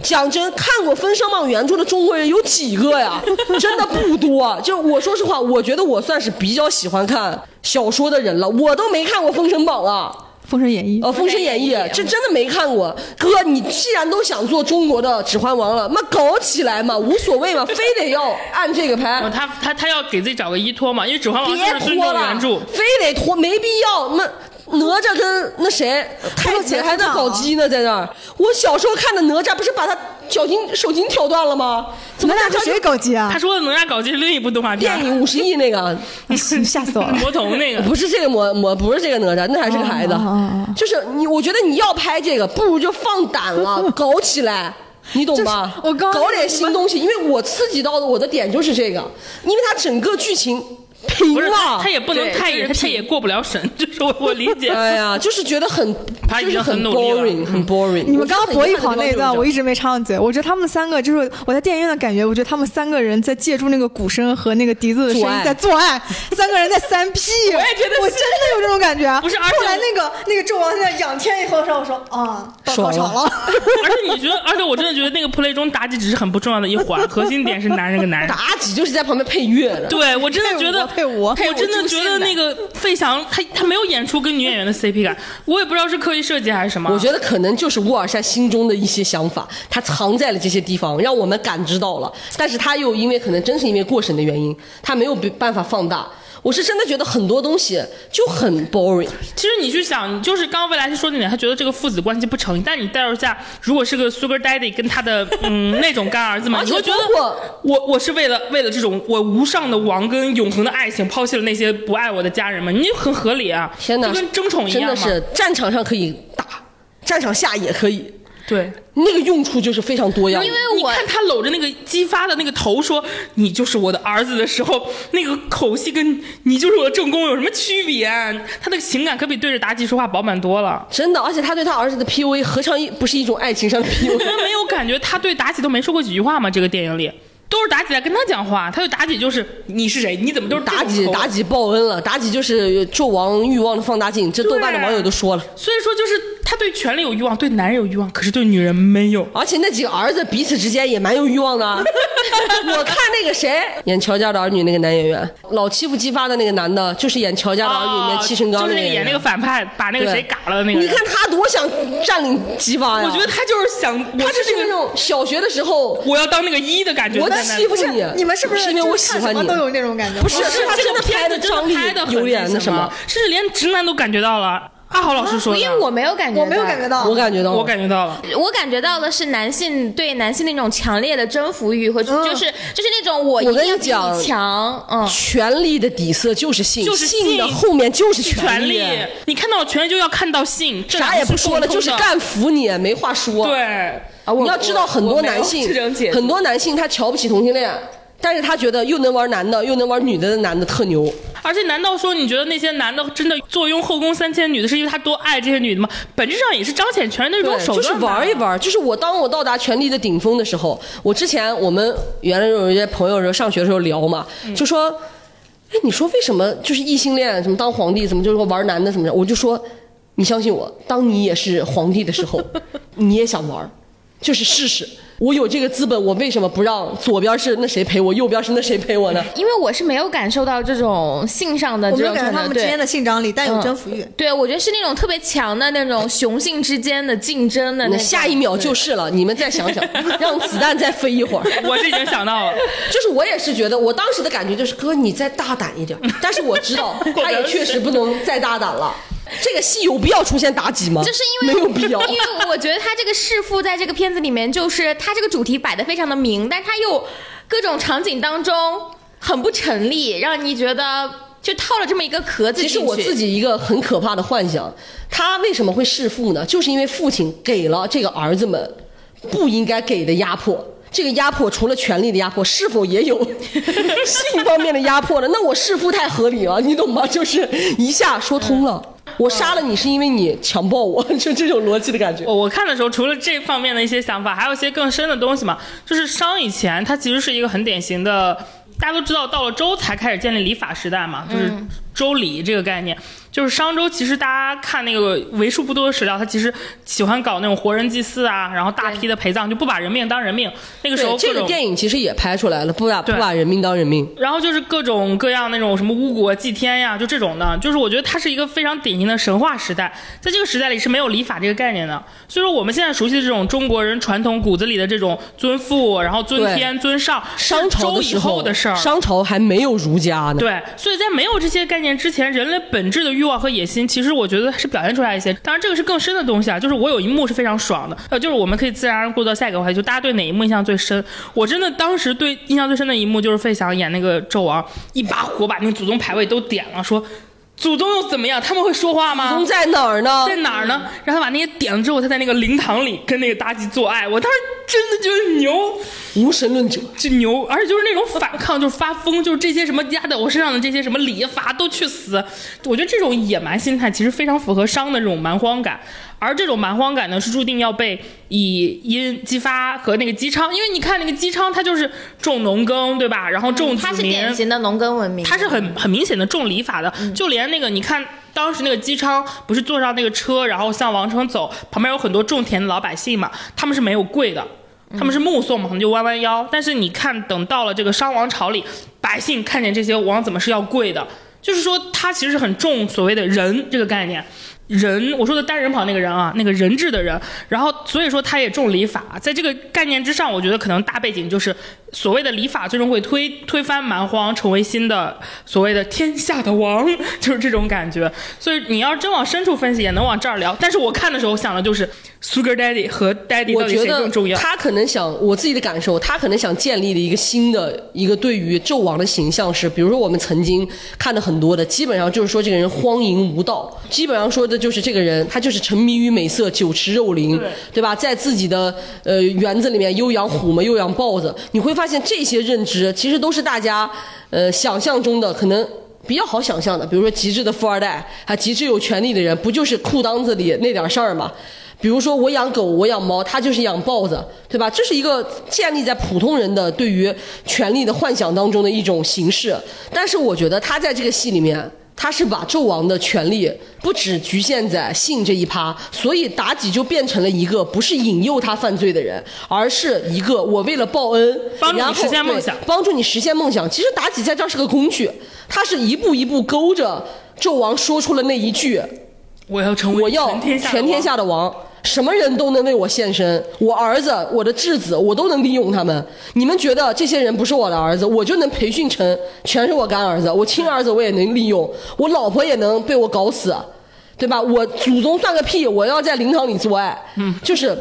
Speaker 3: 讲真，看过《封神榜》原著的中国人有几个呀？ 真的不多。就我说实话，我觉得我算是比较喜欢看小说的人了，我都没看过《封神榜》啊。
Speaker 5: 《封神演义》
Speaker 3: 呃，《封神演义》这真的没看过。哥，你既然都想做中国的《指环王》了，那搞起来嘛，无所谓嘛，非得要按这个拍
Speaker 2: 嗯，。他他他要给自己找个依托嘛，因为《指 环王》
Speaker 3: 别
Speaker 2: 就是尊
Speaker 3: 拖
Speaker 2: 重
Speaker 3: 了
Speaker 2: 原著，，
Speaker 3: 非得拖，没必要。那哪吒跟那谁太子还在搞基呢，在那儿。我小时候看的哪吒，不是把他脚筋手筋挑断了吗？怎么
Speaker 5: 咱俩
Speaker 3: 哪
Speaker 5: 是
Speaker 3: 吒
Speaker 5: 谁搞基啊
Speaker 2: 他？说的哪吒搞基是另一部动画片
Speaker 3: 电
Speaker 2: 儿，
Speaker 3: 影五十亿那个？
Speaker 5: 是吓死我了！
Speaker 2: 魔童那个。
Speaker 3: 不是这个魔魔，不是这个哪吒，那还是个孩子
Speaker 5: 哦哦哦哦。
Speaker 3: 就是你，我觉得你要拍这个，不如就放胆了，搞起来。你懂吧？
Speaker 5: 就是我刚
Speaker 3: 搞点新东西，因为我刺激到的我的点就是这个，因为它整个剧情平
Speaker 2: 不是他
Speaker 3: 了，
Speaker 2: 他也不能
Speaker 1: 对
Speaker 2: 太
Speaker 1: 就是
Speaker 2: 野，他
Speaker 1: 品
Speaker 2: 也过不了审， 就是我我理 解。
Speaker 3: 哎呀，就是觉得很，
Speaker 2: 他
Speaker 3: 就
Speaker 2: 已
Speaker 3: 是
Speaker 2: 经
Speaker 3: 很
Speaker 2: 很努力了
Speaker 3: boring，很 boring。
Speaker 5: 你们刚刚博弈考那一段，我一
Speaker 3: 一
Speaker 5: 直没插上嘴。我觉得他们三个，就是我在电影院的感觉，我觉得他们三个人在借助那个鼓声和那个笛子的声
Speaker 3: 做爱
Speaker 5: 音在做爱，三个人在 三 P。我
Speaker 2: 也觉得是
Speaker 5: 我真的有这种感觉啊。
Speaker 2: 不是而且
Speaker 5: 后来那个那个纣王在仰天一吼的时候，我说啊，到
Speaker 3: 爽
Speaker 5: 高潮了。
Speaker 2: 而且你觉得，而且我真的觉得那个 play 中妲己只是很不重要的一环，核心点是男人跟男人。
Speaker 3: 妲己就是在旁边配乐 的，
Speaker 2: 对我真的觉得，
Speaker 5: 配我配我
Speaker 2: 真的觉得那个费翔他他没有演出跟女演员的 CP 感，我也不知道是刻意设计还是什么。
Speaker 3: 我觉得可能就是乌尔善心中的一些想法，他藏在了这些地方，让我们感知到了。但是他又因为可能真是因为过审的原因，他没有被办法放大。我是真的觉得很多东西就很 boring，
Speaker 2: 其实你去想，你就是刚刚未来是说那点，他觉得这个父子关系不成立，但你代入下，如果是个 Sugar Daddy 跟他的嗯那种干儿 子们，
Speaker 3: 而
Speaker 5: 哦
Speaker 2: 你
Speaker 3: 且
Speaker 2: 会觉得
Speaker 3: 包括
Speaker 2: 我我是为了为了这种我无上的王跟永恒的爱情，抛弃了那些不爱我的家人们，你就很合理啊，
Speaker 3: 天哪，
Speaker 2: 就跟争宠一
Speaker 3: 真
Speaker 2: 样
Speaker 3: 的
Speaker 2: 嘛，
Speaker 3: 是战场上可以打，战场下也可以，
Speaker 2: 对。
Speaker 3: 那个用处就是非常多样的。
Speaker 1: 因为我
Speaker 2: 你看他搂着那个姬发的那个头说“你就是我的儿子”的时候，那个口气跟“你就是我的正宫”有什么区别、啊？他那个情感可比对着妲己说话饱满多 了。
Speaker 3: 真的，而且他对他儿子的 PUA 何尝一不是一种爱情上 的 PUA？
Speaker 2: 他没有感觉他对妲己都没说过几句话吗？这个电影里都是妲己在跟他讲话，他对妲己就是你是谁？你怎么都是这种
Speaker 3: 妲己，
Speaker 2: 口吻
Speaker 3: 妲己报恩了，妲己就是纣王欲望的放大镜，这豆
Speaker 2: 啊
Speaker 3: 瓣的网友都说了。
Speaker 2: 所以说就是他对权力有欲望，对男人有欲望，可是对女人没有。
Speaker 3: 而且那几个儿子彼此之间也蛮有欲望的啊。 我看那个谁演《乔家的儿女》那个男演员，老欺负姬发的那个男的，就是演《乔家的儿女》里面戚成
Speaker 2: 就
Speaker 3: 刚
Speaker 2: 是
Speaker 3: 那
Speaker 2: 那
Speaker 3: 个
Speaker 2: 个
Speaker 3: 演
Speaker 2: 演那
Speaker 3: 员
Speaker 2: 个反派，把那个
Speaker 3: 对
Speaker 2: 谁嘎了的那个人。
Speaker 3: 你看他多想占领姬发呀！
Speaker 2: 我觉得他就是想，
Speaker 3: 他
Speaker 2: 我
Speaker 3: 就是是
Speaker 2: 那
Speaker 3: 那
Speaker 2: 个
Speaker 3: 种小学的时候，
Speaker 2: 我要当那个一的感觉
Speaker 3: 我
Speaker 2: 在那里。
Speaker 3: 欺负你，
Speaker 5: 你们是不
Speaker 3: 哎是
Speaker 5: 是
Speaker 3: 因为我
Speaker 5: 就
Speaker 3: 喜
Speaker 5: 看
Speaker 3: 欢
Speaker 5: 什
Speaker 3: 你
Speaker 5: 么？都有那种感觉？
Speaker 3: 不是
Speaker 2: 是
Speaker 3: 他
Speaker 2: 这
Speaker 3: 真
Speaker 2: 个
Speaker 3: 的
Speaker 2: 片
Speaker 3: 拍
Speaker 2: 子
Speaker 3: 的
Speaker 2: 真的
Speaker 3: 张力
Speaker 2: 拍的很
Speaker 3: 有点那
Speaker 2: 什
Speaker 3: 什么，
Speaker 2: 甚至连直男都感觉到了。阿豪老
Speaker 3: 啊
Speaker 2: 师说的，
Speaker 1: 因为我没有感觉，
Speaker 5: 我没有感觉。到，
Speaker 3: 我感觉到
Speaker 2: 我感觉到了。
Speaker 1: 我感觉到的是男性对男性那种强烈的征服欲，和就是就是那种我一
Speaker 3: 我跟
Speaker 1: 定
Speaker 3: 你
Speaker 1: 要比
Speaker 3: 讲
Speaker 1: 你强，嗯，
Speaker 3: 权力的底色就是性，
Speaker 2: 就是性
Speaker 3: 性的后面就是权
Speaker 2: 权力，你看到权力就要看到性，这两
Speaker 3: 啥
Speaker 2: 个
Speaker 3: 也不
Speaker 2: 是
Speaker 3: 说
Speaker 2: 共
Speaker 3: 了，
Speaker 2: 通
Speaker 3: 就是
Speaker 2: 的。
Speaker 3: 干服你，没话说。，
Speaker 2: 对，
Speaker 1: 啊我
Speaker 3: 你要知道，很多男性
Speaker 1: 我没有这种解，读
Speaker 3: 很多男性他瞧不起同性恋，但是他觉得又能玩男的，又能玩女的的男的特牛。
Speaker 2: 而且难道说你觉得那些男的真的坐拥后宫三千女的，是因为他多爱这些女的吗？本质上也是彰显权力的一种手
Speaker 3: 就是
Speaker 2: 段吧。
Speaker 3: 玩一玩。就是我当我到达权力的顶峰的时候，我之前我们原来有一些朋友上学的时候聊嘛，就说，哎，你说为什么就是异性恋怎么当皇帝，怎么就是说玩男的怎么着？我就说，你相信我，当你也是皇帝的时候，你也想玩，就是试试。我有这个资本，我为什么不让左边是那谁陪我，右边是那谁陪我呢？
Speaker 1: 因为我是没有感受到这种性上的
Speaker 4: 我
Speaker 5: 我
Speaker 1: 这
Speaker 5: 没有
Speaker 1: 种
Speaker 5: 感觉
Speaker 1: 可
Speaker 5: 他
Speaker 1: 能
Speaker 5: 们之间
Speaker 1: 对。
Speaker 5: 的性张力，但有
Speaker 1: 嗯
Speaker 5: 征服欲。
Speaker 1: 对，我觉得是那种特别强的那种雄性之间的竞争的那
Speaker 3: 那
Speaker 1: 种
Speaker 3: 下一秒就是了，你们再想 想，让子弹再飞一会儿。
Speaker 2: 我是已经想到了，，
Speaker 3: 就是我也是觉得，我当时的感觉就是哥，你再大胆一点 儿。但是我知道他也确实不能再大胆了。这个戏有必要出现妲己吗？
Speaker 1: 就是因为
Speaker 3: 没有必要
Speaker 1: 。因为我觉得他这个弑父在这个片子里面，就是他这个主题摆的非常的明，但他又各种场景当中很不成立，让你觉得就套了这么一个壳子
Speaker 3: 其实
Speaker 1: 进去。
Speaker 3: 我自己一个很可怕的幻想，他为什么会弑父呢？就是因为父亲给了这个儿子们不应该给的压迫。这个压迫除了权力的压迫，是否也 有 性方面的压迫呢？那我弑父太合理了，你懂吗？ 就是一下说通了，我杀了你是因为你强暴我， 就这种逻辑的感觉。
Speaker 2: 我我看的时候，除了这方面的一些想法，还有一些更深的东西嘛。就是商以前，它其实是一个很典型的，大家都知道，到了周才开始建立礼法时代嘛，就是
Speaker 3: 嗯
Speaker 2: 周礼这个概念。就是商周，其实大家看那个为数不多的史料，他其实喜欢搞那种活人祭祀啊，然后大批的陪葬，就不把人命当人命。那个时候各
Speaker 3: 对，这个
Speaker 2: 种
Speaker 3: 电影其实也拍出来了，不把不
Speaker 2: 对
Speaker 3: 把人命当人命。
Speaker 2: 然后就是各种各样那种什么巫蛊啊祭天呀，就这种的，就是我觉得它是一个非常典型的神话时代，在这个时代里是没有礼法这个概念的。所以说我们现在熟悉的这种中国人传统骨子里的这种尊父，然后尊
Speaker 3: 对
Speaker 2: 天尊上，
Speaker 3: 商
Speaker 2: 是
Speaker 3: 朝
Speaker 2: 周
Speaker 3: 的
Speaker 2: 以
Speaker 3: 时候
Speaker 2: 后的事儿。
Speaker 3: 商朝还没有儒家呢。，
Speaker 2: 对，所以在没有这些概念之前，人类本质的欲望和野心，其实我觉得是表现出来一些。当然，这个是更深的东西啊，就是我有一幕是非常爽的，呃，就是我们可以自然而然过渡到下一个话题，就大家对哪一幕印象最深？我真的当时对印象最深的一幕就是费翔演那个纣王，一把火把那个祖宗牌位都点了，说祖宗又怎么样？他们会说话吗？
Speaker 3: 宗在哪儿呢
Speaker 2: 在？哪儿呢？然后他把那些点了之后，他在那个灵堂里跟那个妲己做爱，我当时真的觉得牛
Speaker 3: 无神论者。
Speaker 2: 就牛，而且就是那种反抗，就是发疯，就是这些什么压在我身上的这些什么礼法都去死。我觉得这种野蛮心态其实非常符合商的这种蛮荒感，而这种蛮荒感呢是注定要被以因姬发和那个姬昌，因为你看那个姬昌他就是种农耕对吧，然后种
Speaker 1: 嗯他
Speaker 2: 子
Speaker 1: 是
Speaker 2: 民，
Speaker 1: 典型的农耕文明，
Speaker 2: 他是很很明显的重礼法的，就连那个你看当时那个姬昌不是坐上那个车，然后向王城走，旁边有很多种田的老百姓嘛，他们是没有跪的。他们是目送嘛，他们就弯弯腰。但是你看，等到了这个商王朝里，百姓看见这些王怎么是要跪的，就是说他其实很重所谓的人这个概念。人，我说的单人旁那个人啊，那个人质的人，然后所以说他也重礼法，在这个概念之上，我觉得可能大背景就是所谓的礼法最终会推推翻蛮荒，成为新的所谓的天下的王， 就是这种感觉。所以你要真往深处分析，也能往这儿聊。但是我看的时候想的就是 Sugar Daddy 和 Daddy
Speaker 3: 我
Speaker 2: 到底
Speaker 3: 觉
Speaker 2: 谁
Speaker 3: 得
Speaker 2: 更重要？
Speaker 3: 他可能想，我自己的感受，他可能想建立的一个新的一个对于纣王的形象是，比如说我们曾经看的很多的，基本上就是说这个人荒淫无道，基本上说的就是这个人他就是沉迷于美色，酒池肉林，对吧？在自己的呃园子里面又养虎嘛，又养豹子，你会发现这些认知其实都是大家呃想象中的可能。比较好想象的，比如说极致的富二代，还极致有权利的人，不就是裤裆子里那点事儿吗？比如说我养狗，我养猫，他就是养豹子，对吧？这是一个建立在普通人的对于权力的幻想当中的一种形式。但是我觉得他在这个戏里面，他是把纣王的权力不只局限在性这一趴，所以妲己就变成了一个不是引诱他犯罪的人，而是一个我为了报恩，
Speaker 2: 帮助你
Speaker 3: 然后
Speaker 2: 实现梦
Speaker 3: 对
Speaker 2: 想
Speaker 3: 帮助你实现梦想。其实妲己在这儿是个工具，他是一步一步勾着纣王说出了那一句
Speaker 2: 我要成为
Speaker 3: 我
Speaker 2: 全
Speaker 3: 要
Speaker 2: 天下的
Speaker 3: 全天
Speaker 2: 王
Speaker 3: 下的王，什么人都能为我献身，我儿子、我的质子，我都能利用他们。你们觉得这些人不是我的儿子，我就能培训成全是我干儿子，我亲儿子我也能利用，我老婆也能被我搞死，对吧？我祖宗算个屁，我要在灵堂里做爱，嗯，就是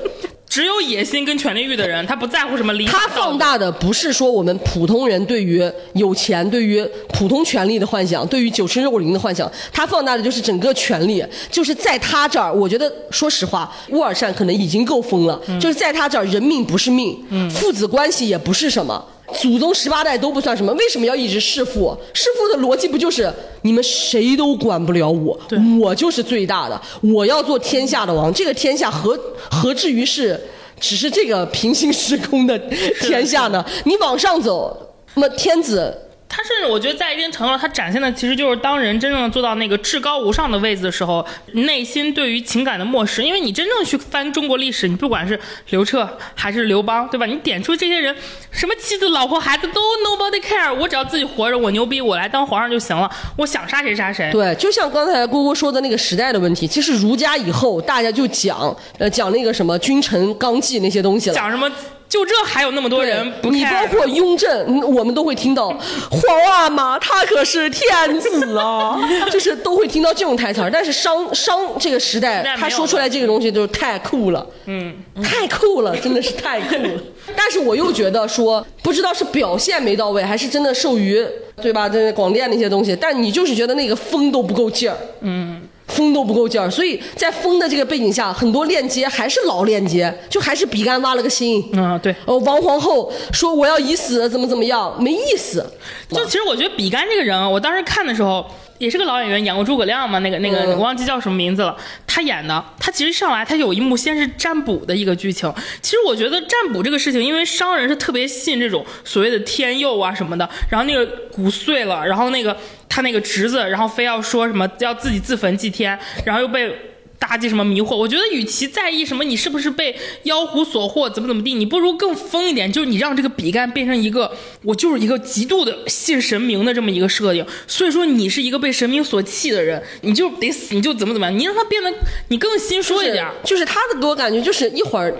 Speaker 2: 只有野心跟权力欲的人，他不在乎什么礼法。
Speaker 3: 他放大的不是说我们普通人对于有钱、对于普通权利的幻想，对于酒池肉林的幻想，他放大的就是整个权利，就是在他这儿，我觉得说实话，乌尔善可能已经够疯了，就是在他这儿，人命不是命，父子关系也不是什么。祖宗十八代都不算什么，为什么要一直弑父？弑父的逻辑不就是你们谁都管不了我
Speaker 2: 对，
Speaker 3: 我就是最大的，我要做天下的王。这个天下何何至于是只是这个平行时空的天下呢？你往上走，那么天子
Speaker 2: 他是我觉得在一定程度上，他展现的其实就是当人真正做到那个至高无上的位置的时候，内心对于情感的漠视。因为你真正去翻中国历史，你不管是刘彻还是刘邦，对吧？你点出这些人，什么妻子、老婆、孩子都 nobody care，我只要自己活着，我牛逼，我来当皇上就行了，我想杀谁杀谁。
Speaker 3: 对，就像刚才郭郭说的那个时代的问题，其实儒家以后大家就讲，呃，讲那个什么君臣纲纪那些东西了。
Speaker 2: 讲什么？就这还有那么多
Speaker 3: 对
Speaker 2: 人不
Speaker 3: 你
Speaker 2: care，
Speaker 3: 包括雍正，嗯我们都会听到皇阿玛他可是天 子啊，就是都会听到这种台词儿。但是商商这个时代
Speaker 2: 那没，有
Speaker 3: 他说出来这个东西就是太酷了，嗯，太酷了，真的是太酷了。但是我又觉得说，不知道是表现没到位，还是真的受于对吧？这广电那些东西，但你就是觉得那个风都不够劲儿，
Speaker 2: 嗯
Speaker 3: 风都不够劲儿，所以在风的这个背景下，很多链接还是老链接，就还是比干挖了个心。
Speaker 2: 嗯对
Speaker 3: 哦，王皇后说我要以死怎么怎么样，没意思。
Speaker 2: 就其实我觉得比干这个人，啊我当时看的时候也是个老演员，演过诸葛亮嘛，那个那个、
Speaker 3: 嗯
Speaker 2: 我忘记叫什么名字了。他演的，他其实上来他有一幕先是占卜的一个剧情。其实我觉得占卜这个事情，因为商人是特别信这种所谓的天佑啊什么的，然后那个骨碎了，然后那个他那个侄子，然后非要说什么要自己自焚祭天，然后又被。搭进什么迷惑？我觉得与其在意什么你是不是被妖狐所惑，怎么怎么地，你不如更疯一点，就是你让这个比干变成一个，我就是一个极度的信神明的这么一个设定。所以说你是一个被神明所弃的人，你就得死，你就怎么怎么样，你让他变得你更心说一点。
Speaker 3: 就是他的给我感觉就是一会儿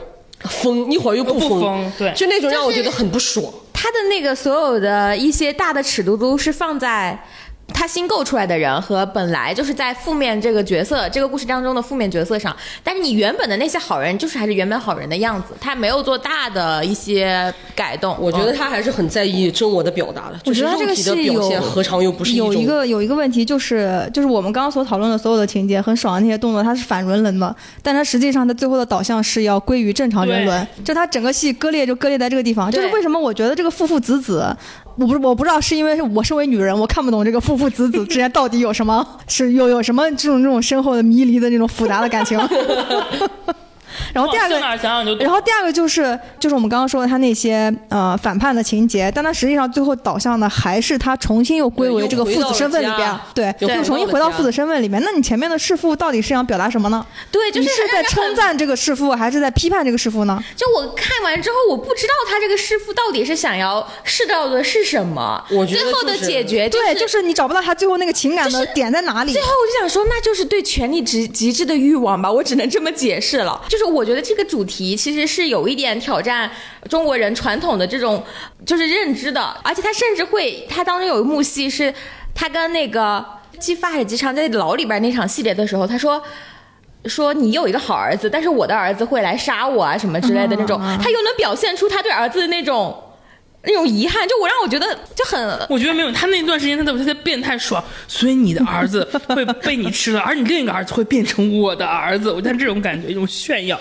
Speaker 3: 疯，一会儿又不
Speaker 2: 又
Speaker 3: 疯，
Speaker 2: 不疯对
Speaker 3: 就那种让我觉得很不爽。
Speaker 1: 他的那个所有的一些大的尺度都是放在。他新构出来的人和本来就是在负面这个角色、这个故事当中的负面角色上，但是你原本的那些好人就是还是原本好人的样子，他没有做大的一些改动。
Speaker 3: 我觉得
Speaker 1: 嗯
Speaker 3: 他还是很在意真我的表达的，
Speaker 5: 我
Speaker 3: 就是
Speaker 5: 觉得
Speaker 3: 肉
Speaker 5: 他这个
Speaker 3: 体的
Speaker 5: 戏
Speaker 3: 表
Speaker 5: 有
Speaker 3: 现何尝又不是
Speaker 5: 有
Speaker 3: 种
Speaker 5: 一个有一个问题，就是就是我们刚刚所讨论的所有的情节，很爽的那些动作，它是反轮轮的，但它实际上它最后的导向是要归于正常人轮，就它整个戏割裂就割裂在这个地方，就是
Speaker 1: 对
Speaker 5: 为什么我觉得这个父父子子。我不是我不知道，是因为我身为女人，我看不懂这个父父子子之间到底有什么是有有什么这种这种深厚的迷离的那种复杂的感情。 然后第二个
Speaker 2: 往哪儿想想就
Speaker 5: 然后第二个就是，就是我们刚刚说的他那些呃反叛的情节，但他实际上最后导向的还是他重新又归为这个父子身份里边，对，
Speaker 3: 对
Speaker 5: 又重新回到父子身份里面。那你前面的弑父到底是想表达什么呢？
Speaker 1: 对，就
Speaker 5: 你
Speaker 1: 是哎
Speaker 5: 是在
Speaker 1: 让人很
Speaker 5: 称赞这个弑父，还是在批判这个弑父呢？
Speaker 1: 就我看完之后，我不知道他这个弑父到底是想要试到的是什么，
Speaker 3: 我觉得
Speaker 1: 最后的
Speaker 3: 就是
Speaker 1: 解决
Speaker 5: 对，
Speaker 1: 就。
Speaker 5: 就是是你找不到他最后那个情感的点在哪里。
Speaker 1: 最后我就想说，那就是对权力极极致的欲望吧，我只能这么解释了。就是我觉得这个主题其实是有一点挑战中国人传统的这种就是认知的，而且他甚至会，他当中有一幕戏是他跟那个姬发还是姬昌在牢里边那场戏里的时候，他说。说你有一个好儿子，但是我的儿子会来杀我啊，什么之类的那种，他又能表现出他对儿子的那种那种遗憾，就我让我觉得就很
Speaker 2: 我觉得没有，他那段时间他特别特别变态爽，所以你的儿子会被你吃了，而你另一个儿子会变成我的儿子，我觉得这种感觉，一种炫耀。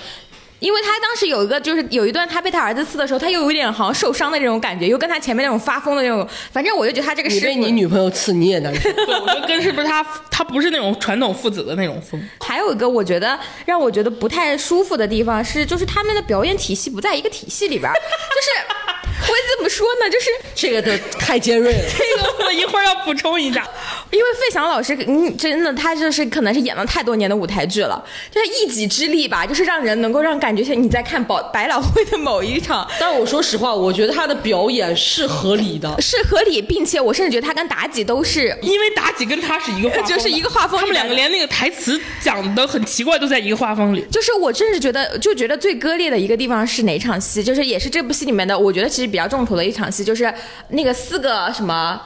Speaker 1: 因为他当时有一个，就是有一段他被他儿子刺的时候，他又有一点好像受伤的那种感觉，又跟他前面那种发疯的那种，反正我就觉得他这个
Speaker 3: 你
Speaker 1: 师
Speaker 3: 被
Speaker 1: 傅
Speaker 3: 你。女朋友刺你也难受。
Speaker 2: 对，我觉得跟是不是他，他不是那种传统父子的那种父母。
Speaker 1: 还有一个我觉得让我觉得不太舒服的地方是，就是他们的表演体系不在一个体系里边儿，就是我怎么说呢，就是
Speaker 3: 这个的太尖锐 了。
Speaker 2: 这个我一会儿要补充一下。
Speaker 1: 因为费翔老师，嗯，真的，他就是可能是演了太多年的舞台剧了，就是一己之力吧，就是让人能够让感觉像你在看宝百老汇的某一场，
Speaker 3: 但我说实话，我觉得他的表演是合理的，
Speaker 1: 是合理，并且我甚至觉得他跟妲己都是
Speaker 2: 因为妲己跟他是一个画风的，
Speaker 1: 就是一个画风
Speaker 2: 他们
Speaker 1: 里
Speaker 2: 两
Speaker 1: 面
Speaker 2: 个连那个台词讲的很奇怪，都在一个画风里。
Speaker 1: 就是我甚至觉得，就觉得最割裂的一个地方是哪场戏？就是也是这部戏里面的，我觉得其实比较重头的一场戏，就是那个四个什么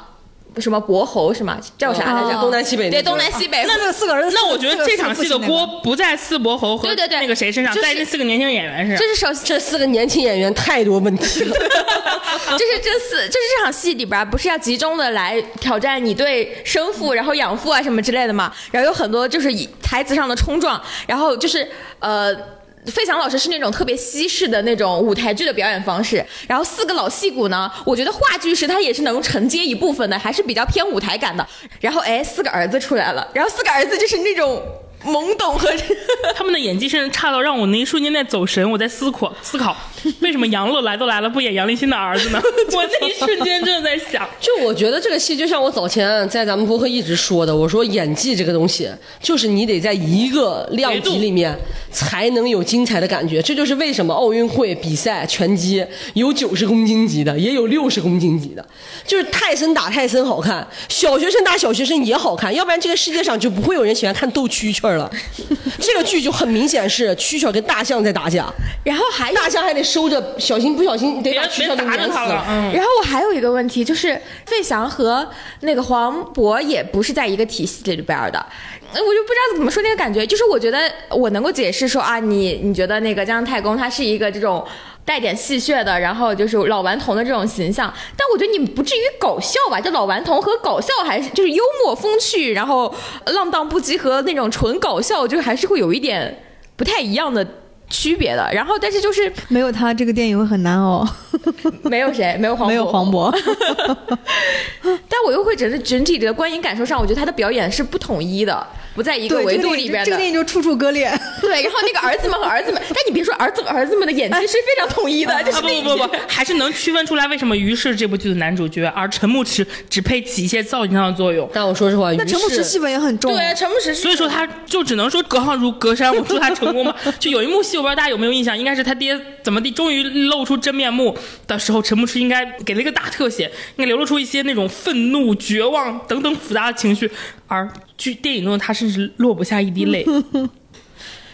Speaker 1: 什么伯侯是吗？叫啥来着？
Speaker 3: 哦东南西北那
Speaker 1: 对，
Speaker 3: 个
Speaker 1: 东南西北。
Speaker 5: 四个四个儿子，
Speaker 2: 那我觉得这场戏的锅不在四伯侯和
Speaker 1: 对对对
Speaker 2: 那个谁身上，
Speaker 1: 就是
Speaker 2: 在那四个年轻演员身上。
Speaker 1: 就是首先，
Speaker 3: 这四个年轻演员太多问题 了。
Speaker 1: 就是这四，就是这场戏里边不是要集中的来挑战你对生父、然后养父啊什么之类的嘛？然后有很多就是以台词上的冲撞，然后就是呃。费翔老师是那种特别西式的那种舞台剧的表演方式，然后四个老戏骨呢，我觉得话剧是他也是能承接一部分的，还是比较偏舞台感的。然后哎，四个儿子出来了，然后四个儿子就是那种懵懂和
Speaker 2: 他们的演技甚至差到让我那一瞬间在走神，我在思考 思考，为什么杨乐来都来了，不演杨立新的儿子呢？ 我那一瞬间真的在想，
Speaker 3: 就我觉得这个戏，就像我早前在咱们播客一直说的，我说演技这个东西，就是你得在一个量级里面才能有精彩的感觉。这就是为什么奥运会比赛拳击有九十公斤级的，也有六十公斤级的，就是泰森打泰森好看，小学生打小学生也好看，要不然这个世界上就不会有人喜欢看斗蛐蛐 儿了。这个剧就很明显是蛐蛐儿跟大象在打架，
Speaker 1: 然后还有
Speaker 3: 大象还得收着，小心不小心得
Speaker 1: 哎
Speaker 2: 别
Speaker 3: 把蛐
Speaker 2: 别
Speaker 3: 蛐儿给
Speaker 2: 打着
Speaker 3: 碾死
Speaker 2: 他了，嗯。
Speaker 1: 然后我还有一个问题，就是费翔和那个黄渤也不是在一个体系里边儿的，呃我就不知道怎么说那个感觉。就是我觉得我能够解释说啊，你你觉得那个姜太公他是一个这种。带点戏谑的，然后就是老顽童的这种形象，但我觉得你不至于搞笑吧？就老顽童和搞笑还是就是幽默风趣，然后浪荡不羁和那种纯搞笑，就是还是会有一点不太一样的区别的。然后，但是就是
Speaker 5: 没有他这个电影会很难哦熬，
Speaker 1: 没有谁，没有黄渤，
Speaker 5: 没有黄渤。
Speaker 1: 但我又会觉得整体的观影感受上，我觉得他的表演是不统一的，不在一个
Speaker 5: 对，
Speaker 1: 维
Speaker 5: 这个
Speaker 1: 度
Speaker 5: 电影
Speaker 1: 里
Speaker 5: 就
Speaker 1: 边
Speaker 5: 这
Speaker 1: 的
Speaker 5: 个。电影就处处割裂。
Speaker 1: 对，然后那个儿子们和儿子们， 但你别说儿子和儿子们的演技是非常统一的，就是
Speaker 2: 啊不
Speaker 1: 那
Speaker 2: 不不不，还是能区分出来为什么于是这部剧的男主角，而陈牧驰只配起一些造型上的作用。
Speaker 3: 但我说实话，
Speaker 5: 那
Speaker 3: 于
Speaker 5: 陈牧驰
Speaker 3: 是
Speaker 5: 戏份也很重，啊
Speaker 1: 对，陈牧驰是
Speaker 2: 所以说，他就只能说隔行如隔山。我祝他成功吧。 就有一幕戏，我不知道大家有没有印象，应该是他爹怎么地，终于露出真面目的时候，陈牧驰应该给了一个大特写，应该流露出一些那种愤怒、绝望等等复杂的情绪，而剧电影中的他甚至落不下一滴 泪。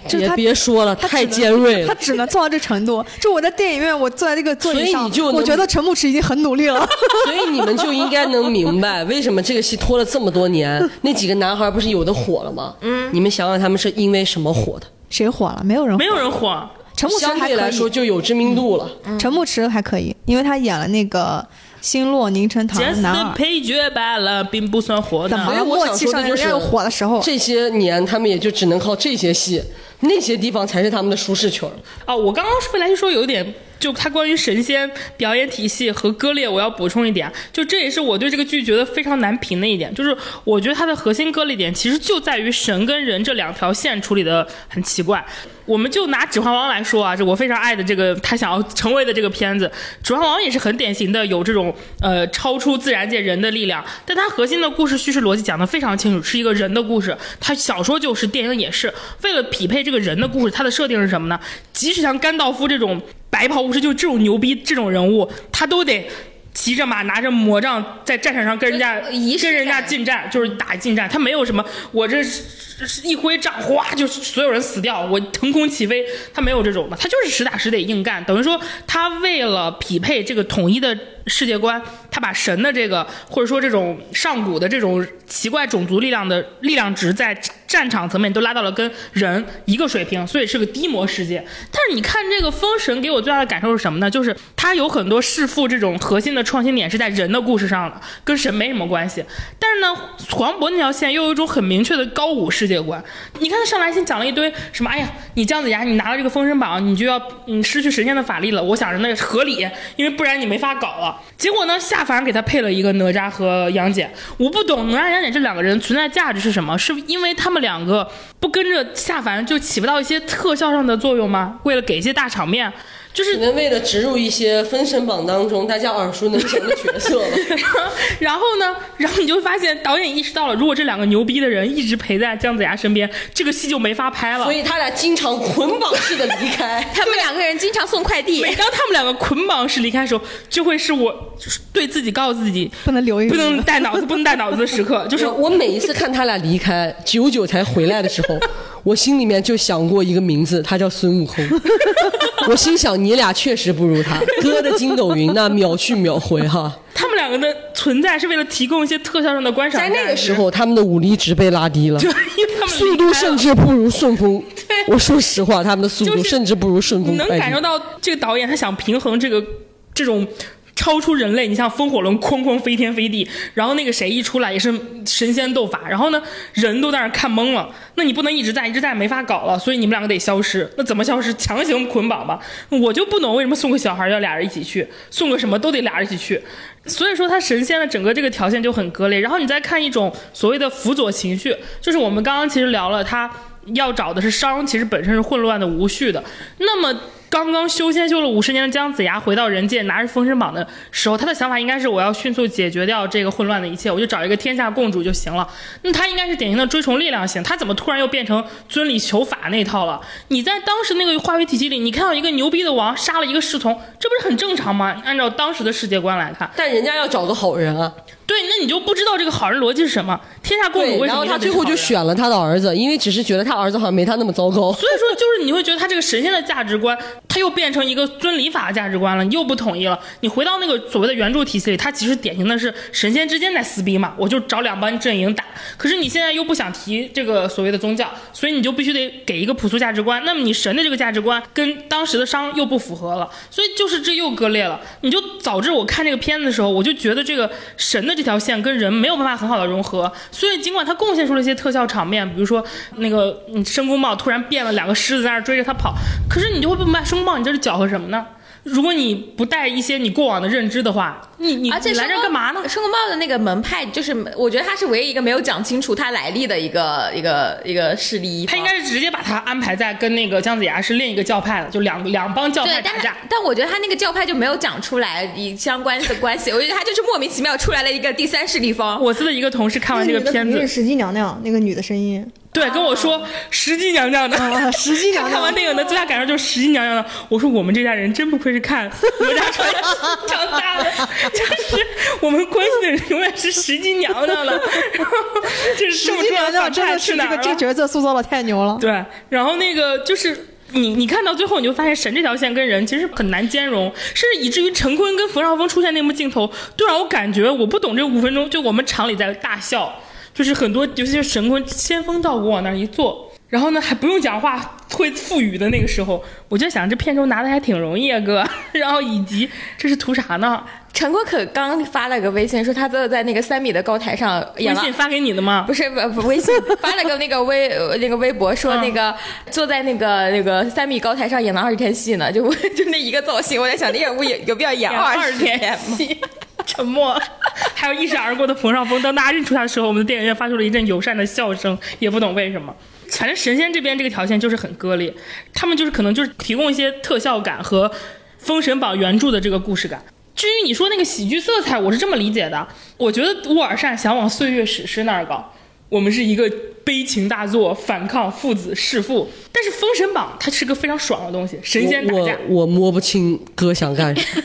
Speaker 5: 就是
Speaker 3: 也
Speaker 5: 他
Speaker 3: 别说了，太尖锐
Speaker 5: 他
Speaker 3: 了。
Speaker 5: 只能做到这程度。 就我在电影院，我坐在这个座
Speaker 3: 所
Speaker 5: 椅
Speaker 3: 以
Speaker 5: 上
Speaker 3: 你就，能
Speaker 5: 我觉得陈牧驰已经很努力了。
Speaker 3: 所以你们就应该能明白，为什么这个戏拖了这么多 年，那几个男孩不是有的火了吗？嗯，你们想想他们是因为什么火的？
Speaker 5: 谁火了？没有人火。
Speaker 2: 没有人火，
Speaker 5: 陈牧驰
Speaker 3: 相
Speaker 5: 还
Speaker 3: 对
Speaker 5: 可
Speaker 3: 来说
Speaker 5: 以，
Speaker 3: 就有知名度了。
Speaker 5: 陈牧驰还可以，因为他演了那个《星落凝成堂
Speaker 2: 杰》斯
Speaker 5: 男
Speaker 2: 的
Speaker 5: 二。
Speaker 2: 配角罢了，并不算火
Speaker 5: 啊怎么
Speaker 2: 的。
Speaker 5: 了？
Speaker 3: 所以我
Speaker 5: 默
Speaker 3: 想
Speaker 5: 契
Speaker 3: 说
Speaker 5: 上
Speaker 3: 的就
Speaker 5: 人家
Speaker 3: 是
Speaker 5: 有火的时候，
Speaker 3: 这些年他们也就只能靠这些戏，那些地方才是他们的舒适圈儿。
Speaker 2: 哦，我刚刚本来是说有一点，就他关于神仙表演体系和割裂，我要补充一点，啊就这也是我对这个剧觉得非常难评的一点，就是我觉得它的核心割裂点其实就在于神跟人这两条线处理的很奇怪。我们就拿《指环王》来说啊，这我非常爱的这个他想要成为的这个片子，《指环王》也是很典型的有这种呃超出自然界人的力量，但它核心的故事叙事逻辑讲得非常清楚，是一个人的故事。它小说就是，电影也是。为了匹配这个人的故事，它的设定是什么呢？即使像甘道夫这种白袍巫师，就这种牛逼这种人物，他都得。骑着马，拿着魔杖，在战场上跟人家
Speaker 1: 呃仪式
Speaker 2: 跟人家
Speaker 1: 感。
Speaker 2: 近战，就是打近战。他没有什么，我这是是一挥杖，哗，就所有人死掉，我腾空起飞。他没有这种的，他就是实打实得硬干。等于说，他为了匹配这个统一的世界观，他把神的这个或者说这种上古的这种奇怪种族力量的力量值，在战场层面都拉到了跟人一个水平，所以是个低模世界。但是你看这个《封神》，给我最大的感受是什么呢？就是它有很多弑父这种核心的创新点是在人的故事上的，跟神没什么关系。但是呢，黄渤那条线又有一种很明确的高武世界观。你看他上来先讲了一堆什么，哎呀，你姜子牙，你拿了这个封神榜，你就要嗯失去神仙的法力了。我想着那合理，因为不然你没法搞了。结果呢，下凡给他配了一个哪吒和杨戬。我不懂哪吒杨戬这两个人存在价值是什么？是因为他们两个不跟着下凡就起不到一些特效上的作用吗？为了给一些大场面，就是
Speaker 3: 只能为了植入一些《封神榜》当中大家耳熟能详的角色 了。
Speaker 2: 然后呢，然后你就发现导演意识到了，如果这两个牛逼的人一直陪在姜子牙身边，这个戏就没法拍了。
Speaker 3: 所以他俩经常捆绑式的离开
Speaker 1: 他们两个人经常送快递
Speaker 2: 每，当他们两个捆绑式离开的时候，就会是我就是对自己告诉自己，
Speaker 5: 不能留一
Speaker 2: 不
Speaker 5: 个
Speaker 2: 能带脑子，不能带脑子的时刻，就是
Speaker 3: 我我每一次看他俩离开，九九才回来的时候，我心里面就想过一个名字，他叫孙悟空。 我心想，你俩确实不如他，哥的筋斗云那秒去秒回哈。
Speaker 2: 他们两个的存在是为了提供一些特效上的观赏
Speaker 3: 在
Speaker 2: 价值。
Speaker 3: 那个时候，他们的武力值被拉低 了，
Speaker 2: 就因为他们
Speaker 3: 速度
Speaker 2: 离开了
Speaker 3: 甚至不如顺丰。我说实话，他们的速
Speaker 2: 就
Speaker 3: 度
Speaker 2: 是
Speaker 3: 甚至不如顺
Speaker 2: 你
Speaker 3: 丰
Speaker 2: 能
Speaker 3: 快
Speaker 2: 感受
Speaker 3: 递。
Speaker 2: 到这个导演他想平衡这个这种超出人类。你像风火轮哐哐飞天飞地，然后那个谁一出来也是神仙斗法，然后呢人都在那儿看懵了。那你不能一直在一直在没法搞了，所以你们两个得消失。那怎么消失？强行捆绑吧。我就不懂为什么送个小孩要俩人一起去，送个什么都得俩人一起去。所以说，它神仙的整个这个条件就很割裂。然后你再看一种所谓的辅佐情绪，就是我们刚刚其实聊了，它要找的是商，其实本身是混乱的、无序的。那么刚刚修仙修了五十年的姜子牙回到人界，拿着封神榜的时候，他的想法应该是我要迅速解决掉这个混乱的一切，我就找一个天下共主就行了。那他应该是典型的追求力量型，他怎么突然又变成尊礼求法那套了？你在当时那个话语体系里，你看到一个牛逼的王杀了一个侍从，这不是很正常吗？按照当时的世界观来看。
Speaker 3: 但人家要找个好人啊，
Speaker 2: 对，那你就不知道这个好人逻辑是什么。天下共主
Speaker 3: 对，
Speaker 2: 为什
Speaker 3: 然
Speaker 2: 么
Speaker 3: 后
Speaker 2: 一
Speaker 3: 他
Speaker 2: 定得
Speaker 3: 最
Speaker 2: 是
Speaker 3: 后
Speaker 2: 好
Speaker 3: 就
Speaker 2: 人
Speaker 3: 选了他的儿子，因为只是觉得他儿子好像没他那么糟糕。
Speaker 2: 所以说，就是你会觉得他这个神仙的价值观，他又变成一个尊礼法的价值观了，你又不统一了。你回到那个所谓的原著体系里，它其实典型的是神仙之间在撕逼嘛，我就找两帮阵营打。可是你现在又不想提这个所谓的宗教，所以你就必须得给一个朴素价值观。那么你神的这个价值观跟当时的商又不符合了，啊所以就是这又割裂了。你就导致我看这个片子的时候，我就觉得这个神的这条线跟人没有办法很好的融合。所以尽管他贡献出了一些特效场面，比如说那个嗯申公豹突然变了两个狮子在那儿追着他跑，可是你就会不明白申公豹你这是搅和什么呢？如果你不带一些你过往的认知的话，你你
Speaker 1: 而且
Speaker 2: 你来这儿干嘛呢？
Speaker 1: 申公豹的那个门派，就是我觉得他是唯一一个没有讲清楚他来历的一个一个一个势力一方。
Speaker 2: 他应该是直接把他安排在跟那个姜子牙是另一个教派的，就两两帮教派
Speaker 1: 对，但
Speaker 2: 打
Speaker 1: 他
Speaker 2: 架。
Speaker 1: 但我觉得他那个教派就没有讲出来以相关的关系，我觉得他就是莫名其妙出来了一个第三势力方。
Speaker 2: 我司的一个同事看完这个片
Speaker 5: 那个女的肯
Speaker 2: 子
Speaker 5: 定是，石矶娘娘那个女的声音
Speaker 2: 对，跟我说石矶娘娘的，
Speaker 5: 啊，石矶
Speaker 2: 他
Speaker 5: 娘
Speaker 2: 看
Speaker 5: 娘
Speaker 2: 完电影的最大感受就是石矶娘娘的。我说我们这代人真不愧是看哪吒传奇长大的，就是我们关心的人永远是石矶娘娘了。 然后这 是
Speaker 5: 石
Speaker 2: 这么
Speaker 5: 矶
Speaker 2: 重要
Speaker 5: 娘
Speaker 2: 反
Speaker 5: 娘真
Speaker 2: 派
Speaker 5: 的
Speaker 2: 去
Speaker 5: 是
Speaker 2: 哪
Speaker 5: 这
Speaker 2: 儿
Speaker 5: 个这个
Speaker 2: 了？
Speaker 5: 角色塑造的太牛了。
Speaker 2: 对，然后那个就是。你你看到最后，你就发现神这条线跟人其实很难兼容，甚至以至于陈坤跟冯绍峰出现那幕镜头，都让我感觉我不懂这五分钟，就我们厂里在大笑，就是很多，尤其是神坤仙风道骨往那儿一坐，然后呢还不用讲话，会赋予的那个时候，我就想这片酬拿的还挺容易啊，哥。 然后以及这是图啥呢？
Speaker 1: 陈国可刚发了个微信说他坐在那个三米的高台上演
Speaker 2: 微
Speaker 1: 了
Speaker 2: 信发给你的吗？
Speaker 1: 不是不不，微信发了个那个微呃那个微博说
Speaker 2: 嗯
Speaker 1: 那个、坐在那个那个三米高台上演了二十天戏呢，就 就那一个造型，我在想这个屋有有必要演
Speaker 2: 演
Speaker 1: 二
Speaker 2: 20
Speaker 1: 十
Speaker 2: 天
Speaker 1: 吗？
Speaker 2: 沉默， 还有一闪而过的冯绍峰。当大家认出他的时候，我们的电影院发出了一阵友善的笑声，也不懂为什么。反正神仙这边这个条件就是很割裂，他们就是可能就是提供一些特效感和《封神榜》原著的这个故事感。至于你说那个喜剧色彩，我是这么理解的，我觉得乌尔善想往岁月史诗那儿搞，我们是一个悲情大作，反抗父子弑父。但是《封神榜》它是个非常爽的东西，神仙打
Speaker 3: 我
Speaker 2: 架。
Speaker 3: 我我摸不清哥想干啥。
Speaker 2: 就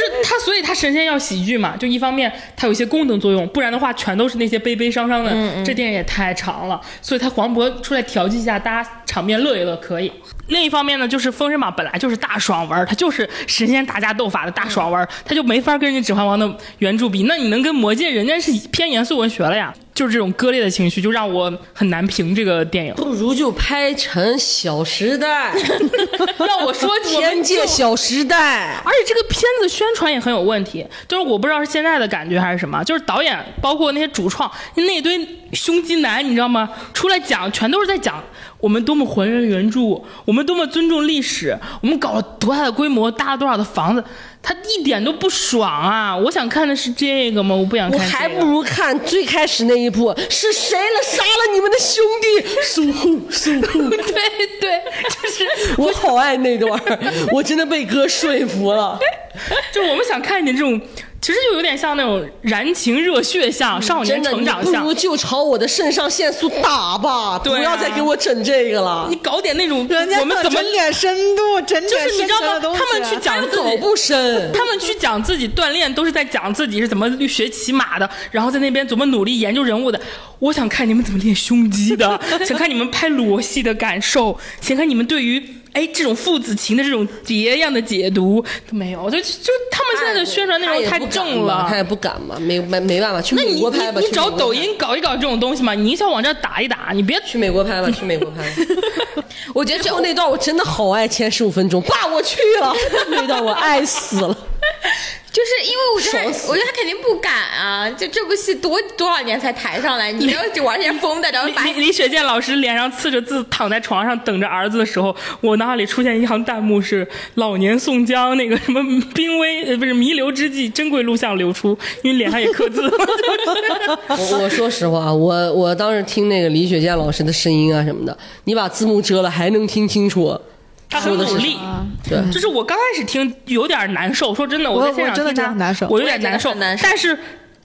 Speaker 2: 是他，所以他神仙要喜剧嘛，就一方面他有一些功能作用，不然的话全都是那些悲悲伤伤的。这电影也太长了，所以他黄渤出来调剂一下，大家场面乐一乐可以。另一方面呢，就是《封神榜》本来就是大爽文儿，它就是神仙打架斗法的大爽文儿，它就没法跟人家《指环王》的原著比。那你能跟《魔戒》人家是偏严肃文学了呀？就是这种割裂的情绪，就让我很难评这个 电影。
Speaker 3: 不如就拍成《小时 代》
Speaker 2: 让我说
Speaker 3: 《天界小时代
Speaker 2: 而且这个片子宣传也很有问题，就是我不知道是现在的感觉还是什么，就是导演包括那些主创那堆胸肌男，你知道吗？出来讲全都是在讲我们多么还原原著，我们多么尊重历史，我们搞了多大的规模，搭了多少的房子，他一点都不爽啊！我想看的是这个吗？我不想》，
Speaker 3: 我
Speaker 2: 看、这个。
Speaker 3: 还不如看最开始那一部，是谁了杀了你们的兄弟？守护，守 护。
Speaker 2: 对对，就是
Speaker 3: 我好爱那段儿，我真的被哥说服了。
Speaker 2: 就我们想看一点这种，其实就有点像那种燃情热血向、少
Speaker 3: 真
Speaker 2: 年
Speaker 3: 的，
Speaker 2: 成
Speaker 3: 你
Speaker 2: 长
Speaker 3: 不
Speaker 2: 向
Speaker 3: 如。就朝我的肾上腺素打吧，不
Speaker 2: 对啊
Speaker 3: 要再给我整这个了
Speaker 2: 你。搞点那种
Speaker 5: 人家
Speaker 2: 我们
Speaker 5: 要
Speaker 2: 怎么
Speaker 5: 整点深度，整
Speaker 2: 就
Speaker 5: 点
Speaker 2: 是你
Speaker 5: 深
Speaker 2: 知道
Speaker 5: 层
Speaker 2: 吗？
Speaker 5: 的东西。
Speaker 3: 啊
Speaker 2: 他们去讲自
Speaker 3: 走
Speaker 2: 己。
Speaker 3: 不深，
Speaker 2: 他们去讲自己锻炼，都是在讲自己是怎么学骑马的，然后在那边怎么努力研究人物的。我想看你们怎么练胸肌的， 想看你们拍裸戏的感受，想看你们对于哎这种父子情的这种别样的解读都没有。就就他们现
Speaker 3: 哎
Speaker 2: 在的宣传内容太正了
Speaker 3: 他。也不敢嘛，没没没办法，去
Speaker 2: 那
Speaker 3: 美
Speaker 2: 你
Speaker 3: 国拍吧。
Speaker 2: 你你
Speaker 3: 去
Speaker 2: 找
Speaker 3: 美国
Speaker 2: 抖
Speaker 3: 拍
Speaker 2: 音搞一搞这种东西嘛，你营销网站打一打，你别
Speaker 3: 去美国拍吧，去美国拍。
Speaker 1: 我觉得
Speaker 3: 最
Speaker 1: 这
Speaker 3: 后那段 我真的好爱，前十五分钟，爸，我去了那段我爱死了。
Speaker 1: 就是
Speaker 4: 就是因为我觉得他，
Speaker 3: 爽死
Speaker 4: 我觉得他肯定不敢啊！就这部戏多多少年才抬上来，你不要就玩人家疯的，然后把
Speaker 2: 李李李雪健老师脸上刺着字，躺在床上等着儿子的时候，我脑海里出现一行弹幕是“老年宋江那个什么濒危呃不是弥留之际珍贵录像流出”，因为脸上也刻字。
Speaker 3: 我我说实话，啊我我当时听那个李雪健老师的声音啊什么的，你把字幕遮了还能听清楚。
Speaker 2: 他很努力，
Speaker 4: 啊
Speaker 3: 对，
Speaker 4: 嗯
Speaker 2: 就是我刚开始听有点难受，说真的，
Speaker 5: 我
Speaker 2: 在现场
Speaker 5: 我真的
Speaker 2: 听着
Speaker 5: 觉得很难受
Speaker 2: 我有点
Speaker 4: 我也
Speaker 2: 难
Speaker 4: 觉得
Speaker 2: 受
Speaker 4: 很难，受
Speaker 2: 但是。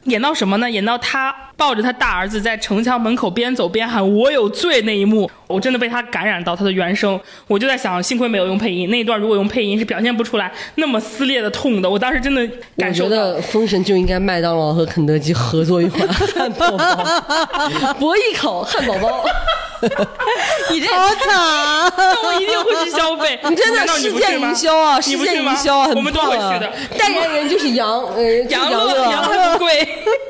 Speaker 2: 演到什么呢？演到他抱着他大儿子在城墙门口边走边喊“我有罪”那一幕，我真的被他感染到他的原声。我就在想，幸亏没有用配音，那一段如果用配音是表现不出来那么撕裂的痛的。我当时真的
Speaker 3: 我
Speaker 2: 感
Speaker 3: 觉
Speaker 2: 受到。
Speaker 3: 得《封神》就应该麦当劳和肯德基合作一款汉堡 包，博弈口汉堡 包。
Speaker 4: 你这
Speaker 3: 好惨！啊
Speaker 2: 那我一定会去消费。
Speaker 3: 你真的
Speaker 2: 难道
Speaker 3: 世
Speaker 2: 不
Speaker 3: 界
Speaker 2: 去吗
Speaker 3: 营销啊，
Speaker 2: 你
Speaker 3: 世
Speaker 2: 不
Speaker 3: 界
Speaker 2: 去吗
Speaker 3: 营销啊，很
Speaker 2: 我们都会
Speaker 3: 棒啊
Speaker 2: 去的。
Speaker 3: 代言人就是杨，呃，是
Speaker 2: 杨
Speaker 3: 乐，
Speaker 2: 乐，杨乐不 贵。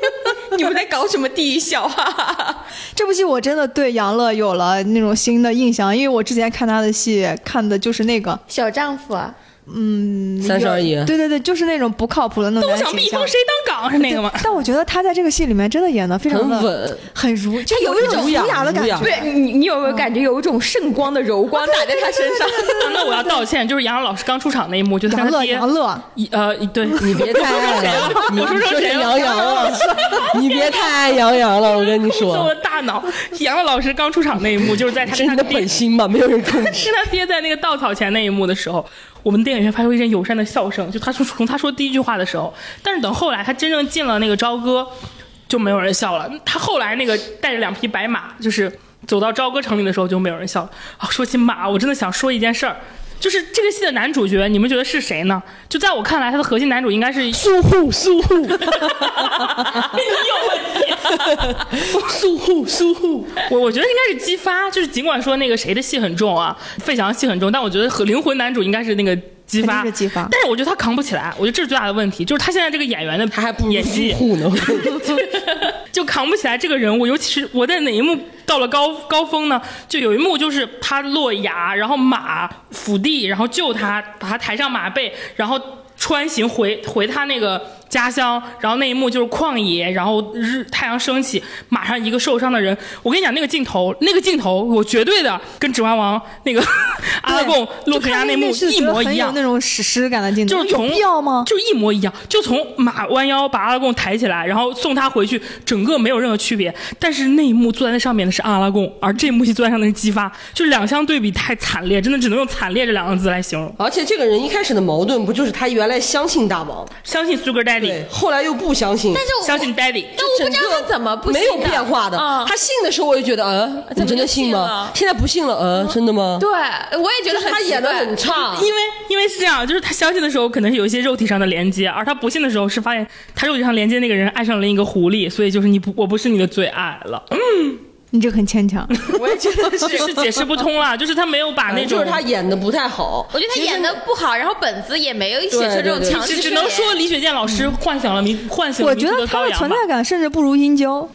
Speaker 4: 你们在搞什么地狱笑啊？
Speaker 5: 这部戏我真的对杨乐有了那种新的印象，因为我之前看他的戏看的就是那个，
Speaker 4: 小丈夫啊，
Speaker 5: 嗯，
Speaker 3: 三十而已
Speaker 5: 有对对对，就是那种不靠谱的那种
Speaker 2: 都
Speaker 5: 男
Speaker 2: 想
Speaker 5: 形
Speaker 2: 避
Speaker 5: 象
Speaker 2: 风，。谁当岗是那个吗？
Speaker 5: 但我觉得他在这个戏里面真的演的非常
Speaker 3: 很
Speaker 5: 的，
Speaker 3: 稳，
Speaker 5: 很儒，就
Speaker 4: 他有
Speaker 5: 有一
Speaker 4: 一
Speaker 5: 种
Speaker 4: 种
Speaker 5: 儒雅的
Speaker 3: 儒
Speaker 5: 感
Speaker 3: 雅
Speaker 5: 觉。
Speaker 4: 啊对你，你有没有感觉有一种圣光的柔光打在他身上？
Speaker 2: 啊那我要道歉，就是杨老师刚出场那一幕，就他
Speaker 5: 杨
Speaker 2: 跟他
Speaker 5: 乐，
Speaker 2: 爹
Speaker 5: 杨，乐，
Speaker 2: 一呃，一对，
Speaker 3: 你别太爱了，你
Speaker 2: 啊我说成
Speaker 3: 成
Speaker 2: 谁了
Speaker 3: 杨洋 了，你别太爱杨洋了，我跟你
Speaker 2: 控制我
Speaker 3: 说，
Speaker 2: 的大脑。杨老师刚出场那一幕，就是在他
Speaker 3: 这
Speaker 2: 跟他
Speaker 3: 是你的
Speaker 2: 爹
Speaker 3: 本心吧？没有人控制。
Speaker 2: 跟他爹在那个稻草前那一幕的时候，我们电影院发出一阵友善的笑声，就他说从他说第一句话的时候，但是等后来他真正进了那个朝歌，就没有人笑了。他后来那个带着两匹白马，就是走到朝歌城里的时候就没有人笑了。啊，说起马，我真的想说一件事儿。就是这个戏的男主角，你们觉得是谁呢？就在我看来，他的核心男主应该是
Speaker 3: 苏护 苏护
Speaker 2: 苏护苏护， 我我觉得应该是姬发，就是尽管说那个谁的戏很重啊，费翔戏很重，但我觉得和灵魂男主应该是那个姬发，
Speaker 5: 肯定是姬发
Speaker 2: 但是我觉得他扛不起来，我觉得这是最大的问题，就是他现在这个演员的
Speaker 3: 他还不如
Speaker 2: 演
Speaker 3: 苏
Speaker 2: 技。
Speaker 3: 护呢。
Speaker 2: 就扛不起来这个人物，尤其是我在哪一幕到了高高峰呢？就有一幕就是他落崖，然后马伏地，然后救他，把他抬上马背，然后穿行回回他那个家乡。然后那一幕就是旷野，然后日太阳升起，马上一个受伤的人。我跟你讲那个镜头，那个镜头我绝对的跟《指环王》那个 阿拉贡洛克
Speaker 5: 就
Speaker 2: 亚
Speaker 5: 看
Speaker 2: 那
Speaker 5: 那
Speaker 2: 幕
Speaker 5: 那是
Speaker 2: 一模
Speaker 5: 很
Speaker 2: 一
Speaker 5: 有
Speaker 2: 样
Speaker 5: 那。种史诗感的镜
Speaker 2: 就
Speaker 5: 头，
Speaker 2: 是
Speaker 5: 有
Speaker 2: 从
Speaker 5: 必要吗？
Speaker 2: 就一模一样，就从马弯腰把阿拉贡抬起来，然后送他回去，整个没有任何区别。但是那一幕坐在那上面的是阿拉贡，而这幕戏坐在上的是姬发，就是两相对比太惨烈，真的只能用惨烈这两个字来形容。
Speaker 3: 而且这个人一开始的矛盾不就是他原来相信大王，
Speaker 2: 相信 Sugar Daddy，
Speaker 3: 对，后来又不相信，
Speaker 4: 但是我
Speaker 2: 相信 Daddy。
Speaker 4: 但我不知道他怎么不啊
Speaker 3: 没有
Speaker 4: 信的
Speaker 3: 变化的。
Speaker 4: 嗯
Speaker 3: 他信的时候我就觉得，呃，
Speaker 4: 怎
Speaker 3: 你
Speaker 4: 么
Speaker 3: 真
Speaker 4: 就
Speaker 3: 的信
Speaker 4: 信
Speaker 3: 吗
Speaker 4: 了？嗯
Speaker 3: 现在不信了，呃，真的吗？
Speaker 4: 对，我也觉得
Speaker 3: 就是 他
Speaker 4: 很奇
Speaker 3: 演的
Speaker 4: 怪
Speaker 3: 很差，
Speaker 2: 因为因为是这样，就是他相信的时候可能是有一些肉体上的连接，而他不信的时候是发现他肉体上连接那个人爱上了另一个狐狸，所以就是你不我不是你的最爱 了，
Speaker 5: 你这个很牵强。
Speaker 4: 我也觉得是
Speaker 2: 是解释不通啦，就是他没有把那
Speaker 3: 反正
Speaker 2: 种
Speaker 3: 就是他演的不太好。
Speaker 4: 我觉得他演的不好，然后本子也没有写出这种
Speaker 3: 对对对
Speaker 4: 强
Speaker 2: 只
Speaker 4: 势
Speaker 2: 只能
Speaker 4: 宣言
Speaker 2: 说李雪健老师幻想了迷，唤醒了
Speaker 5: 嗯我
Speaker 2: 迷
Speaker 5: 觉
Speaker 2: 途
Speaker 5: 得
Speaker 2: 的
Speaker 5: 他
Speaker 2: 羔
Speaker 5: 的
Speaker 2: 羊
Speaker 5: 存
Speaker 2: 吧
Speaker 5: 在。感甚至不如殷郊。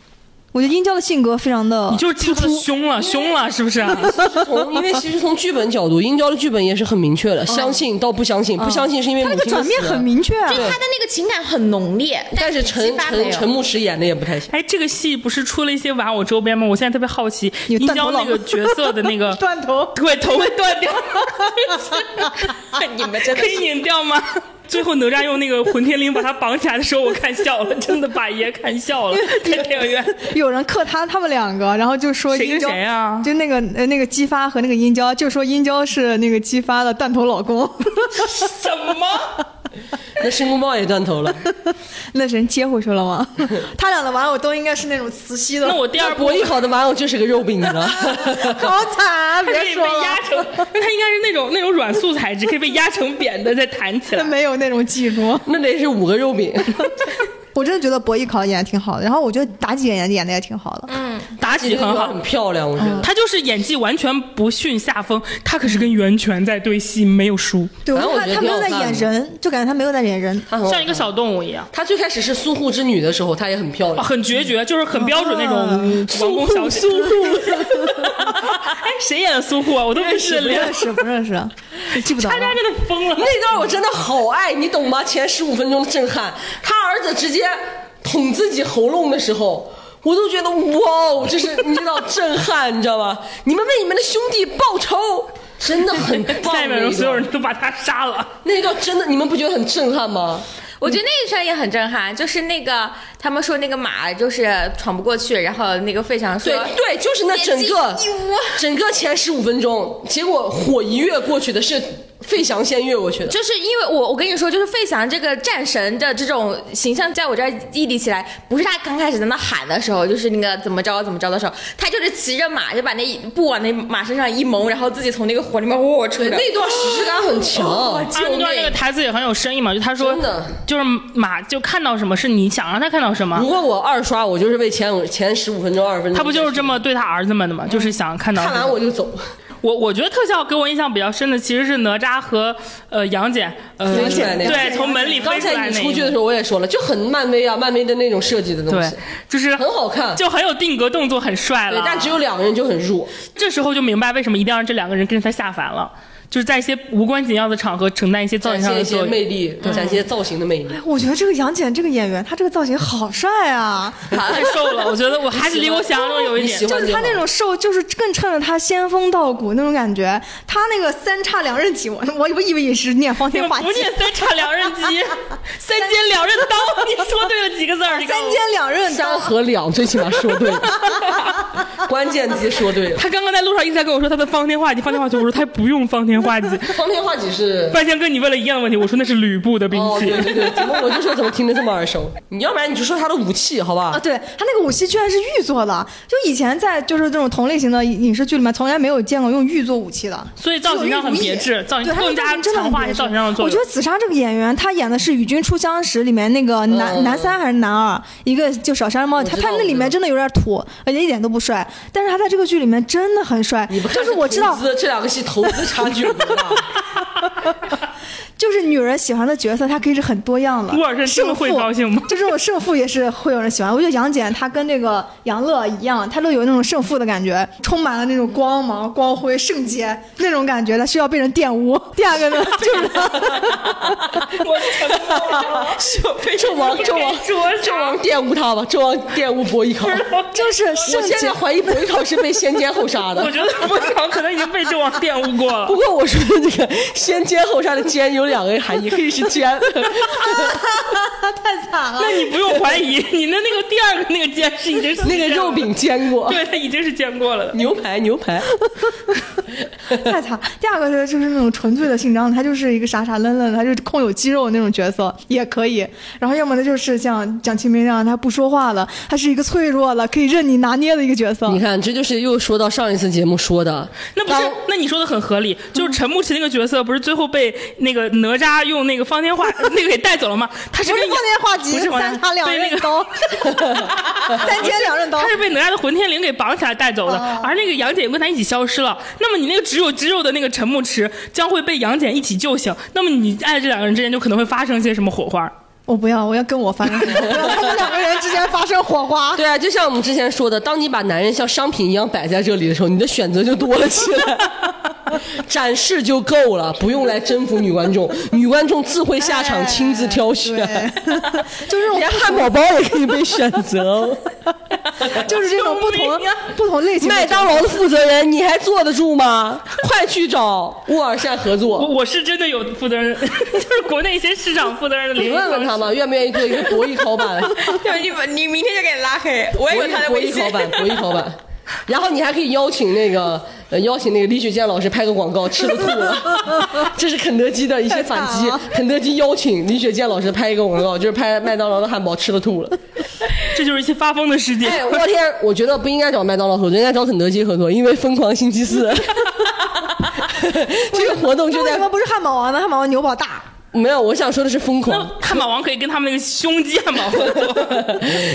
Speaker 5: 我觉得殷郊的性格非常的
Speaker 2: 你就是记住他的凶
Speaker 5: 嗯
Speaker 2: 了，凶了，是不是 啊？
Speaker 3: 从因为其实从剧本角度，殷郊的剧本也是很明确的，相信到不相信，不相信是因为
Speaker 5: 他
Speaker 3: 母
Speaker 5: 那
Speaker 3: 亲
Speaker 5: 个转变
Speaker 3: 的死
Speaker 5: 很。明确啊，
Speaker 4: 就是他的那个情感很浓烈，
Speaker 3: 但是
Speaker 4: 激
Speaker 3: 陈
Speaker 4: 发没
Speaker 3: 陈
Speaker 4: 有
Speaker 3: 陈牧驰演的也不太行。
Speaker 2: 哎，这个戏不是出了一些玩偶周边吗？我现在特别好奇，
Speaker 5: 有
Speaker 2: 殷
Speaker 5: 断
Speaker 2: 郊
Speaker 5: 头
Speaker 2: 那个
Speaker 5: 了
Speaker 2: 角色的那 个
Speaker 5: 断头。
Speaker 2: 对头会断 掉，
Speaker 4: 你们真
Speaker 2: 可以拧掉吗？最后哪吒用那个混天绫把他绑起来的时候，我看笑了，真的把爷看笑了，在电影 院。
Speaker 5: 有人克他他们两个，然后就说
Speaker 2: 谁跟
Speaker 5: 殷郊
Speaker 2: 谁啊
Speaker 5: 就那个呃那个姬发和那个殷郊，就说殷郊是那个姬发的断头老公，
Speaker 2: 什么？
Speaker 3: 那申公豹也断 头了，
Speaker 5: 那人接回去了吗？他俩的玩偶都应该是那种磁吸的，
Speaker 2: 那我第二部
Speaker 3: 博弈好的玩偶就是个肉饼呢。
Speaker 5: 好惨，
Speaker 2: 他
Speaker 5: 啊
Speaker 2: 可
Speaker 5: 别
Speaker 2: 以被
Speaker 5: 说
Speaker 2: 压
Speaker 5: 了，
Speaker 2: 成，因为他应该是那种那种软塑材质，可以被压成扁的再弹起来。
Speaker 5: 没有那种技术。
Speaker 3: 那得是五个肉饼，
Speaker 5: 我真的觉得博弈考演的挺好的，然后我觉得妲己演演的也挺好的，
Speaker 2: 妲己很好，
Speaker 3: 很嗯漂亮，我觉得。
Speaker 2: 他就是演技完全不逊下风，他可是
Speaker 5: 嗯
Speaker 2: 跟袁泉在对戏，没有输，
Speaker 5: 对，我
Speaker 3: 反正我觉得
Speaker 5: 就看他没有在
Speaker 3: 挺好看的
Speaker 5: 演人，就感觉他没有在演人。
Speaker 3: 他很好
Speaker 2: 像一个小动物一样。
Speaker 3: 他最开始是苏护之女的时候，她也很漂
Speaker 2: 啊
Speaker 3: 亮。
Speaker 5: 啊
Speaker 2: 很决绝，就是很标准那种王宫小姐。 哎，谁演的苏护啊？我都不记得
Speaker 5: 不
Speaker 2: 脸
Speaker 5: 认。识，不认识，哎记不得了
Speaker 2: 他。家真的疯了，
Speaker 3: 那段我真的好爱，你懂吗？前十五分钟的震撼，他儿子直接捅自己喉咙的时候，我都觉得哇哦，就是你知道震撼，你知道吗？你们为你们的兄弟报仇，真的很 棒。
Speaker 2: 下一秒钟
Speaker 3: 那一段
Speaker 2: 所有人都把他杀了。
Speaker 3: 那一段真的，你们不觉得很震撼吗？
Speaker 4: 我觉得那一场也很震撼，就是那个他们说那个马就是闯不过去，然后那个费翔说
Speaker 3: 对对，就是那整个
Speaker 4: 眼睛一捂
Speaker 3: 整个前十五分钟，结果火一跃过去的是费翔先跃过去的。
Speaker 4: 就是因为我，我跟你说，就是费翔这个战神的这种形象，在我这儿屹立起来，不是他刚开始在那喊的时候，就是那个怎么着怎么着的时候，他就是骑着马就把那一布往那马身上一蒙，然后自己从那个火里面喔喔出
Speaker 3: 对，
Speaker 4: 来。
Speaker 3: 那段实质感很强。
Speaker 2: 啊，那段那个台词也很有深意嘛，就他说
Speaker 3: 真的，
Speaker 2: 就是马就看到什么是你想让他看到什么
Speaker 3: 不，过我二刷，我就是为前五前十五分钟、二十分钟，
Speaker 2: 他不就是这么对他儿子们的吗？就是想看到
Speaker 3: 看
Speaker 2: 什么
Speaker 3: 完我就走。
Speaker 2: 我我觉得特效给我印象比较深的其实是哪吒和呃杨戬，呃
Speaker 3: 飞起来那个
Speaker 2: 对，从门里
Speaker 3: 嗯刚
Speaker 2: 飞出
Speaker 3: 才
Speaker 2: 来
Speaker 3: 你
Speaker 2: 那
Speaker 3: 出
Speaker 2: 一
Speaker 3: 去的
Speaker 2: 幕
Speaker 3: 时候，我也说了，就很漫威啊，漫威的那种设计的东
Speaker 2: 对
Speaker 3: 西，，
Speaker 2: 就是
Speaker 3: 很好看。
Speaker 2: 就很有定格动作，很帅
Speaker 3: 对
Speaker 2: 了，。
Speaker 3: 但只有两个人就很弱。
Speaker 2: 这时候就明白为什么一定要让这两个人跟着他下凡了，就是在一些无关紧要的场合承担一些造
Speaker 3: 展
Speaker 2: 型上的
Speaker 3: 现一
Speaker 2: 作
Speaker 3: 些
Speaker 2: 用。
Speaker 3: 魅力，展现一些造型的魅 力。
Speaker 5: 我觉得这个杨戬这个演员，他这个造型好帅啊！
Speaker 2: 太瘦了，我觉得我还是离我想象中有一
Speaker 3: 你
Speaker 2: 点
Speaker 3: 喜。
Speaker 5: 就
Speaker 3: 欢
Speaker 5: 是他
Speaker 3: 好
Speaker 5: 那种瘦，就是更衬着他仙风道骨那种感觉。他那个三叉两刃戟，我我我以为也是念方
Speaker 2: 你
Speaker 5: 天
Speaker 2: 们
Speaker 5: 画
Speaker 2: 不
Speaker 5: 戟，
Speaker 2: 念三叉两 刃戟，三尖两刃刀，你说对了几个字儿？你告诉
Speaker 5: 三
Speaker 2: 我
Speaker 5: 尖两刃刀
Speaker 3: 三。和两最起码说对了， 关键字说对了。
Speaker 2: 他刚刚在路上一直在跟我说他的方天画戟，方天画戟。我说他不用方天画戟。
Speaker 3: 方天画 戟是
Speaker 2: 半仙哥，你问了一样的问题，我说那是吕布的兵
Speaker 3: 哦，
Speaker 2: 器。
Speaker 3: 对对对，怎么我就说怎么听着这么耳熟？你要不然你就说他的武器好
Speaker 5: 啊，
Speaker 3: 吧？
Speaker 5: 对他那个武器居然是玉做的，就以前在就是这种同类型的影视剧里面，从来没有见过用玉做武器的。
Speaker 2: 所以造型上很别致，造型
Speaker 5: 对，他
Speaker 2: 更
Speaker 5: 的造
Speaker 2: 加
Speaker 5: 型真的
Speaker 2: 强
Speaker 5: 很
Speaker 2: 化一
Speaker 5: 别
Speaker 2: 些
Speaker 5: 致
Speaker 2: 造型上的作
Speaker 5: 我觉
Speaker 2: 用
Speaker 5: 得。紫砂这个演员，他演的是《与君初相识》里面那个男、
Speaker 3: 嗯
Speaker 5: 男三还是男二，一个就小山猫，
Speaker 3: 知
Speaker 5: 他
Speaker 3: 道
Speaker 5: 他
Speaker 3: 我
Speaker 5: 那里面
Speaker 3: 知
Speaker 5: 真的有点土，而且一点都不帅。但是他在这个剧里面真的很帅
Speaker 3: 你不，看
Speaker 5: 就是我知道
Speaker 3: 投，资这两个戏投资差距有 多大？
Speaker 5: 就是女人喜欢的角色，她可以是很多样的。
Speaker 2: 沃尔善听了会
Speaker 5: 胜负
Speaker 2: 高兴吗
Speaker 5: 就这种胜负也是会有人喜欢。我觉得杨戬他跟这个杨乐一样，他都有那种胜负的感觉，充满了那种光芒、光辉、圣洁那种感觉，他需要被人玷污。第二个呢，就是 他
Speaker 3: 纣王，纣王，纣王玷污他吧，纣王玷污伯邑考。我
Speaker 5: 就是圣
Speaker 3: 现
Speaker 5: 洁
Speaker 3: 在。怀疑伯邑考是被先奸后杀的
Speaker 2: 我。觉得冯小可能已经被纣王玷污过了
Speaker 3: 不。过我说的这个“先奸后杀”的“奸”有两个含义，可以是奸，
Speaker 5: 太惨了
Speaker 2: 那。你不用怀疑，你的那个第二个那个煎是已经是
Speaker 3: 那个肉，饼煎过，
Speaker 2: 对，它已经是煎过了的。
Speaker 3: 牛排牛排，
Speaker 5: 太惨。第二个就是就是那种纯粹的性张力，他就是一个傻傻愣愣的，他就是空有肌肉那种角色也可以。然后要么呢就是像蒋勤明这样，他不说话了，他是一个脆弱了，可以任你拿捏的一个角色
Speaker 3: 你。看，这就是又说到上一次节目说的，
Speaker 2: 那不是，那你说的很合理，就是陈木奇那个角色不是最后被那个哪吒用那个方天画 那个给带走了吗？他是
Speaker 5: 不
Speaker 2: 跟
Speaker 5: 是放天画戟
Speaker 2: 不是，方天
Speaker 5: 三叉两
Speaker 2: 被那
Speaker 5: 刃
Speaker 2: 个
Speaker 5: 刀，三尖两刃刀
Speaker 2: 他。是被哪吒的混天绫给绑起来带
Speaker 3: 哦
Speaker 2: 走的，而那个杨戬跟他一起消失了。那么你那个只有肌肉的那个陈牧驰将会被杨戬一起救醒，那么你爱这两个人之间就可能会发生些什么火花？
Speaker 5: 我不要，我要跟我 发生火花，不要他们两个人之间发生火花。
Speaker 3: 对啊，就像我们之前说的，当你把男人像商品一样摆在这里的时候，你的选择就多了起来， 展示就够了，不用来征服女观众，女观众自会下场亲自挑选，
Speaker 5: 哎就是
Speaker 3: 连汉堡包也可以被选择。哦
Speaker 5: 就是这种不同
Speaker 2: 救命啊
Speaker 5: 不同类型的
Speaker 3: 麦当劳的负责人，你还坐得住吗？快去找沃尔善合
Speaker 2: 我
Speaker 3: 作，
Speaker 2: 我是真的有负责人， 就是国内一些市场负责人的
Speaker 3: 你
Speaker 2: 联系
Speaker 3: 问
Speaker 2: 方式。
Speaker 3: 问他嘛，愿不愿意做一个国艺考版？
Speaker 4: 你你明天就给你拉黑，我也
Speaker 3: 国
Speaker 4: 有
Speaker 3: 艺
Speaker 4: 他的
Speaker 3: 国
Speaker 4: 微
Speaker 3: 艺
Speaker 4: 信
Speaker 3: 考。版，国艺考版。然后你还可以邀请那个呃邀请那个李雪健老师拍个广告，吃的吐了。这是肯德基的一些反击
Speaker 5: 太惨了，
Speaker 3: 肯德基邀请李雪健老师拍一个广告，就是拍麦当劳的汉堡吃了吐了。
Speaker 2: 这就是一些发疯的世界。
Speaker 3: 哎，我天，我觉得不应该找麦当劳合作，应该找肯德基合作，因为疯狂星期四。 这个活动
Speaker 5: 那
Speaker 3: 就
Speaker 5: 为
Speaker 3: 在
Speaker 5: 什么不是汉堡王呢？汉堡王牛堡大，
Speaker 3: 没有，我想说的是疯狂。
Speaker 2: 那汉堡王可以跟他们那个啊胸肌 汉堡合作，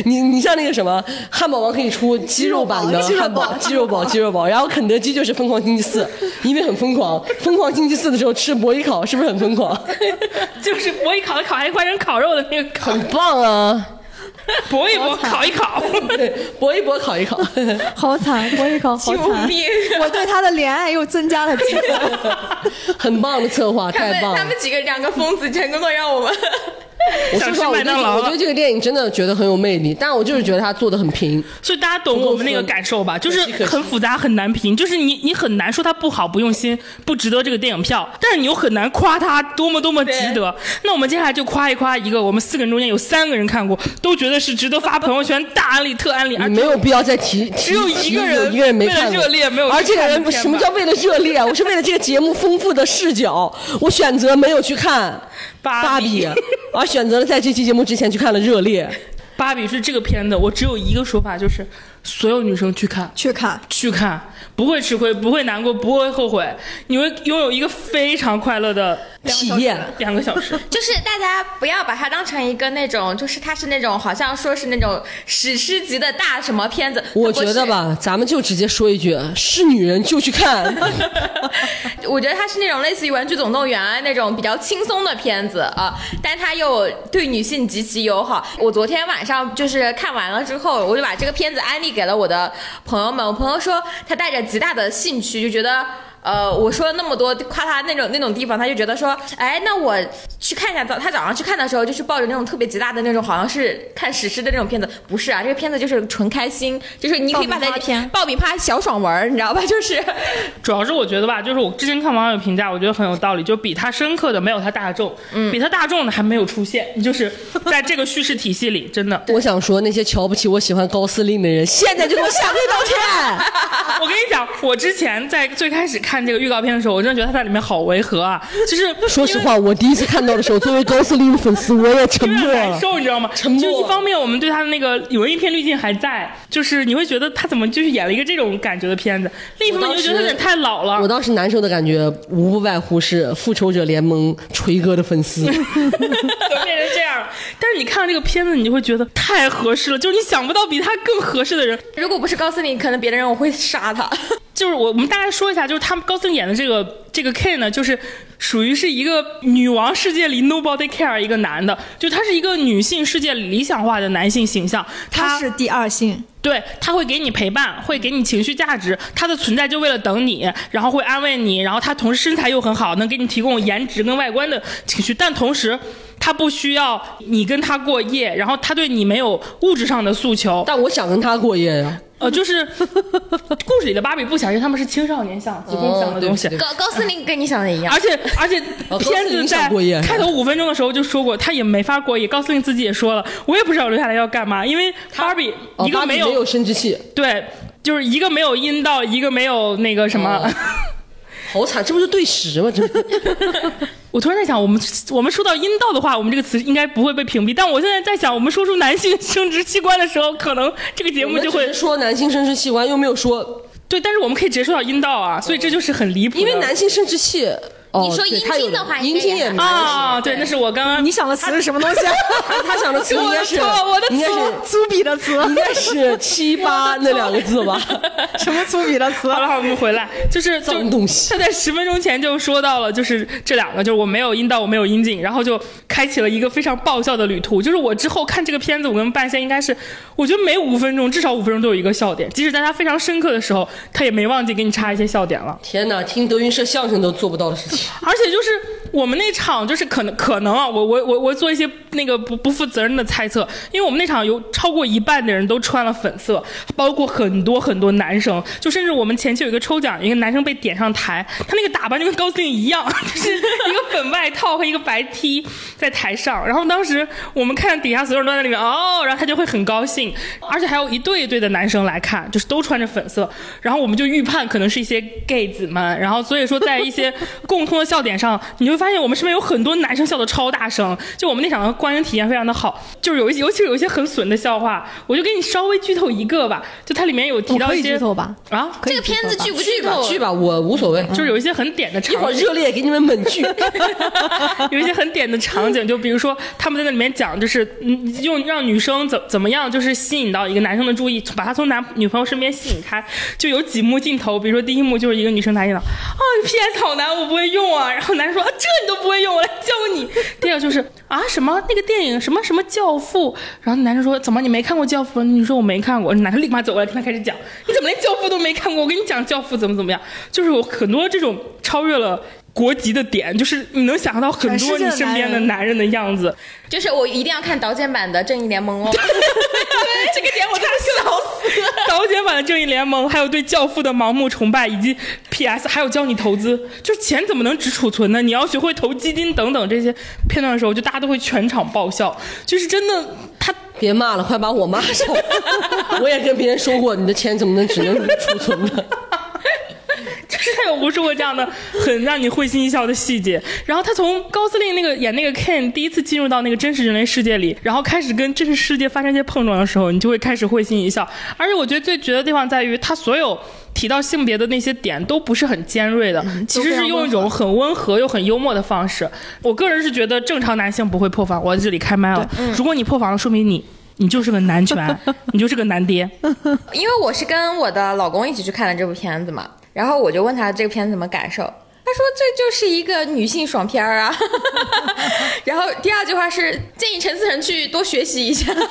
Speaker 3: 你你像那个什么汉堡王可以出鸡肉版的
Speaker 5: 鸡肉堡
Speaker 3: 汉堡，鸡肉堡，鸡肉堡。然后肯德基就是疯狂星期四，因为很疯狂。疯狂星期四的时候吃博一烤，是不是很疯狂？
Speaker 2: 就是我一烤烤还换成烤肉的那个烤。
Speaker 3: 很棒啊！
Speaker 2: 搏一搏，考一 考。
Speaker 3: 对，搏一搏，考一考。
Speaker 5: 好惨，我也考好
Speaker 4: 救
Speaker 5: 惨，
Speaker 4: 命！
Speaker 5: 我对他的怜爱又增加了几分。
Speaker 3: 很棒的策划，
Speaker 4: 他们
Speaker 3: 太棒
Speaker 4: 他
Speaker 3: 了
Speaker 4: 们！几个两个疯子，全工作让我们
Speaker 3: 我说实
Speaker 2: 想
Speaker 3: 话，
Speaker 2: 吃
Speaker 3: 我
Speaker 2: 麦
Speaker 3: 对
Speaker 2: 当劳
Speaker 3: 我
Speaker 2: 了
Speaker 3: 对这个电影真的觉得很有魅力，但我就是觉得它做的很平。
Speaker 2: 所以大家懂我们那个感受吧，就是很复杂、很难评，就是你你很难说它不好、不用心、不值得这个电影票，但是你又很难夸它多么多么值得。那我们接下来就夸一夸一个，我们四个人中间有三个人看过，都觉得是值得发朋友圈大安利、特安利，而
Speaker 3: 你没有必要再提，只
Speaker 2: 有一个人
Speaker 3: 有一个人没看
Speaker 2: 为
Speaker 3: 过
Speaker 2: 了热烈没有去
Speaker 3: 而这个
Speaker 2: 看
Speaker 3: 人
Speaker 2: 这片
Speaker 3: 什么叫为了热烈？啊我是为了这个节目丰富的视角，我选择没有去看
Speaker 2: 芭比
Speaker 3: 芭比，而选择了在这期节目之前去看了热烈。
Speaker 2: 芭比是这个片子，我只有一个说法，就是所有女生去看。
Speaker 5: 去看，
Speaker 2: 去看，不会吃亏，不会难过，不会后悔，你会拥有一个非常快乐的
Speaker 3: 体验
Speaker 2: 两个小时。
Speaker 4: 就是大家不要把它当成一个那种，就是它是那种好像说是那种史诗级的大什么片子。
Speaker 3: 我
Speaker 4: 它不
Speaker 3: 觉得
Speaker 4: 是
Speaker 3: 吧，咱们就直接说一句：是女人就去看。
Speaker 4: 我觉得它是那种类似于《玩具总动员》啊那种比较轻松的片子啊，但它又对女性极其友好。我昨天晚上就是看完了之后，我就把这个片子安利给了我的朋友们。我朋友说他带着极大的兴趣，就觉得。呃，我说了那么多夸他那种那种地方，他就觉得说，哎，那我去看一下。早他早上去看的时候，就是抱着那种特别极大的那种，好像是看史诗的那种片子，不是啊，这个片子就是纯开心，就是你可以把它
Speaker 5: 爆米花片
Speaker 4: 爆米花小爽文儿，你知道吧？就是
Speaker 2: 主要是我觉得吧，就是我之前看网友评价，我觉得很有道理，就比他深刻的没有他大众，
Speaker 3: 嗯。
Speaker 2: 比他大众的还没有出现，就是在这个叙事体系里， 真的
Speaker 3: 我想说，那些瞧不起我喜欢高司令的人，现在就给我下跪道歉。
Speaker 2: 我跟你讲，我之前在最开始看这个预告片的时候，我真的觉得他在里面好违和啊，就是
Speaker 3: 说实话，我第一次看到的时候，作为高司令的粉丝，我也沉
Speaker 2: 有
Speaker 3: 默
Speaker 2: 点
Speaker 3: 了
Speaker 2: 难。受，你知道吗？
Speaker 3: 沉默
Speaker 2: 就一方面，我们对他的那个文艺片滤镜还在，就是你会觉得他怎么就是演了一个这种感觉的片子；另一方面，
Speaker 3: 我
Speaker 2: 你
Speaker 3: 当
Speaker 2: 就
Speaker 3: 时
Speaker 2: 觉得他有点太老了。
Speaker 3: 我当时难受的感觉，无不外乎是《复仇者联盟》锤哥的粉丝，
Speaker 2: 怎么变成这样？但是你看到这个片子，你就会觉得太合适了，就是你想不到比他更合适的人。
Speaker 4: 如果不是告诉你，可能别的人我会杀他。
Speaker 2: 就是我我们大概说一下，就是他们高僧演的这个这个 K 呢，就是属于是一个女王世界里 nobody care 一个男的，就他是一个女性世界里理想化的男性形象，
Speaker 5: 他是第二性，
Speaker 2: 对，他会给你陪
Speaker 3: 嗯
Speaker 2: 伴，会给你情绪价值，他的存在就为了等你，然后会安慰你，然后他同时身材又很好，能给你提供颜值跟外观的情绪，但同时他不需要你跟他过夜，然后他对你没有物质上的诉求，
Speaker 3: 但我想跟他过夜呀、
Speaker 2: 呃，就是 故事里的芭比不想，因为他们是青少年向、子宫向的东西。
Speaker 3: 哦对不起
Speaker 4: 高高司令跟你想的一样，
Speaker 2: 而且而且，
Speaker 3: 哦
Speaker 2: 片
Speaker 3: 高司
Speaker 2: 子
Speaker 3: 令
Speaker 2: 在
Speaker 3: 想过夜
Speaker 2: 开头五分钟的时候就说过，他也没法过夜。高司令自己也说了，我也不知道我留下来要干嘛，因为芭比
Speaker 3: 哦
Speaker 2: 一个
Speaker 3: 芭比
Speaker 2: 没
Speaker 3: 没
Speaker 2: 有
Speaker 3: 有生殖器，
Speaker 2: 对，就是一个没有阴道，一个没有那个什么。
Speaker 3: 哦好惨，哦这不就对时吗？这 不是
Speaker 2: 我突然在想，我们我们说到阴道的话，我们这个词应该不会被屏蔽。但我现在在想，我们说出男性生殖器官的时候，可能这个节
Speaker 3: 我
Speaker 2: 目
Speaker 3: 们
Speaker 2: 就
Speaker 3: 只
Speaker 2: 会
Speaker 3: 是说男性生殖器官，又没有说，
Speaker 2: 对，但是我们可以直接说到阴道啊，所以这就是很离谱的。
Speaker 3: 因为男性生殖器，哦、
Speaker 4: 你说
Speaker 3: 对
Speaker 4: 阴
Speaker 3: 他有
Speaker 4: 茎的话
Speaker 3: 阴茎也没有。哎
Speaker 2: 啊，对，那是我刚刚
Speaker 5: 你想的词是什么东西？
Speaker 3: 他想 的词应该是，
Speaker 5: 我的
Speaker 3: 应该是
Speaker 5: 粗粗鄙的词，
Speaker 3: 应该是七八那两个字 吧？
Speaker 5: 什么粗鄙的词？
Speaker 2: 好了，好了，我们回来，就是就
Speaker 3: 脏东西
Speaker 2: 他在十分钟前就说到了，就是这两个，就是我没有阴道，我没有阴茎，然后就开启了一个非常爆笑的旅途。就是我之后看这个片子，我跟半仙应该是，我觉得每五分钟至少五分钟都有一个笑点，即使在他非常深刻的时候，他也没忘记给你插一些笑点了。
Speaker 3: 天哪，听德云社相声都做不到的事 情。
Speaker 2: 而且就是我们那场，就是可能可能啊，我我我我做一些那个不不负责任的猜测，因为我们那场有超过一半的人都穿了粉色，包括很多很多男生，就甚至我们前期有一个抽奖，一个男生被点上台，他那个打扮就跟高司令一样， 就是一个粉外套和一个白 T 在台上，然后当时我们看底下所有人都在那边哦，然后他就会很高兴，而且还有一对一对的男生来看，就是都穿着粉色，然后我们就预判可能是一些 gay 子们，然后所以说在一 些共通的笑点上，你会发现我们身边有很多男生笑的超大声，就我们那场的观影体验非常的好，就是有一些尤其是有一些很损的笑话，我就给你稍微剧透一个吧，就它里面有提
Speaker 5: 我
Speaker 2: 到
Speaker 5: 哦可
Speaker 2: 一
Speaker 5: 以剧
Speaker 2: 些
Speaker 5: 透吧？
Speaker 2: 啊，
Speaker 5: 可以
Speaker 4: 这个片子
Speaker 5: 剧
Speaker 4: 剧不
Speaker 3: 去
Speaker 4: 剧
Speaker 3: 吧
Speaker 4: 透？
Speaker 3: 去吧，我嗯无所谓。
Speaker 2: 就是有一些很点的场
Speaker 3: 一
Speaker 2: 景，
Speaker 3: 会儿热烈给你们猛 剧，
Speaker 2: 有一些很点的场景，就比如说他们在那里面讲，就是嗯，用让女生怎怎么样，就是吸引到一个男生的注意，把他从男女朋友身边吸引开。就哦有几幕镜头，比如说第一幕就是一个女生拿电脑，啊，你 PS 好难，我不会用啊。然后男生说、啊、这你都不会用，我来教你。 第二个就是啊什么那个电影什么什么教父，然后男生说怎么你没看过教父？你说我没看过，男生立马走过来跟他开始讲，你怎么连教父都没看过？我跟你讲教父怎么怎么样，就是有很多这种超越了。国籍的点就是你能想象到很多你身边的男人的样子，
Speaker 1: 就是我一定要看导剪版的《正义联盟》哦。这个点我真的笑死了。
Speaker 2: 导剪版的《正义联盟》，还有对教父的盲目崇拜，以及 PS，还有教你投资，就是钱怎么能只储存呢？你要学会投基金等等这些片段的时候，就大家都会全场爆笑，就是真的他。
Speaker 3: 别骂了，快把我骂上！ 我也跟别人说过，你的钱怎么能只能储存呢？
Speaker 2: 就是他有无数个这样的很让你会心一笑的细节。然后他从高司令那个演那个 Ken 第一次进入到那个真实人类世界里，然后开始跟真实世界发生一些碰撞的时候，你就会开始会心一笑。而且我觉得最绝的地方在于，他所有提到性别的那些点都不是很尖锐的，其实是用一种很温和又很幽默的方式。我个人是觉得正常男性不会破防。我这里开麦了，如果你破防了，说明你。你就是个男权， 你就是个男爹。
Speaker 1: 因为我是跟我的老公一起去看的这部片子嘛，然后我就问他这个片子怎么感受，他说这就是一个女性爽片儿啊。 然后第二句话是建议陈思诚去多学习一下。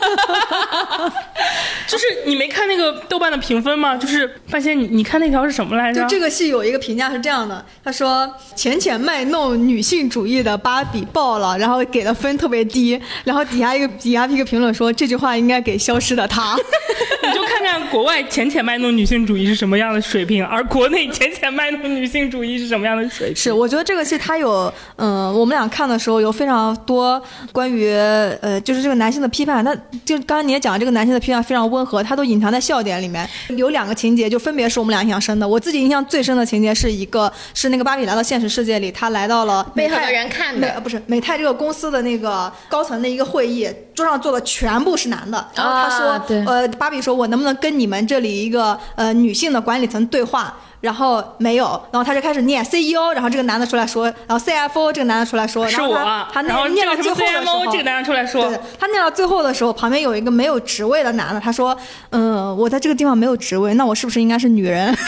Speaker 2: 就是你没看那个豆瓣的评分吗？就是半仙，你你看那条是什么来着？
Speaker 5: 就这个戏有一个评价是这样的，他说浅浅卖弄女性主义的芭比爆了，然后给的分特别低，然后底下一个底下一个评论说这句话应该给消失的她。
Speaker 2: 你就看看国外浅浅卖弄女性主义是什么样的水平，而国内浅浅卖弄女性主义是什么样的水平？
Speaker 5: 是，我觉得这个戏它有，嗯、我们俩看的时候有非常多关于呃，就是这个男性的批判，他就刚刚你也讲，这个男性的批判非常温和，他都隐藏在笑点里面。有两个情节，就分别是我们俩印象深的。我自己印象最深的情节是一个是那个芭比来到现实世界里，他来到了
Speaker 1: 被
Speaker 5: 美泰
Speaker 1: 很多人看的
Speaker 5: 美呃不是美泰这个公司的那个高层的一个会议，桌上坐的全部是男的，然后他说，
Speaker 1: 啊对
Speaker 5: 呃，芭比说，我能不能跟你们这里一个呃女性的管理层对话？然后没有，然后他就开始念 CEO，然后这个男的出来说，然后 CFO 这个男的出来说，
Speaker 2: 是
Speaker 5: 然后
Speaker 2: 我
Speaker 5: 他
Speaker 2: 啊，
Speaker 5: 他
Speaker 2: 然后
Speaker 5: 念
Speaker 2: 这个什
Speaker 5: 念到最
Speaker 2: 么
Speaker 5: 后的时
Speaker 2: CMO，
Speaker 5: 候
Speaker 2: 这个男的出来说
Speaker 5: 对，对，他念到最后的时候，旁边有一个没有职位的男的，他说：“嗯，我在这个地方没有职位，那我是不是应该是女 人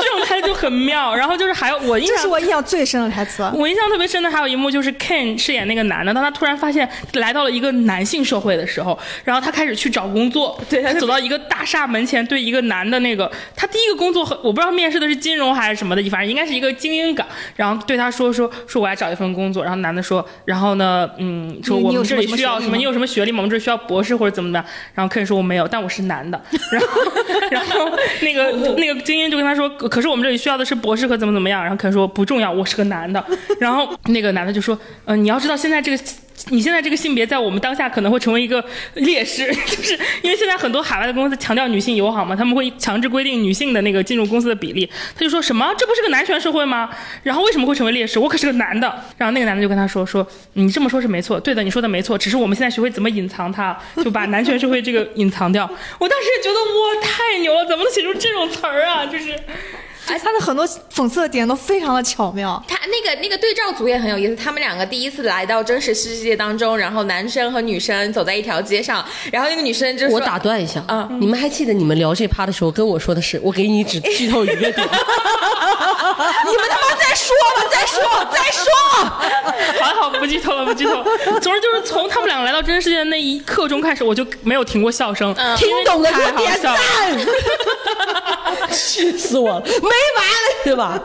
Speaker 2: 这种态度很妙。然后就是还有我？”印
Speaker 5: 这
Speaker 2: 象
Speaker 5: 是我印象最深的台词。
Speaker 2: 我印象特别深的还有一幕，就是 Ken 饰演那个男的，当他突然发现来到了一个男性社会的时候，然后他开始去找工作，对他走到一个大厦门前，对一个男的那个，他第一个工作很我不知道面试的是金融还是什么的，反正应该是一个精英岗，然后对他说说说我要找一份工作，然后男的说，然后呢，嗯，说
Speaker 5: 你
Speaker 2: 我们
Speaker 5: 你有
Speaker 2: 这里
Speaker 5: 什么
Speaker 2: 需要
Speaker 5: 学历
Speaker 2: 什么，
Speaker 5: 吗
Speaker 2: 你有什么学历吗？我们这里需要博士或者怎么怎么样，然后 Ken 说我没有，但我是男的，然后然后那 个那个精英就跟他说，可可是我们这里需要的是博士和怎么怎么样，然后 Ken 说不重要，我是个男的，然后那个男的就说，嗯、你要知道现在这个。你现在这个性别在我们当下可能会成为一个劣势， 就是因为现在很多海外的公司强调女性友好嘛，他们会强制规定女性的那个进入公司的比例。他就说什么这不是个男权社会吗？然后为什么会成为劣势？我可是个男的。然后那个男的就跟他说说你这么说是没错，对的，你说的没错，只是我们现在学会怎么隐藏它，就把男权社会这个隐藏掉。我当时也觉得哇太牛了，怎么能写出这种词儿啊？就是。
Speaker 5: 哎， 他的很多讽刺的点都非常的巧妙。
Speaker 1: 他那个那个对照组也很有意思，他们两个第一次来到真实世界当中，然后男生和女生走在一条街上，然后那个女生就说
Speaker 3: 我打断一下
Speaker 1: 啊
Speaker 3: 你们还记得你们聊这趴的时候跟我说的是，我给你只剧透一个 点，
Speaker 1: 你们他妈再说吧，再 说，再说。
Speaker 2: 还好不剧透了，不剧透。总之就是从他们两个来到真实世界的那一刻钟开始，我就没有停过笑声。
Speaker 3: 嗯听懂的给
Speaker 2: 太
Speaker 3: 我
Speaker 2: 好
Speaker 3: 点
Speaker 2: 笑了
Speaker 3: 赞， 气死我了，没完了对吧？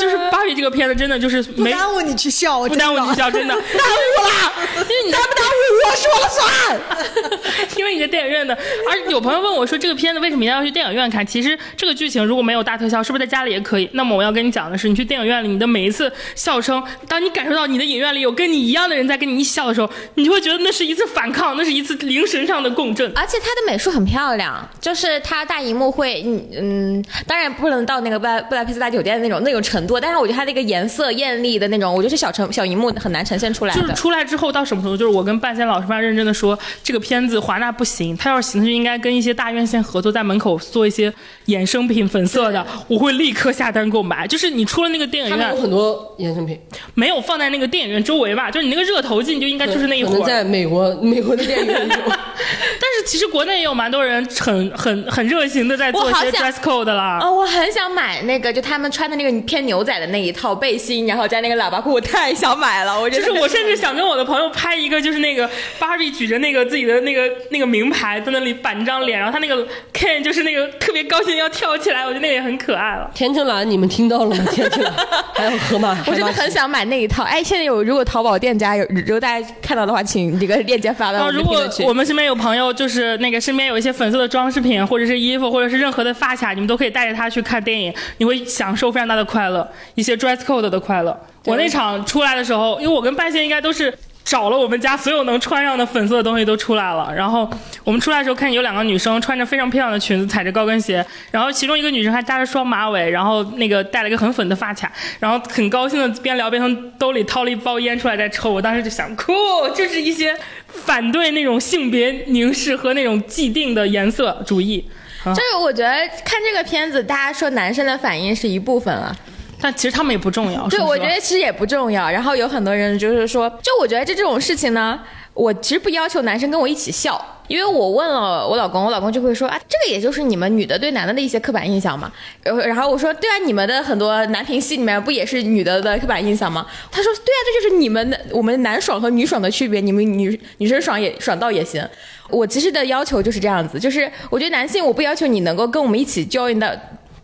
Speaker 2: 就是芭比这个片子真的就是
Speaker 5: 不
Speaker 2: 没
Speaker 5: 耽误你去笑，我
Speaker 2: 不
Speaker 5: 真的
Speaker 2: 耽误你去笑， 真的。
Speaker 3: 耽误了，你耽不耽误我说了算？
Speaker 2: 因为你在电影院的，而有朋友问我说，这个片子为什么一定要去电影院看？其实这个剧情如果没有大特效，是不是在家里也可以？那么我要跟你讲的是，你去电影院里，你的每一次笑声，当你感受到你的影院里有跟你一样的人在跟你一起笑的时候，你就会觉得那是一次反抗，那是一次灵神上的共振。
Speaker 1: 而且它的美术很漂亮，就是它大荧幕会，嗯嗯，当然不能到那个布莱布莱佩斯大酒店那种那种程度，但是我觉得它那个颜色艳丽的那种，我觉得是小成小荧幕很难呈现出来
Speaker 2: 就是
Speaker 1: 的。
Speaker 2: 出来之后到什么程度？就是我跟半仙老师非常认真的说，这个片子华纳不行，他要是行就应该跟一些大院线合作，在门口做一些衍生品粉色的，我会立刻下单购买。就是你出了那个电影
Speaker 3: 他们
Speaker 2: 院
Speaker 3: 有，很多衍生品，
Speaker 2: 没有放在那个电影院周围吧？就是你那个热头镜就应该就是那一
Speaker 3: 可能
Speaker 2: 会儿。
Speaker 3: 在美国，美国的电影里有。
Speaker 2: 但是其实国内也有蛮多人很很很热情的在做一些
Speaker 1: 我好想
Speaker 2: dress code 的啦。
Speaker 1: 哦，我很想买那个，就他们穿的那个偏牛仔的那一套背心，然后加那个喇叭裤，我太想买了。我觉
Speaker 2: 就
Speaker 1: 得
Speaker 2: 是我甚至想跟我的朋友拍一个，就是那个芭比举着那个自己的那个那个名牌在那里板张脸，然后他那个 Ken 就是那个特别高兴要跳起来，我觉得那个也很可爱了。
Speaker 3: 田正蓝，你们听到了吗？田正蓝，还有河马，
Speaker 1: 我真的
Speaker 3: 海马
Speaker 1: 很想买那一套。哎，现在有如果淘宝店家有，如果大家看到的话，请这个链接发
Speaker 2: 然
Speaker 1: 到
Speaker 2: 后
Speaker 1: 我们
Speaker 2: 如
Speaker 1: 的评
Speaker 2: 果
Speaker 1: 论区。
Speaker 2: 我们身边有朋友，就是那个身边有一些粉色的装饰品，或者是衣服，或者是任何的发卡，你们都可以带着它去看电影，你会享受非常大的快乐，一些 dress code 的快乐。我那场出来的时候，因为我跟半仙应该都是。找了我们家所有能穿上的粉色的东西都出来了，然后我们出来的时候看见有两个女生穿着非常漂亮的裙子，踩着高跟鞋，然后其中一个女生还扎着双马尾，然后那个戴了一个很粉的发卡，然后很高兴的边聊边从兜里掏了一包烟出来在抽，我当时就想，酷，就是一些反对那种性别凝视和那种既定的颜色主义。
Speaker 1: 就是我觉得看这个片子，大家说男生的反应是一部分了，
Speaker 2: 但其实他们也不重要。说
Speaker 1: 对，
Speaker 2: 实
Speaker 1: 我
Speaker 2: 话
Speaker 1: 觉得其实也不重要。然后有很多人就是说，就我觉得这这种事情呢，我其实不要求男生跟我一起笑，因为我问了我老公，我老公就会说啊，这个也就是你们女的对男的的一些刻板印象嘛。然后然后我说，对啊，你们的很多男频戏里面不也是女的的刻板印象吗？他说，对啊，这就是你们的我们男爽和女爽的区别，你们女女生爽也爽到也行。我其实的要求就是这样子，就是我觉得男性我不要求你能够跟我们一起 join 到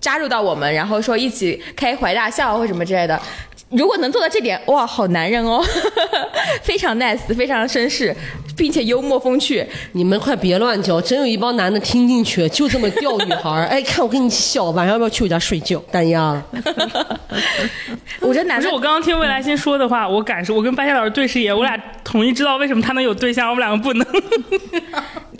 Speaker 1: 加入到我们，然后说一起开怀大笑或什么之类的。如果能做到这点，哇，好男人哦， 非常 nice，非常绅士，并且幽默风趣。
Speaker 3: 你们快别乱教，真有一帮男的听进去，就这么钓女孩儿。哎，看我跟你笑，晚上要不要去我家睡觉？单压了，
Speaker 1: 我觉得男
Speaker 2: 可是
Speaker 1: 生
Speaker 2: 我刚刚听魏来星说的话，我感受，我跟白天老师对视一眼，我俩统一知道为什么他能有对象，我们两个不能。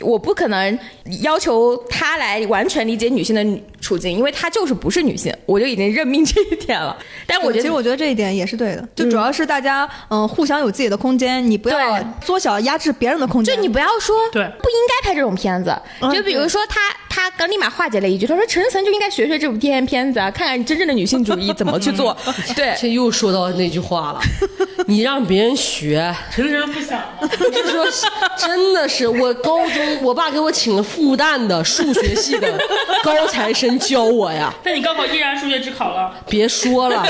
Speaker 1: 我不可能要求他来完全理解女性的处境，因为他就是不是女性，我就已经认命这一点了。但我觉
Speaker 5: 其实
Speaker 1: 得。
Speaker 5: 我觉得这一点也是对的，就主要是大家嗯、呃互相有自己的空间，你不要
Speaker 1: 对
Speaker 5: 缩小压制别人的空间。
Speaker 1: 就你不要说，
Speaker 2: 对
Speaker 1: 不应该拍这种片子。
Speaker 5: 嗯
Speaker 1: 就比如说他，他刚立马化解了一句，他说陈思诚就应该学学这部电影片子啊，看看真正的女性主义怎么去做。对，
Speaker 3: 这又说到那句话了， 你让别人学，
Speaker 2: 陈思诚不想吗？
Speaker 3: 就说真的是，我高中我爸给我请了复旦的数学系的高材生教我呀，
Speaker 2: 但你高考依然数学只考了，
Speaker 3: 别说了，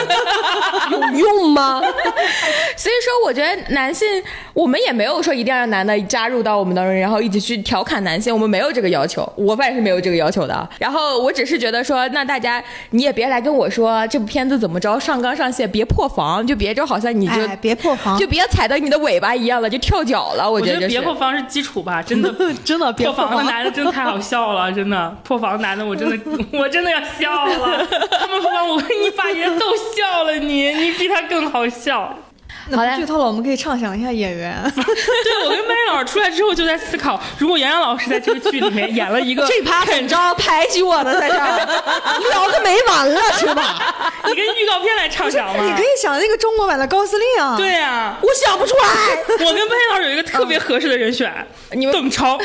Speaker 3: 有用吗？
Speaker 1: 所以说，我觉得男性，我们也没有说一定要让男的加入到我们当中，然后一起去调侃男性，我们没有这个要求，我反正是没有这个要求的啊。然后我只是觉得说，那大家你也别来跟我说这部片子怎么着上纲上线，别破防，就别就好像你就、
Speaker 5: 哎，别破防，
Speaker 1: 就别踩到你的尾巴一样了，就跳脚了。我
Speaker 2: 我
Speaker 1: 觉
Speaker 2: 觉
Speaker 1: 得
Speaker 2: 得
Speaker 1: 这
Speaker 2: 别
Speaker 1: 是
Speaker 2: 破防是基础 吧，真的。
Speaker 5: 真的别
Speaker 2: 破防的
Speaker 5: 防。
Speaker 2: 男的真的太好笑 了，真的破防男的我真的 我真的要笑了，他们破防我你把人逗笑了你，你比他更好笑。
Speaker 5: 那
Speaker 1: 好嘞啊
Speaker 5: 不剧透了，我们可以畅想一下 演员。
Speaker 2: 对我跟麦老师出来之后就在思考，如果杨洋老师在这个剧里面演了一个
Speaker 3: 这 趴怎着排挤我呢？在 这儿聊个没完了是吧？
Speaker 2: 你跟预告片来畅想
Speaker 5: 你
Speaker 2: 吗
Speaker 5: 可？以想那个中国版的高司令啊，，
Speaker 2: 对啊，
Speaker 3: 我想不出 来，
Speaker 2: 我跟班老师有一个特别合适的人选，
Speaker 1: 你们
Speaker 2: 邓超，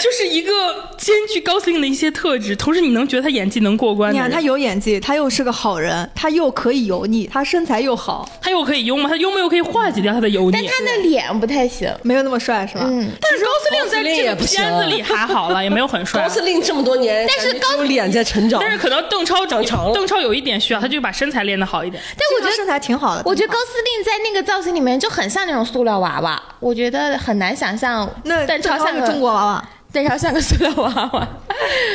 Speaker 2: 就是一个兼具高司令的一些特质，同时你能觉得他演技能过关
Speaker 5: 你
Speaker 2: 的人。
Speaker 5: 看他有演技，他又是个好人，他又可以油腻，他身材又好，
Speaker 2: 他又可以幽默，他幽默又可以化解掉他的油腻。
Speaker 1: 但他那脸不太行。
Speaker 5: 没有那么帅是吧？嗯，
Speaker 2: 但是高司令在
Speaker 3: 高司令
Speaker 2: 这
Speaker 3: 也
Speaker 2: 个
Speaker 3: 不行啊
Speaker 2: 片子里还好了，也没有很帅啊
Speaker 3: 高。司令这么多年，
Speaker 1: 但是
Speaker 3: 感觉只有脸在成长，
Speaker 2: 但是可能邓超
Speaker 3: 长长了
Speaker 2: 邓超有一点需要，他就把身材练得好一点。
Speaker 1: 但我觉得
Speaker 5: 身材挺好的。
Speaker 1: 我觉得高司令在那个造型里面就很像那种塑料娃娃，我觉得很难想象
Speaker 5: 那
Speaker 1: 邓超
Speaker 5: 超
Speaker 1: 像
Speaker 5: 像个中国娃娃。
Speaker 1: 邓超像个塑料娃 娃。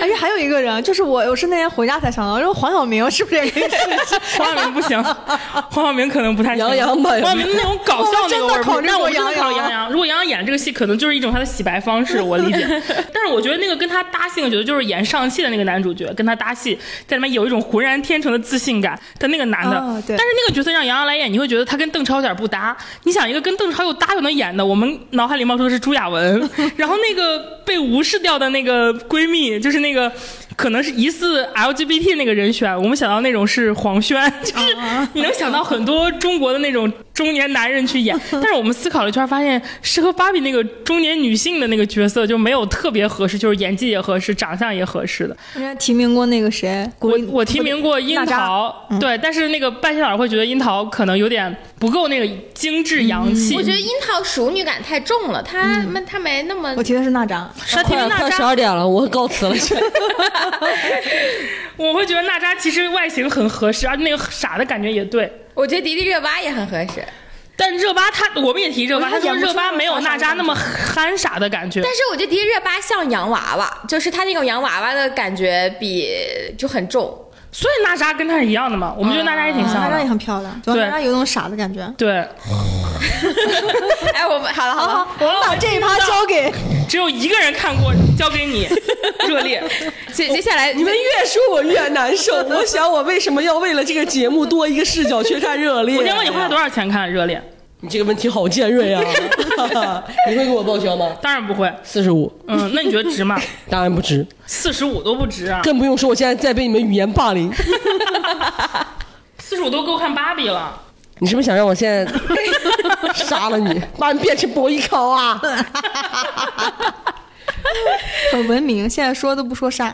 Speaker 5: 而且还有一个人，就是我，我是那天回家才想到，说黄晓明是不是也可以试试？
Speaker 2: 黄晓明不行，黄晓明可能不太行。
Speaker 3: 杨洋吧
Speaker 2: 黄晓明那种搞笑那个味儿不
Speaker 5: 我
Speaker 2: 是，
Speaker 5: 们真的考虑过
Speaker 2: 但我们真的考虑
Speaker 5: 杨洋
Speaker 2: 杨洋。如果杨洋演这个戏，可能就是一种他的洗白方式，我 理解。但是我觉得那个跟他搭戏，我觉得就是演上戏的那个男主角跟他搭戏，在里面有一种浑然天成的自信感。但那个男的，
Speaker 5: 哦对
Speaker 2: 但是那个角色让杨洋来演，你会觉得他跟邓超有点不搭。你想一个跟邓超又搭又能演的，我们脑海里 冒出的是朱亚文，然后那个被无视掉的那个闺蜜，就是那个。可能是疑似 LGBT 那个人选，我们想到那种是黄轩， 就是你能想到很多中国的那种中年男人去 演，但是我们思考了一圈，发现适合芭比那个中年女性的那个角色就没有特别合适，就是演技也合适，长相也合适的。
Speaker 5: 人家提名过那个谁，
Speaker 2: 我
Speaker 5: 我
Speaker 2: 我提名过樱桃，对，但是那个半仙老师会觉得樱桃可能有点不够那个精
Speaker 5: 嗯
Speaker 2: 致洋气。
Speaker 4: 我觉得樱桃熟女感太重了，她
Speaker 1: 嗯
Speaker 4: 们她没那么
Speaker 5: 我提的是娜扎，嗯
Speaker 2: 他提
Speaker 3: 快
Speaker 2: 名娜
Speaker 3: 快十
Speaker 2: 扎，
Speaker 3: 二点了，我告辞了。
Speaker 2: 我会觉得娜扎其实外形很合适，而且那个傻的感觉也对。
Speaker 4: 我觉得迪丽热巴也很合适，
Speaker 2: 但热巴她，我们也提热巴，
Speaker 5: 我
Speaker 2: 她
Speaker 5: 觉得她
Speaker 2: 说
Speaker 5: 演不出
Speaker 2: 热巴没有
Speaker 5: 那种
Speaker 2: 娜扎那么憨傻的感觉
Speaker 4: 但。是我觉得迪丽热巴像洋娃娃，就是她那种洋娃娃的感觉比就很重。
Speaker 2: 所以娜扎跟她是一样的嘛，我们觉得娜扎也挺像
Speaker 5: 啊娜扎也
Speaker 2: 的。
Speaker 5: 很漂亮，主要
Speaker 2: 对哦
Speaker 5: 娜扎有那种傻的感觉。
Speaker 2: 对，
Speaker 4: 哎，我们好了好了，
Speaker 5: 我们把这一趴交给
Speaker 2: 只有一个人看过，交给你， 热烈。
Speaker 4: 接接下来
Speaker 3: 你们越说我越难受。我想我为什么要为了这个节目多一个视角去看热
Speaker 4: 啊
Speaker 3: 烈？
Speaker 2: 我先问你花了多少钱看热烈？
Speaker 3: 你这个问题好尖锐 啊！你会给我报销吗？
Speaker 2: 当然不会。
Speaker 3: 四十五，
Speaker 2: 嗯，那你觉得值吗？
Speaker 3: 当然不值，
Speaker 2: 四十五都不值啊，
Speaker 3: 更不用说我现在在被你们语言霸凌。
Speaker 2: 四十五都够看芭比了。
Speaker 3: 你是不是想让我现 在杀了你，把你变成博弈考啊？
Speaker 5: 很文明，现在说都不说啥，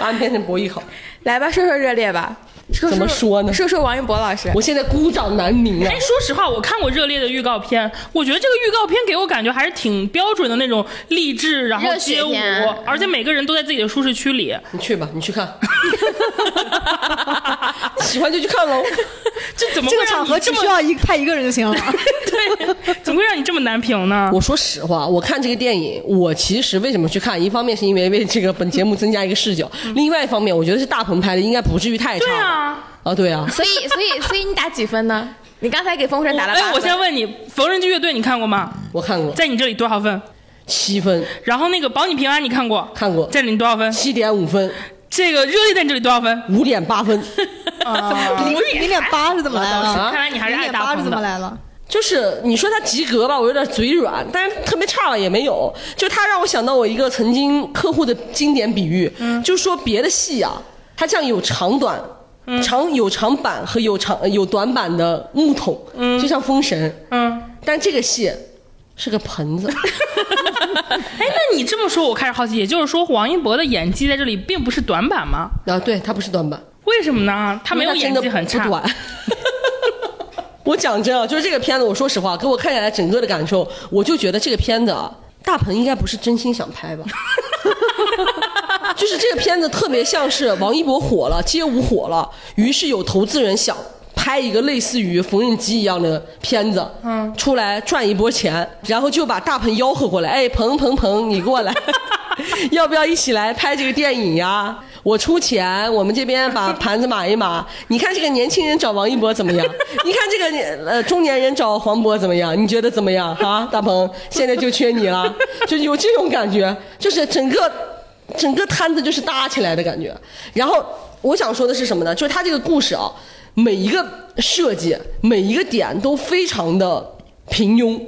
Speaker 3: 把你变成博弈考？
Speaker 4: 来吧，说说热烈吧。说
Speaker 3: 怎么说呢
Speaker 4: 说说王一博老师，
Speaker 3: 我现在孤掌难鸣啊
Speaker 2: 哎，！说实话，我看过《热烈》的预告片，我觉得这个预告片给我感觉还是挺标准的那种励志，然后
Speaker 4: 热血
Speaker 2: 街舞
Speaker 4: 片，
Speaker 2: 而且每个人都在自己的舒适区里。
Speaker 3: 你去吧，你去 看，喜欢就去看喽。
Speaker 2: 这怎么
Speaker 5: 这
Speaker 2: 会
Speaker 5: 个
Speaker 2: 让
Speaker 5: 场
Speaker 2: 你
Speaker 5: 合
Speaker 2: 这
Speaker 5: 只
Speaker 2: 么
Speaker 5: 需要一派一个人就 行了。
Speaker 2: 对？ 怎么会让你这么难评呢？
Speaker 3: 我说实话，我看这个电影，我其实为什么去看？一方面是因为为这个本节目增加一个视角，另外一方面，我觉得是大鹏拍的，应该不至于太差
Speaker 2: 对
Speaker 3: 了。
Speaker 2: 啊，
Speaker 3: 嗯啊，对啊，
Speaker 4: 所以所以所以你打几分呢？啊你刚才给风神
Speaker 2: 我
Speaker 4: 打了八
Speaker 2: 哎，
Speaker 4: 分
Speaker 2: 我先问你，《缝纫机乐队》你看过吗？
Speaker 3: 我看过
Speaker 2: 在你这里多少分？
Speaker 3: 七分，
Speaker 2: 然后那个《保你平安》你看过？
Speaker 3: 看过
Speaker 2: 在你多少分？
Speaker 3: 七点五分，
Speaker 2: 这个《热烈》在你这里多少分？
Speaker 3: 五点八分，
Speaker 2: 啊
Speaker 5: 零零点八是怎么来了？
Speaker 2: 看来你还是
Speaker 5: 零
Speaker 2: 爱
Speaker 5: 点
Speaker 2: 大
Speaker 5: 八是
Speaker 2: 鹏
Speaker 5: 怎么
Speaker 2: 的。
Speaker 5: 来了？
Speaker 3: 就是你说他及格吧，我有点嘴软，但是特别差了也没有。就他让我想到我一个曾经客户的经典比喻，就说别的戏啊，它像有长短。长有长板和有长有短板的木桶，就像封神，
Speaker 2: 嗯，
Speaker 3: 但这个戏是个盆子，
Speaker 2: 哎，那你这么说，我开始好奇，也就是说，王一博的演技在这里并不是短板吗？
Speaker 3: 啊，对，它不是短板，
Speaker 2: 为什么呢？他没有
Speaker 3: 因为
Speaker 2: 演
Speaker 3: 真的
Speaker 2: 技很
Speaker 3: 不
Speaker 2: 差，
Speaker 3: 短。 我讲真啊，就是这个片子，我说实话，给我看下来整个的感受，我就觉得这个片子啊，大鹏应该不是真心想拍吧。就是这个片子特别像是王一博火了，街舞火了，于是有投资人想拍一个类似于缝纫机一样的片子，嗯，出来赚一波钱，然后就把大鹏吆喝过来，哎，鹏鹏鹏，你过来， 要不要一起来拍这个电影呀？我出钱，我们这边把盘子码一码。你看这个年轻人找王一博怎么样？你看这个呃中年人找黄渤怎么样？你觉得怎么样？哈，大鹏，现在就缺你了，就有这种感觉，就是整个整个摊子就是搭起来的感觉。然后我想说的是什么呢？就是他这个故事啊，每一个设计、每一个点都非常的平庸，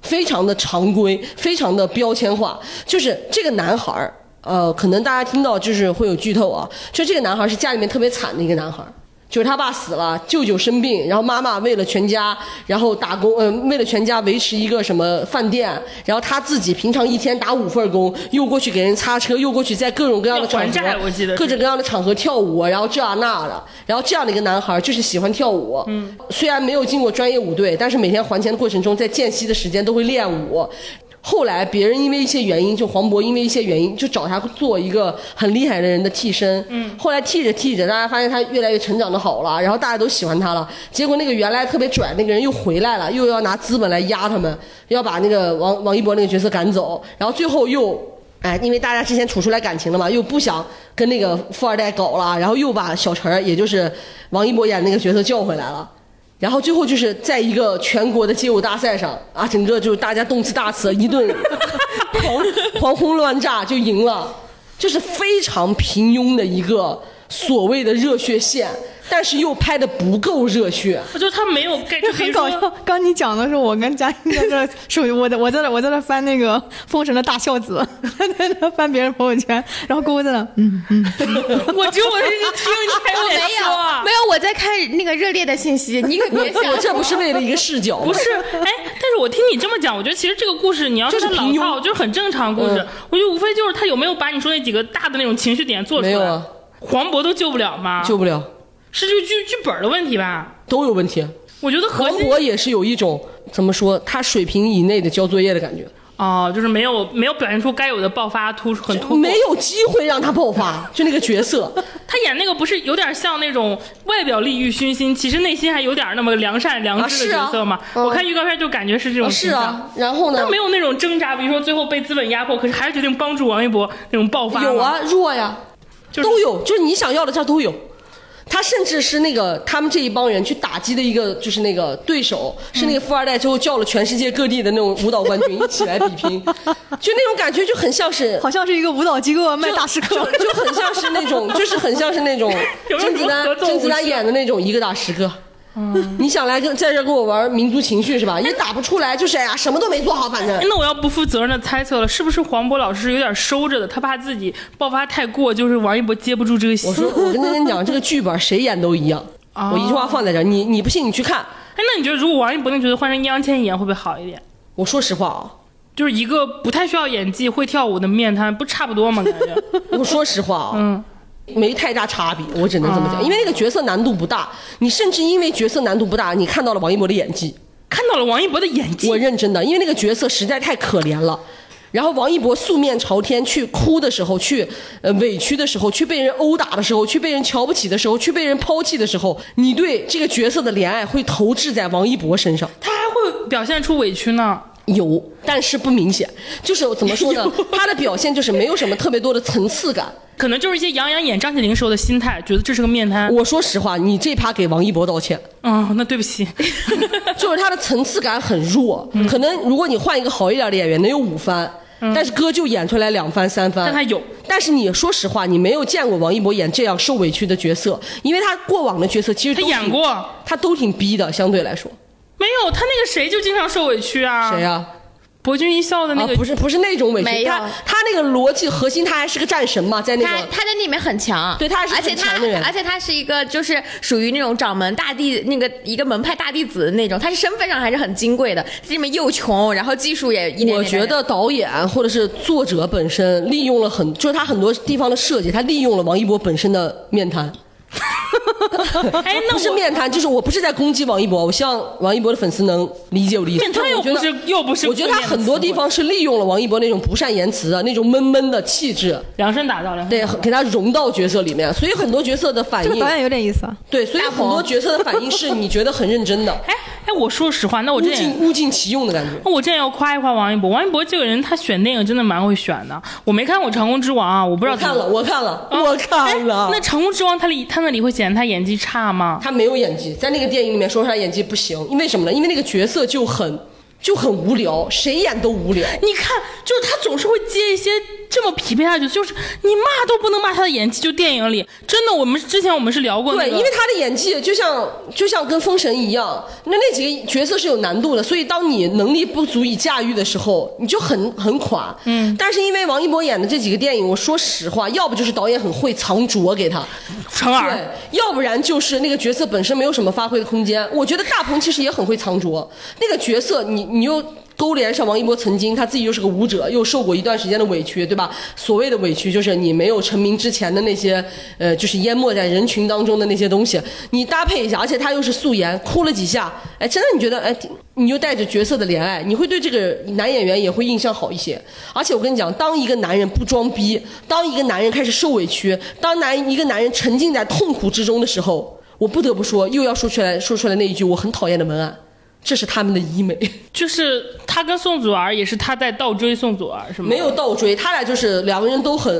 Speaker 3: 非常的常规，非常的标签化。就是这个男孩儿，呃，可能大家听到就是会有剧透啊，就这个男孩儿是家里面特别惨的一个男孩儿。就是他爸死了，舅舅生病，然后妈妈为了全家，然后打工，嗯、为了全家维持一个什么饭店，然后他自己平常一天打五份工，又过去给人擦车，又过去在各种各样的
Speaker 2: 要
Speaker 3: 场
Speaker 2: 还
Speaker 3: 合，
Speaker 2: 债我记得是
Speaker 3: 各种各样的场合跳舞，然后这啊那的，然后这样的一个男孩就是喜欢跳舞，嗯，虽然没有进过专业舞队，但是每天还钱的过程中，在间隙的时间都会练舞。后来别人因为一些原因，就黄渤因为一些原因，就找他做一个很厉害的人的替身。嗯，后来替着替着，大家发现他越来越成长的好了，然后大家都喜欢他了。结果那个原来特别拽那个人又回来了，又要拿资本来压他们，要把那个王王一博那个角色赶走，然后最后又哎，因为大家之前处出来感情了嘛，又不想跟那个富二代搞了，然后又把小陈儿，也就是王一博演那个角色叫回来了。然后最后就是在一个全国的街舞大赛上啊，整个就是大家动次大次，一顿 狂狂轰乱炸就赢了，就是非常平庸的一个所谓的热血线。但是又拍的不够 热血。
Speaker 2: 我觉得他没有 get，就比
Speaker 5: 很
Speaker 2: 如
Speaker 5: 搞笑
Speaker 2: 说。
Speaker 5: 刚你讲的时候，我跟佳音在这儿手，我在我在这我在这翻那个《封神》的大孝子， 在那翻别人朋友圈，然后姑姑在那，嗯，
Speaker 2: 我只有我是听你还有
Speaker 4: 我没
Speaker 2: 脸 说啊
Speaker 4: 有，没有，我在看那个热烈的信息，你可 别想，
Speaker 3: 我这不是为了一个视角吗，
Speaker 2: 不是，哎，但是我听你这么讲，我觉得其实这个故事你要
Speaker 3: 就是
Speaker 2: 看老
Speaker 3: 平庸
Speaker 2: 套，就是嗯很正常的故事。我觉得无非就是他有没有把你说那几个大的那种情绪点做出来。
Speaker 3: 没有啊
Speaker 2: 黄渤都救不了吗？
Speaker 3: 救不了，
Speaker 2: 是这个剧剧本的问题吧？
Speaker 3: 都有问题。
Speaker 2: 我觉得核
Speaker 3: 黄
Speaker 2: 心
Speaker 3: 渤也是有一种怎么说，他水平以内的交作业的感觉，
Speaker 2: 哦，就是没有没有表现出该有的爆发突出，很突破。
Speaker 3: 没有机会让他爆 发，就那个角色。
Speaker 2: 他演那个不是有点像那种外表利欲熏心，其实内心还有点那么良善良知的
Speaker 3: 啊是啊
Speaker 2: 角色吗？
Speaker 3: 嗯
Speaker 2: 我看预告片就感觉是这种、
Speaker 3: 啊是。啊，然后呢
Speaker 2: 他？没有那种挣扎，比如说最后被资本压迫，可是还是决定帮助王一博那种爆发。
Speaker 3: 有，啊，弱呀，
Speaker 2: 就是
Speaker 3: 都有，就是你想要的这都有。他甚至是那个他们这一帮人去打击的一个，就是那个对手
Speaker 2: 嗯
Speaker 3: 是那个富二代，最后叫了全世界各地的那种舞蹈冠军一起来比 拼，就那种感觉就很像是
Speaker 5: 好像是一个舞蹈机构啊卖
Speaker 3: 就
Speaker 5: 大师课，
Speaker 3: 就就很像是那种，就是很像是那种
Speaker 2: 有没有
Speaker 3: 甄
Speaker 2: 什
Speaker 3: 子
Speaker 2: 么合
Speaker 3: 丹
Speaker 2: 作啊
Speaker 3: 甄子
Speaker 2: 舞
Speaker 3: 丹
Speaker 2: 狮
Speaker 3: 演的那种一个打十个。
Speaker 5: 嗯
Speaker 3: 你想来跟在这儿跟我玩民族情绪是吧？也打不出来，就是哎呀，什么都没做好，反正
Speaker 2: 哎那我要不负责任的猜测了，是不是黄渤老师有点收着的？他怕自己爆发太过，就是王一博接不住这个戏。
Speaker 3: 我说，我跟跟你讲，这个剧本谁演都一样。
Speaker 2: 哦
Speaker 3: 我一句话放在这儿，你你不信你去看。
Speaker 2: 哎，那你觉得如果王一博那角色换成易烊千玺演，会不会好一点？
Speaker 3: 我说实话啊，
Speaker 2: 就是一个不太需要演技、会跳舞的面瘫，不差不多吗？感觉
Speaker 3: 我说实话啊，嗯，没太大差别，我只能这么
Speaker 5: 哦
Speaker 3: 讲，因为那个角色难度不大，你甚至因为角色难度不大，你看到了王一博的演技，
Speaker 2: 看到了王一博的演技
Speaker 3: 我，认真的，因为那个角色实在太可怜了。然后王一博素面朝天去哭的时候，去呃委屈的时候，去被人殴打的时候，去被人瞧不起的时候，去被人抛弃的时候，你对这个角色的怜爱会投掷在王一博身上。
Speaker 2: 他还会表现出委屈呢。
Speaker 3: 有，但是不明显，就是怎么说呢？他的表现就是没有什么特别多的层次感。
Speaker 2: 可能就是一些杨洋演张起灵时候的心态，觉得这是个面瘫。
Speaker 3: 我说实话，你这趴给王一博道歉，
Speaker 2: 嗯，那对不起，
Speaker 3: 就是他的层次感很弱。
Speaker 2: 嗯
Speaker 3: 可能如果你换一个好一点的演员，能有五番，但是哥就演出来两番、三番。
Speaker 2: 但他有，
Speaker 3: 但是你说实话，你没有见过王一博演这样受委屈的角色，因为他过往的角色其实
Speaker 2: 他
Speaker 3: 都挺
Speaker 2: 演，过
Speaker 3: 他都挺逼的，相对来说。
Speaker 2: 没有？他那个谁就经常受委屈啊？
Speaker 3: 谁呀、
Speaker 2: 博君一笑的那
Speaker 3: 啊
Speaker 2: 个，
Speaker 3: 不是不是那种委
Speaker 4: 没
Speaker 3: 屈，
Speaker 4: 有
Speaker 3: 他他那个逻辑核心，他还是个战神嘛，在那
Speaker 4: 他
Speaker 3: 个
Speaker 4: 他在里面很
Speaker 1: 啊
Speaker 4: 强，
Speaker 3: 对他是
Speaker 4: 而且
Speaker 3: 很
Speaker 4: 他
Speaker 3: 强的人
Speaker 4: 而且他是一个就是属于那种掌门大弟那个一个门派大弟子的那种，他是身份上还是很金贵的，这里面又穷，然后技术也一点点
Speaker 3: 我觉得导演或者是作者本身利用了很，就是他很多地方的设计，他利用了王一博本身的面瘫。
Speaker 2: 哎，那
Speaker 3: 不是
Speaker 2: 我
Speaker 3: 面瘫，就是我不是在攻击王一博，我希望王一博的粉丝能理解我的意思。
Speaker 2: 面瘫又
Speaker 3: 就是我
Speaker 2: 不
Speaker 3: 觉得
Speaker 2: 是又不是负
Speaker 3: 我
Speaker 2: 面的词汇，
Speaker 3: 觉得他很多地方是利用了王一博那种不善言辞的啊那种闷闷的气质，
Speaker 2: 量身打造，量身
Speaker 3: 对，给他融到角色里面，所以很多角色的反
Speaker 5: 这个
Speaker 3: 应
Speaker 5: 导，演有点意思啊。
Speaker 3: 对，所以很多角色的反应是你觉得很认真的，
Speaker 2: 哎哎，我说实话，那 我
Speaker 3: 物
Speaker 2: 这也
Speaker 3: 尽物尽其用的感觉。
Speaker 2: 那我这也要夸一夸王一博，王一博这个人，他选电影真的蛮会选的。我没看过《长空之王》啊，我不知道
Speaker 3: 我
Speaker 2: 怎么
Speaker 3: 看了，我看了，我看了
Speaker 2: 哎那《长空之王》他里他那里会显得他演技差吗？
Speaker 3: 他没有演技，在那个电影里面说他演技不行，因为什么呢？因为那个角色就很就很无聊，谁演都无聊。
Speaker 2: 你看，就是他总是会接一些这么匹配下去，就是你骂都不能骂他的演技。就电影里，真的，我们之前我们是聊过那
Speaker 3: 对，
Speaker 2: 个，
Speaker 3: 因为他的演技就像就像跟封神一样，那那几个角色是有难度的，所以当你能力不足以驾驭的时候，你就很很垮。嗯，但是因为王一博演的这几个电影，我说实话，要不就是导演很会藏拙给他，
Speaker 2: 成
Speaker 3: 对
Speaker 2: 耳，，
Speaker 3: 要不然就是那个角色本身没有什么发挥的空间。我觉得大鹏其实也很会藏拙，那个角色你你又。勾连上王一博，曾经他自己又是个舞者，又受过一段时间的委屈，对吧？所谓的委屈就是你没有成名之前的那些，呃，就是淹没在人群当中的那些东西，你搭配一下，而且他又是素颜，哭了几下，哎，真的你觉得，哎，你又带着角色的怜爱，你会对这个男演员也会印象好一些。而且我跟你讲，当一个男人不装逼，当一个男人开始受委屈，当男一个男人沉浸在痛苦之中的时候，我不得不说，又要说出来说出来那一句我很讨厌的文案，这是他们的医美，
Speaker 2: 就是他跟宋祖儿也是他在倒追宋祖儿，是吗？
Speaker 3: 没有倒追，他俩就是两个人都很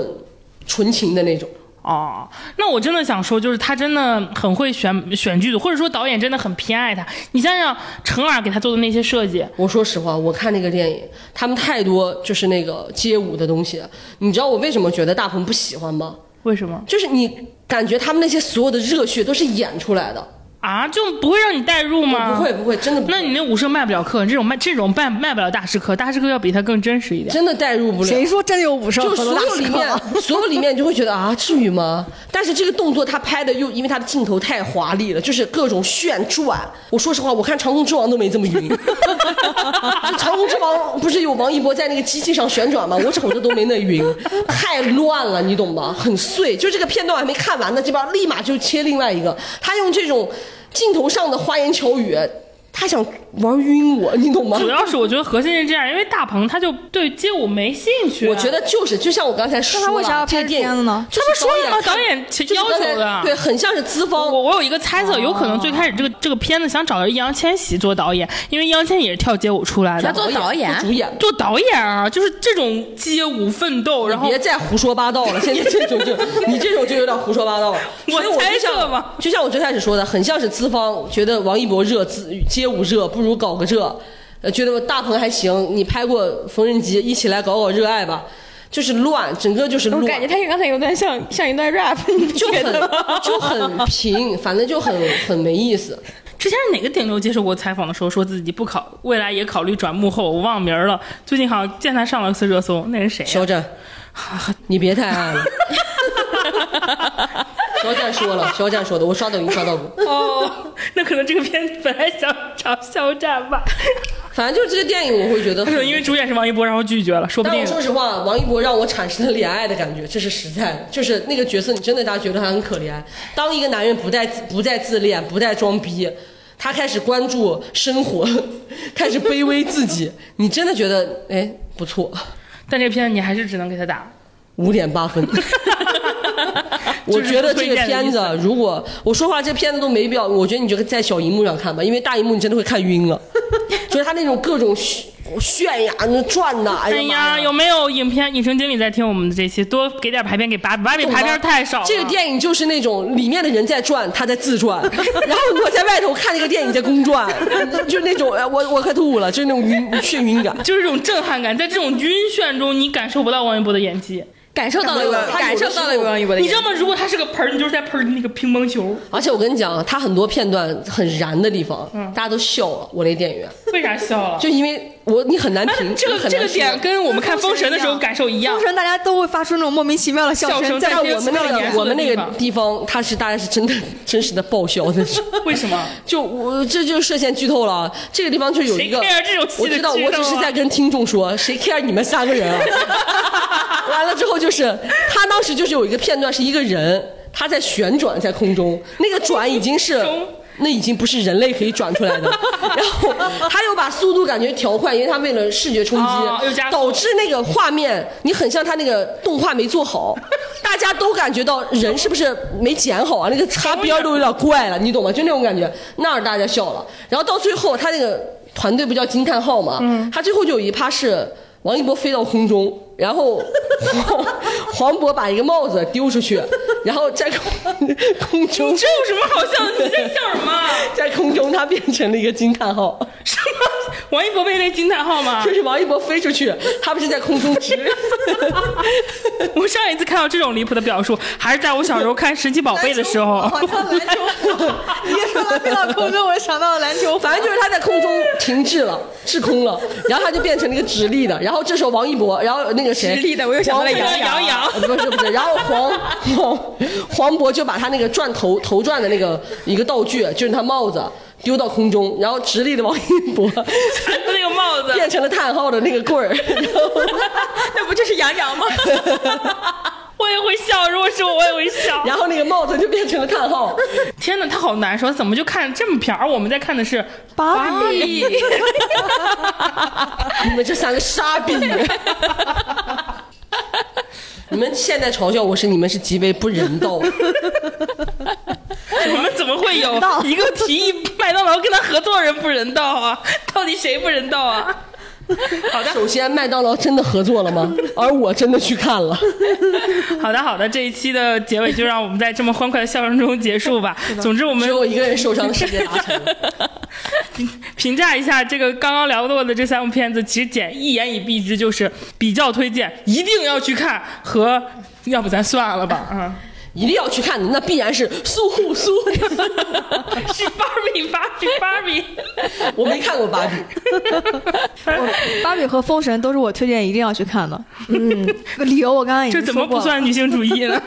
Speaker 3: 纯情的那种。
Speaker 2: 哦，那我真的想说，就是他真的很会选选剧组，或者说导演真的很偏爱他。你想想，成耳给他做的那些设计，
Speaker 3: 我说实话，我看那个电影，他们太多就是那个街舞的东西。你知道我为什么觉得大鹏不喜欢吗？
Speaker 2: 为什么
Speaker 3: 就是你感觉他们那些所有的热血都是演出来的，
Speaker 2: 啊？就不会让你代入吗？
Speaker 3: 不会。不会，真的不会，
Speaker 2: 那你那武圣卖不了课，这种卖这种卖卖不了大师课，大师课要比它更真实一点。
Speaker 3: 真的代入不了。
Speaker 5: 谁说真有武圣
Speaker 3: 就
Speaker 5: 和
Speaker 3: 所
Speaker 5: 罗大
Speaker 3: 有
Speaker 5: 师
Speaker 3: 里
Speaker 5: 课
Speaker 3: 面
Speaker 5: 啊？，
Speaker 3: 所有里面你就会觉得啊，至于吗？但是这个动作他拍的又因为他的镜头太华丽了，就是各种旋转。我说实话，我看《长空之王》都没这么晕。 《长空之王》不是有王一博在那个机器上旋转吗？我瞅着都没那晕，太乱了，你懂吧？很碎。就这个片段我还没看完呢，这边立马就切另外一个。他用这种镜头上的花言巧语，他想玩晕我，你 懂吗？
Speaker 2: 主要是我觉得核心是这样，因为大鹏他就对街舞没兴趣、啊。
Speaker 3: 我觉得就是，就像我刚才说了，
Speaker 5: 那他为啥要
Speaker 3: 这
Speaker 5: 拍
Speaker 3: 个电
Speaker 5: 这样
Speaker 3: 影
Speaker 5: 的呢
Speaker 3: 就是
Speaker 2: 他不说了吗？
Speaker 3: 看
Speaker 2: 导演其
Speaker 3: 就是
Speaker 2: 要
Speaker 3: 刚才
Speaker 2: 求的。啊
Speaker 3: 对，很像是资方。
Speaker 2: 我我有一个猜
Speaker 3: 哦
Speaker 2: 测，有可能最开始这个这个片子想找的易烊千玺做导演，因为易烊千玺也是跳街舞出来的
Speaker 1: 他。做导演
Speaker 3: 做主演。
Speaker 2: 做导演啊，就是这种街舞奋斗，然后
Speaker 3: 别再胡说八道了，现在这种就你这种就有点胡说八道了。所以我
Speaker 2: 猜
Speaker 3: 就
Speaker 2: 测
Speaker 3: 像
Speaker 2: 嘛
Speaker 3: 就像我最开始说的，很像是资方觉得王一博热资街舞热，不如搞个这，呃，觉得大鹏还行，你拍过缝纫机，一起来搞搞热爱吧。就是乱，整个就是乱。
Speaker 4: 我感觉他刚才有段像像一段 rap，你不
Speaker 3: 就
Speaker 4: 觉
Speaker 3: 很
Speaker 4: 得吗？
Speaker 3: 就很平，反正就很很没意思。
Speaker 2: 之前是哪个顶流接受过采访的时候说自己不考，未来也考虑转幕后，我忘名儿了。最近好像见他上了次热搜，那人谁、啊呀？
Speaker 3: 肖战，你别太爱了。肖战 说了，肖战说的，我刷抖音刷到过。
Speaker 2: 哦， 那可能这个片本来想找肖战吧，
Speaker 3: 反正就是这个电影，我会觉得
Speaker 2: 他可能哎因为主演是王一博，然后拒绝了，说不
Speaker 3: 但
Speaker 2: 定
Speaker 3: 我。说实话，王一博让我产生了怜爱的感觉，这是实在的，就是那个角色，你真的大家觉得他很可怜。当一个男人不再不再自恋，不再装逼，他开始关注生活， 开始卑微自己，你真的觉得哎不错，
Speaker 2: 但这片你还是只能给他打。
Speaker 3: 五点八分。 我觉得这个片子，如果我说话，这片子都没必要。我觉得你就在小荧幕上看吧，因为大荧幕你真的会看晕了。就是他那种各种炫炫呀、那转呐，哎
Speaker 2: 哎
Speaker 3: 呀
Speaker 2: 呀，
Speaker 3: 妈
Speaker 2: 有没有影片影城经理在听我们的这期？多给点排片给芭比，芭比
Speaker 3: 懂吗
Speaker 2: 排片太少了。
Speaker 3: 这个电影就是那种里面的人在转，他在自转， 然后我在外头看那个电影在公转， 就是那种哎我我快吐了，就是那种晕眩晕感。
Speaker 2: 就是这种震撼感，在这种晕眩中，你感受不到王一博的演技。
Speaker 4: 感受到了，
Speaker 3: 他有
Speaker 4: 感
Speaker 3: 的
Speaker 4: 受到了
Speaker 3: 时候
Speaker 4: 王一博的
Speaker 2: 你
Speaker 4: 眼
Speaker 2: 知道
Speaker 4: 神。
Speaker 2: 吗？如果他是个盆儿，你就是在盆儿那个乒乓球，
Speaker 3: 而且我跟你讲，啊他很多片段很燃的地方，
Speaker 2: 嗯
Speaker 3: 大家都笑了。我那电影院
Speaker 2: 为啥笑啊了？
Speaker 3: 就因为我你很难评，
Speaker 2: 啊这
Speaker 3: 你
Speaker 2: 个
Speaker 3: 很
Speaker 2: 这
Speaker 3: 难
Speaker 2: 个
Speaker 3: 说
Speaker 2: 点跟我们看《封神》的时候感受一样
Speaker 5: 封。神大家都会发出那种莫名其妙的笑
Speaker 2: 笑声
Speaker 5: 声，
Speaker 2: 在
Speaker 5: 在
Speaker 3: 但我们
Speaker 2: 这个
Speaker 3: 那
Speaker 2: 严
Speaker 3: 个
Speaker 2: 肃的
Speaker 3: 我们那
Speaker 2: 地
Speaker 3: 个
Speaker 2: 方
Speaker 3: 地方，它是大家是真的 真实的爆笑的，
Speaker 2: 为什么？
Speaker 3: 就我这就涉嫌剧透了啊。这个地方就有一个，
Speaker 2: 谁 care 这种戏的
Speaker 3: 我知道，
Speaker 2: 剧透啊
Speaker 3: 我只是在跟听众说，谁 care 你们三个人啊？ 完了之后就是他当时就是有一个片段，是一个人他在旋转在空中，那个转已经是
Speaker 2: 中。
Speaker 3: 那已经不是人类可以转出来的，然后他又把速度感觉调快，因为他为了视觉冲
Speaker 2: 哦又
Speaker 3: 击
Speaker 2: 加，速
Speaker 3: 导致那个画面你很像他那个动画没做 好，大家都感觉到人是不是没剪好啊？那个擦边儿都有点怪了，你懂吗？就那种感觉，那儿大家笑了。然后到最后，他那个团队不叫惊叹号嘛，
Speaker 2: 嗯
Speaker 3: 他最后就有一趴是王一博飞到空中，然后 黄黄渤把一个帽子丢出去，然后 在空空中
Speaker 2: 这有什么好笑的？你在笑什么？
Speaker 3: 在空中他变成了一个惊叹号，
Speaker 2: 什么？王一博被那惊叹号吗
Speaker 3: 就？是王一博飞出去，他不是在空中直。
Speaker 2: 我上一次看到这种离谱的表述，还是在我小时候看《神奇宝贝》的时候。
Speaker 5: 好像篮球火， 你一说到飞到空中，我想到了篮球火。
Speaker 3: 反正就是他在空中停滞了，滞空了，然后他就变成了一个直立的。然 后这时候王一博，然后那个谁，
Speaker 4: 直立的我又想到了
Speaker 3: 黄
Speaker 2: 杨洋
Speaker 3: 呃不是不是，然后黄黄黄渤就把他那个转头头转的那个一个道具，就是他帽子丢到空中，然后直立的王一博
Speaker 2: 那个帽子，
Speaker 3: 变成了叹号的那个棍儿， 然后
Speaker 4: 那不就是杨洋吗？
Speaker 2: 我也会笑。如果是我，我也会笑。
Speaker 3: 然后那个帽子就变成了叹号。
Speaker 2: 天哪，他好难受，怎么就看这么片儿？而我们在看的是
Speaker 5: 芭比，
Speaker 3: 你们这三个傻逼！ 你们现在嘲笑我是你们是极为不人道的。
Speaker 2: 我们怎么会有一个提议麦当劳跟他合作人不人道啊？到底谁不人道啊？好的，
Speaker 3: 首先，麦当劳真的合作了吗？而我真的去看了。
Speaker 2: 好的，好的，这一期的结尾就让我们在这么欢快的笑声中结束吧。总之，我们
Speaker 3: 只有一个人受伤，世界达成。
Speaker 2: 评价一下这个刚刚聊过的这三部片子，其实简一言以蔽之就是比较推荐，一定要去看和。要不咱算了吧？啊，
Speaker 3: 一定要去看的，那必然是苏护苏。
Speaker 2: 是芭比，芭比，芭比。
Speaker 3: 我没看过芭比，
Speaker 5: 芭比和封神都是我推荐一定要去看的。嗯，理由我刚
Speaker 3: 哎
Speaker 5: 刚已经
Speaker 2: 这
Speaker 5: 说
Speaker 2: 怎
Speaker 5: 过
Speaker 2: 么
Speaker 5: 了。
Speaker 2: 不算女性主义 呢？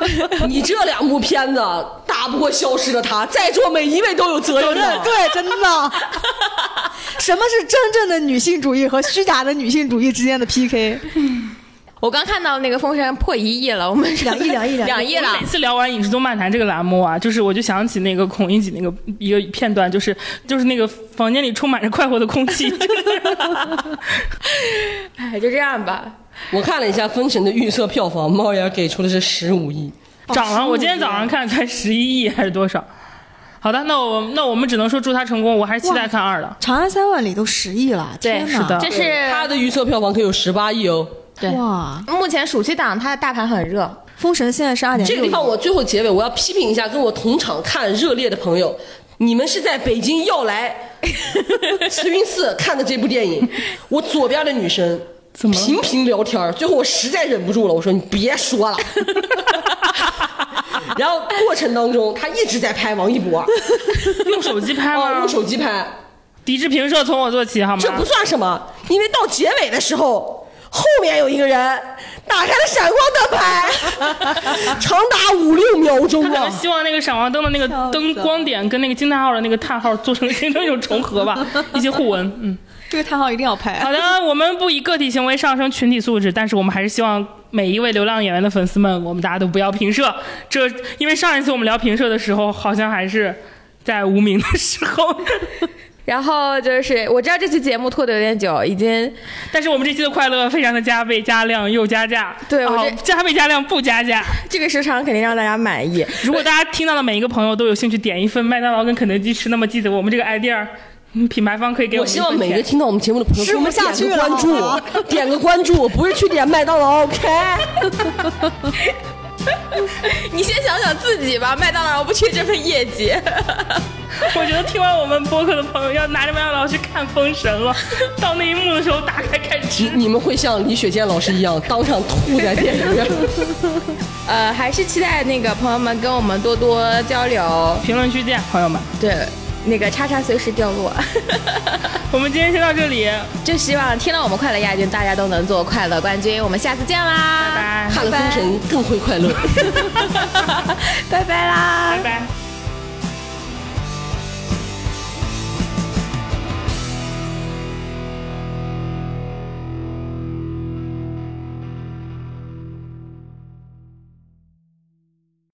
Speaker 3: 你这两部片子打不过《消失的她》，在座每一位都有责任的。
Speaker 5: 对，真的。 什么是真正的女性主义和虚假的女性主义之间的 PK？
Speaker 1: 我刚看到那个风扇破一亿了，我们是
Speaker 5: 两亿两亿两亿
Speaker 1: 两亿了
Speaker 2: 每。次聊完《影视动漫谈》这个栏目啊， 就是我就想起那个孔乙己那个一个片段，就是就是那个房间里充满着快活的空气，
Speaker 1: 哎，就这样吧。
Speaker 3: 我看了一下《封神》的预测票房，猫眼给出的是十五亿。
Speaker 2: 涨了。我今天早上看才十一亿还是多少？好的，那我那我们只能说祝他成功。我还是期待看二的。
Speaker 5: 长安三万里都十亿了，
Speaker 1: 对
Speaker 5: 啊天
Speaker 2: 是
Speaker 5: 哪
Speaker 2: 的
Speaker 1: 这是
Speaker 3: 他的预啊测票房可有十八亿哦。
Speaker 1: 对
Speaker 5: 哇！
Speaker 1: 目前暑期档它的大盘很热，
Speaker 5: 封神现在是二点
Speaker 3: 这个地方我最后结尾我要批评一下跟我同场看热烈的朋友，你们是在北京要 来慈云寺看的这部电影，我左边的女生。
Speaker 2: 怎么了
Speaker 3: 频频聊天儿最后我实在忍不住了，我说你别 说了。然后过程当中，他一直在拍王一博，
Speaker 2: 用手机拍
Speaker 3: 哦，
Speaker 2: 吗嗯
Speaker 3: 用？手机拍，
Speaker 2: 抵制评社从我做起好吗
Speaker 3: 这？不算什么，因为到结尾的时候，后面有一个人打开了闪光灯拍，长达五六秒钟
Speaker 2: 他可
Speaker 3: 啊
Speaker 2: 能！希望那个闪光灯的那个灯光点跟那个惊叹号的那个叹号做成形成一种重合 吧，一些互文。嗯，
Speaker 5: 这个叹号一定要拍。
Speaker 2: 好的，我们不以个体行为上升群体素质，但是我们还是希望每一位流浪演员的粉丝们，我们大家都不要评社。这因为上一次我们聊评社的时候，好像还是在无名的时候，
Speaker 1: 然后就是我知道这期节目拖得有点久，已经
Speaker 2: 但是我们这期的快乐非常的加倍加量又加价，
Speaker 1: 对我
Speaker 2: 啊
Speaker 1: 这
Speaker 2: 加倍加量不加价。
Speaker 1: 这个时长肯定让大家满意。
Speaker 2: 如果大家听到的每一个朋友都有兴趣点一份麦当劳跟肯德基吃，那么记得我们这个 idea，嗯品牌方可以给
Speaker 3: 我
Speaker 2: 们
Speaker 3: 希
Speaker 2: 一
Speaker 3: 望
Speaker 2: 份
Speaker 3: 每个
Speaker 2: 钱
Speaker 3: 听到我们节目的朋友
Speaker 5: 吃
Speaker 3: 给我
Speaker 5: 不
Speaker 3: 们
Speaker 5: 下
Speaker 3: 点
Speaker 5: 去
Speaker 3: 个
Speaker 2: 啊
Speaker 5: 了
Speaker 3: 关
Speaker 5: 好
Speaker 3: 注，点个关注，我不是去点麦 当劳，OK？
Speaker 1: 你先想想自己吧，麦当劳不缺这份业绩。
Speaker 2: 我觉得听完我们播客的朋友要拿着麦当劳去看《封神》了，到那一幕的时候打开开始吃
Speaker 3: 你。你们会像李雪健老师一样当场吐在电影院。
Speaker 1: 呃，还是期待那个朋友们跟我们多多交流。
Speaker 2: 评论区见，朋友们。
Speaker 1: 对，那个叉叉随时掉落。
Speaker 2: 我们今天先到这里，
Speaker 1: 就希望听了我们快乐亚军，大家都能做快乐冠军。我们下次见啦，
Speaker 2: 拜
Speaker 3: 看了《封神》更会快乐。
Speaker 1: 拜拜啦，
Speaker 2: 拜拜。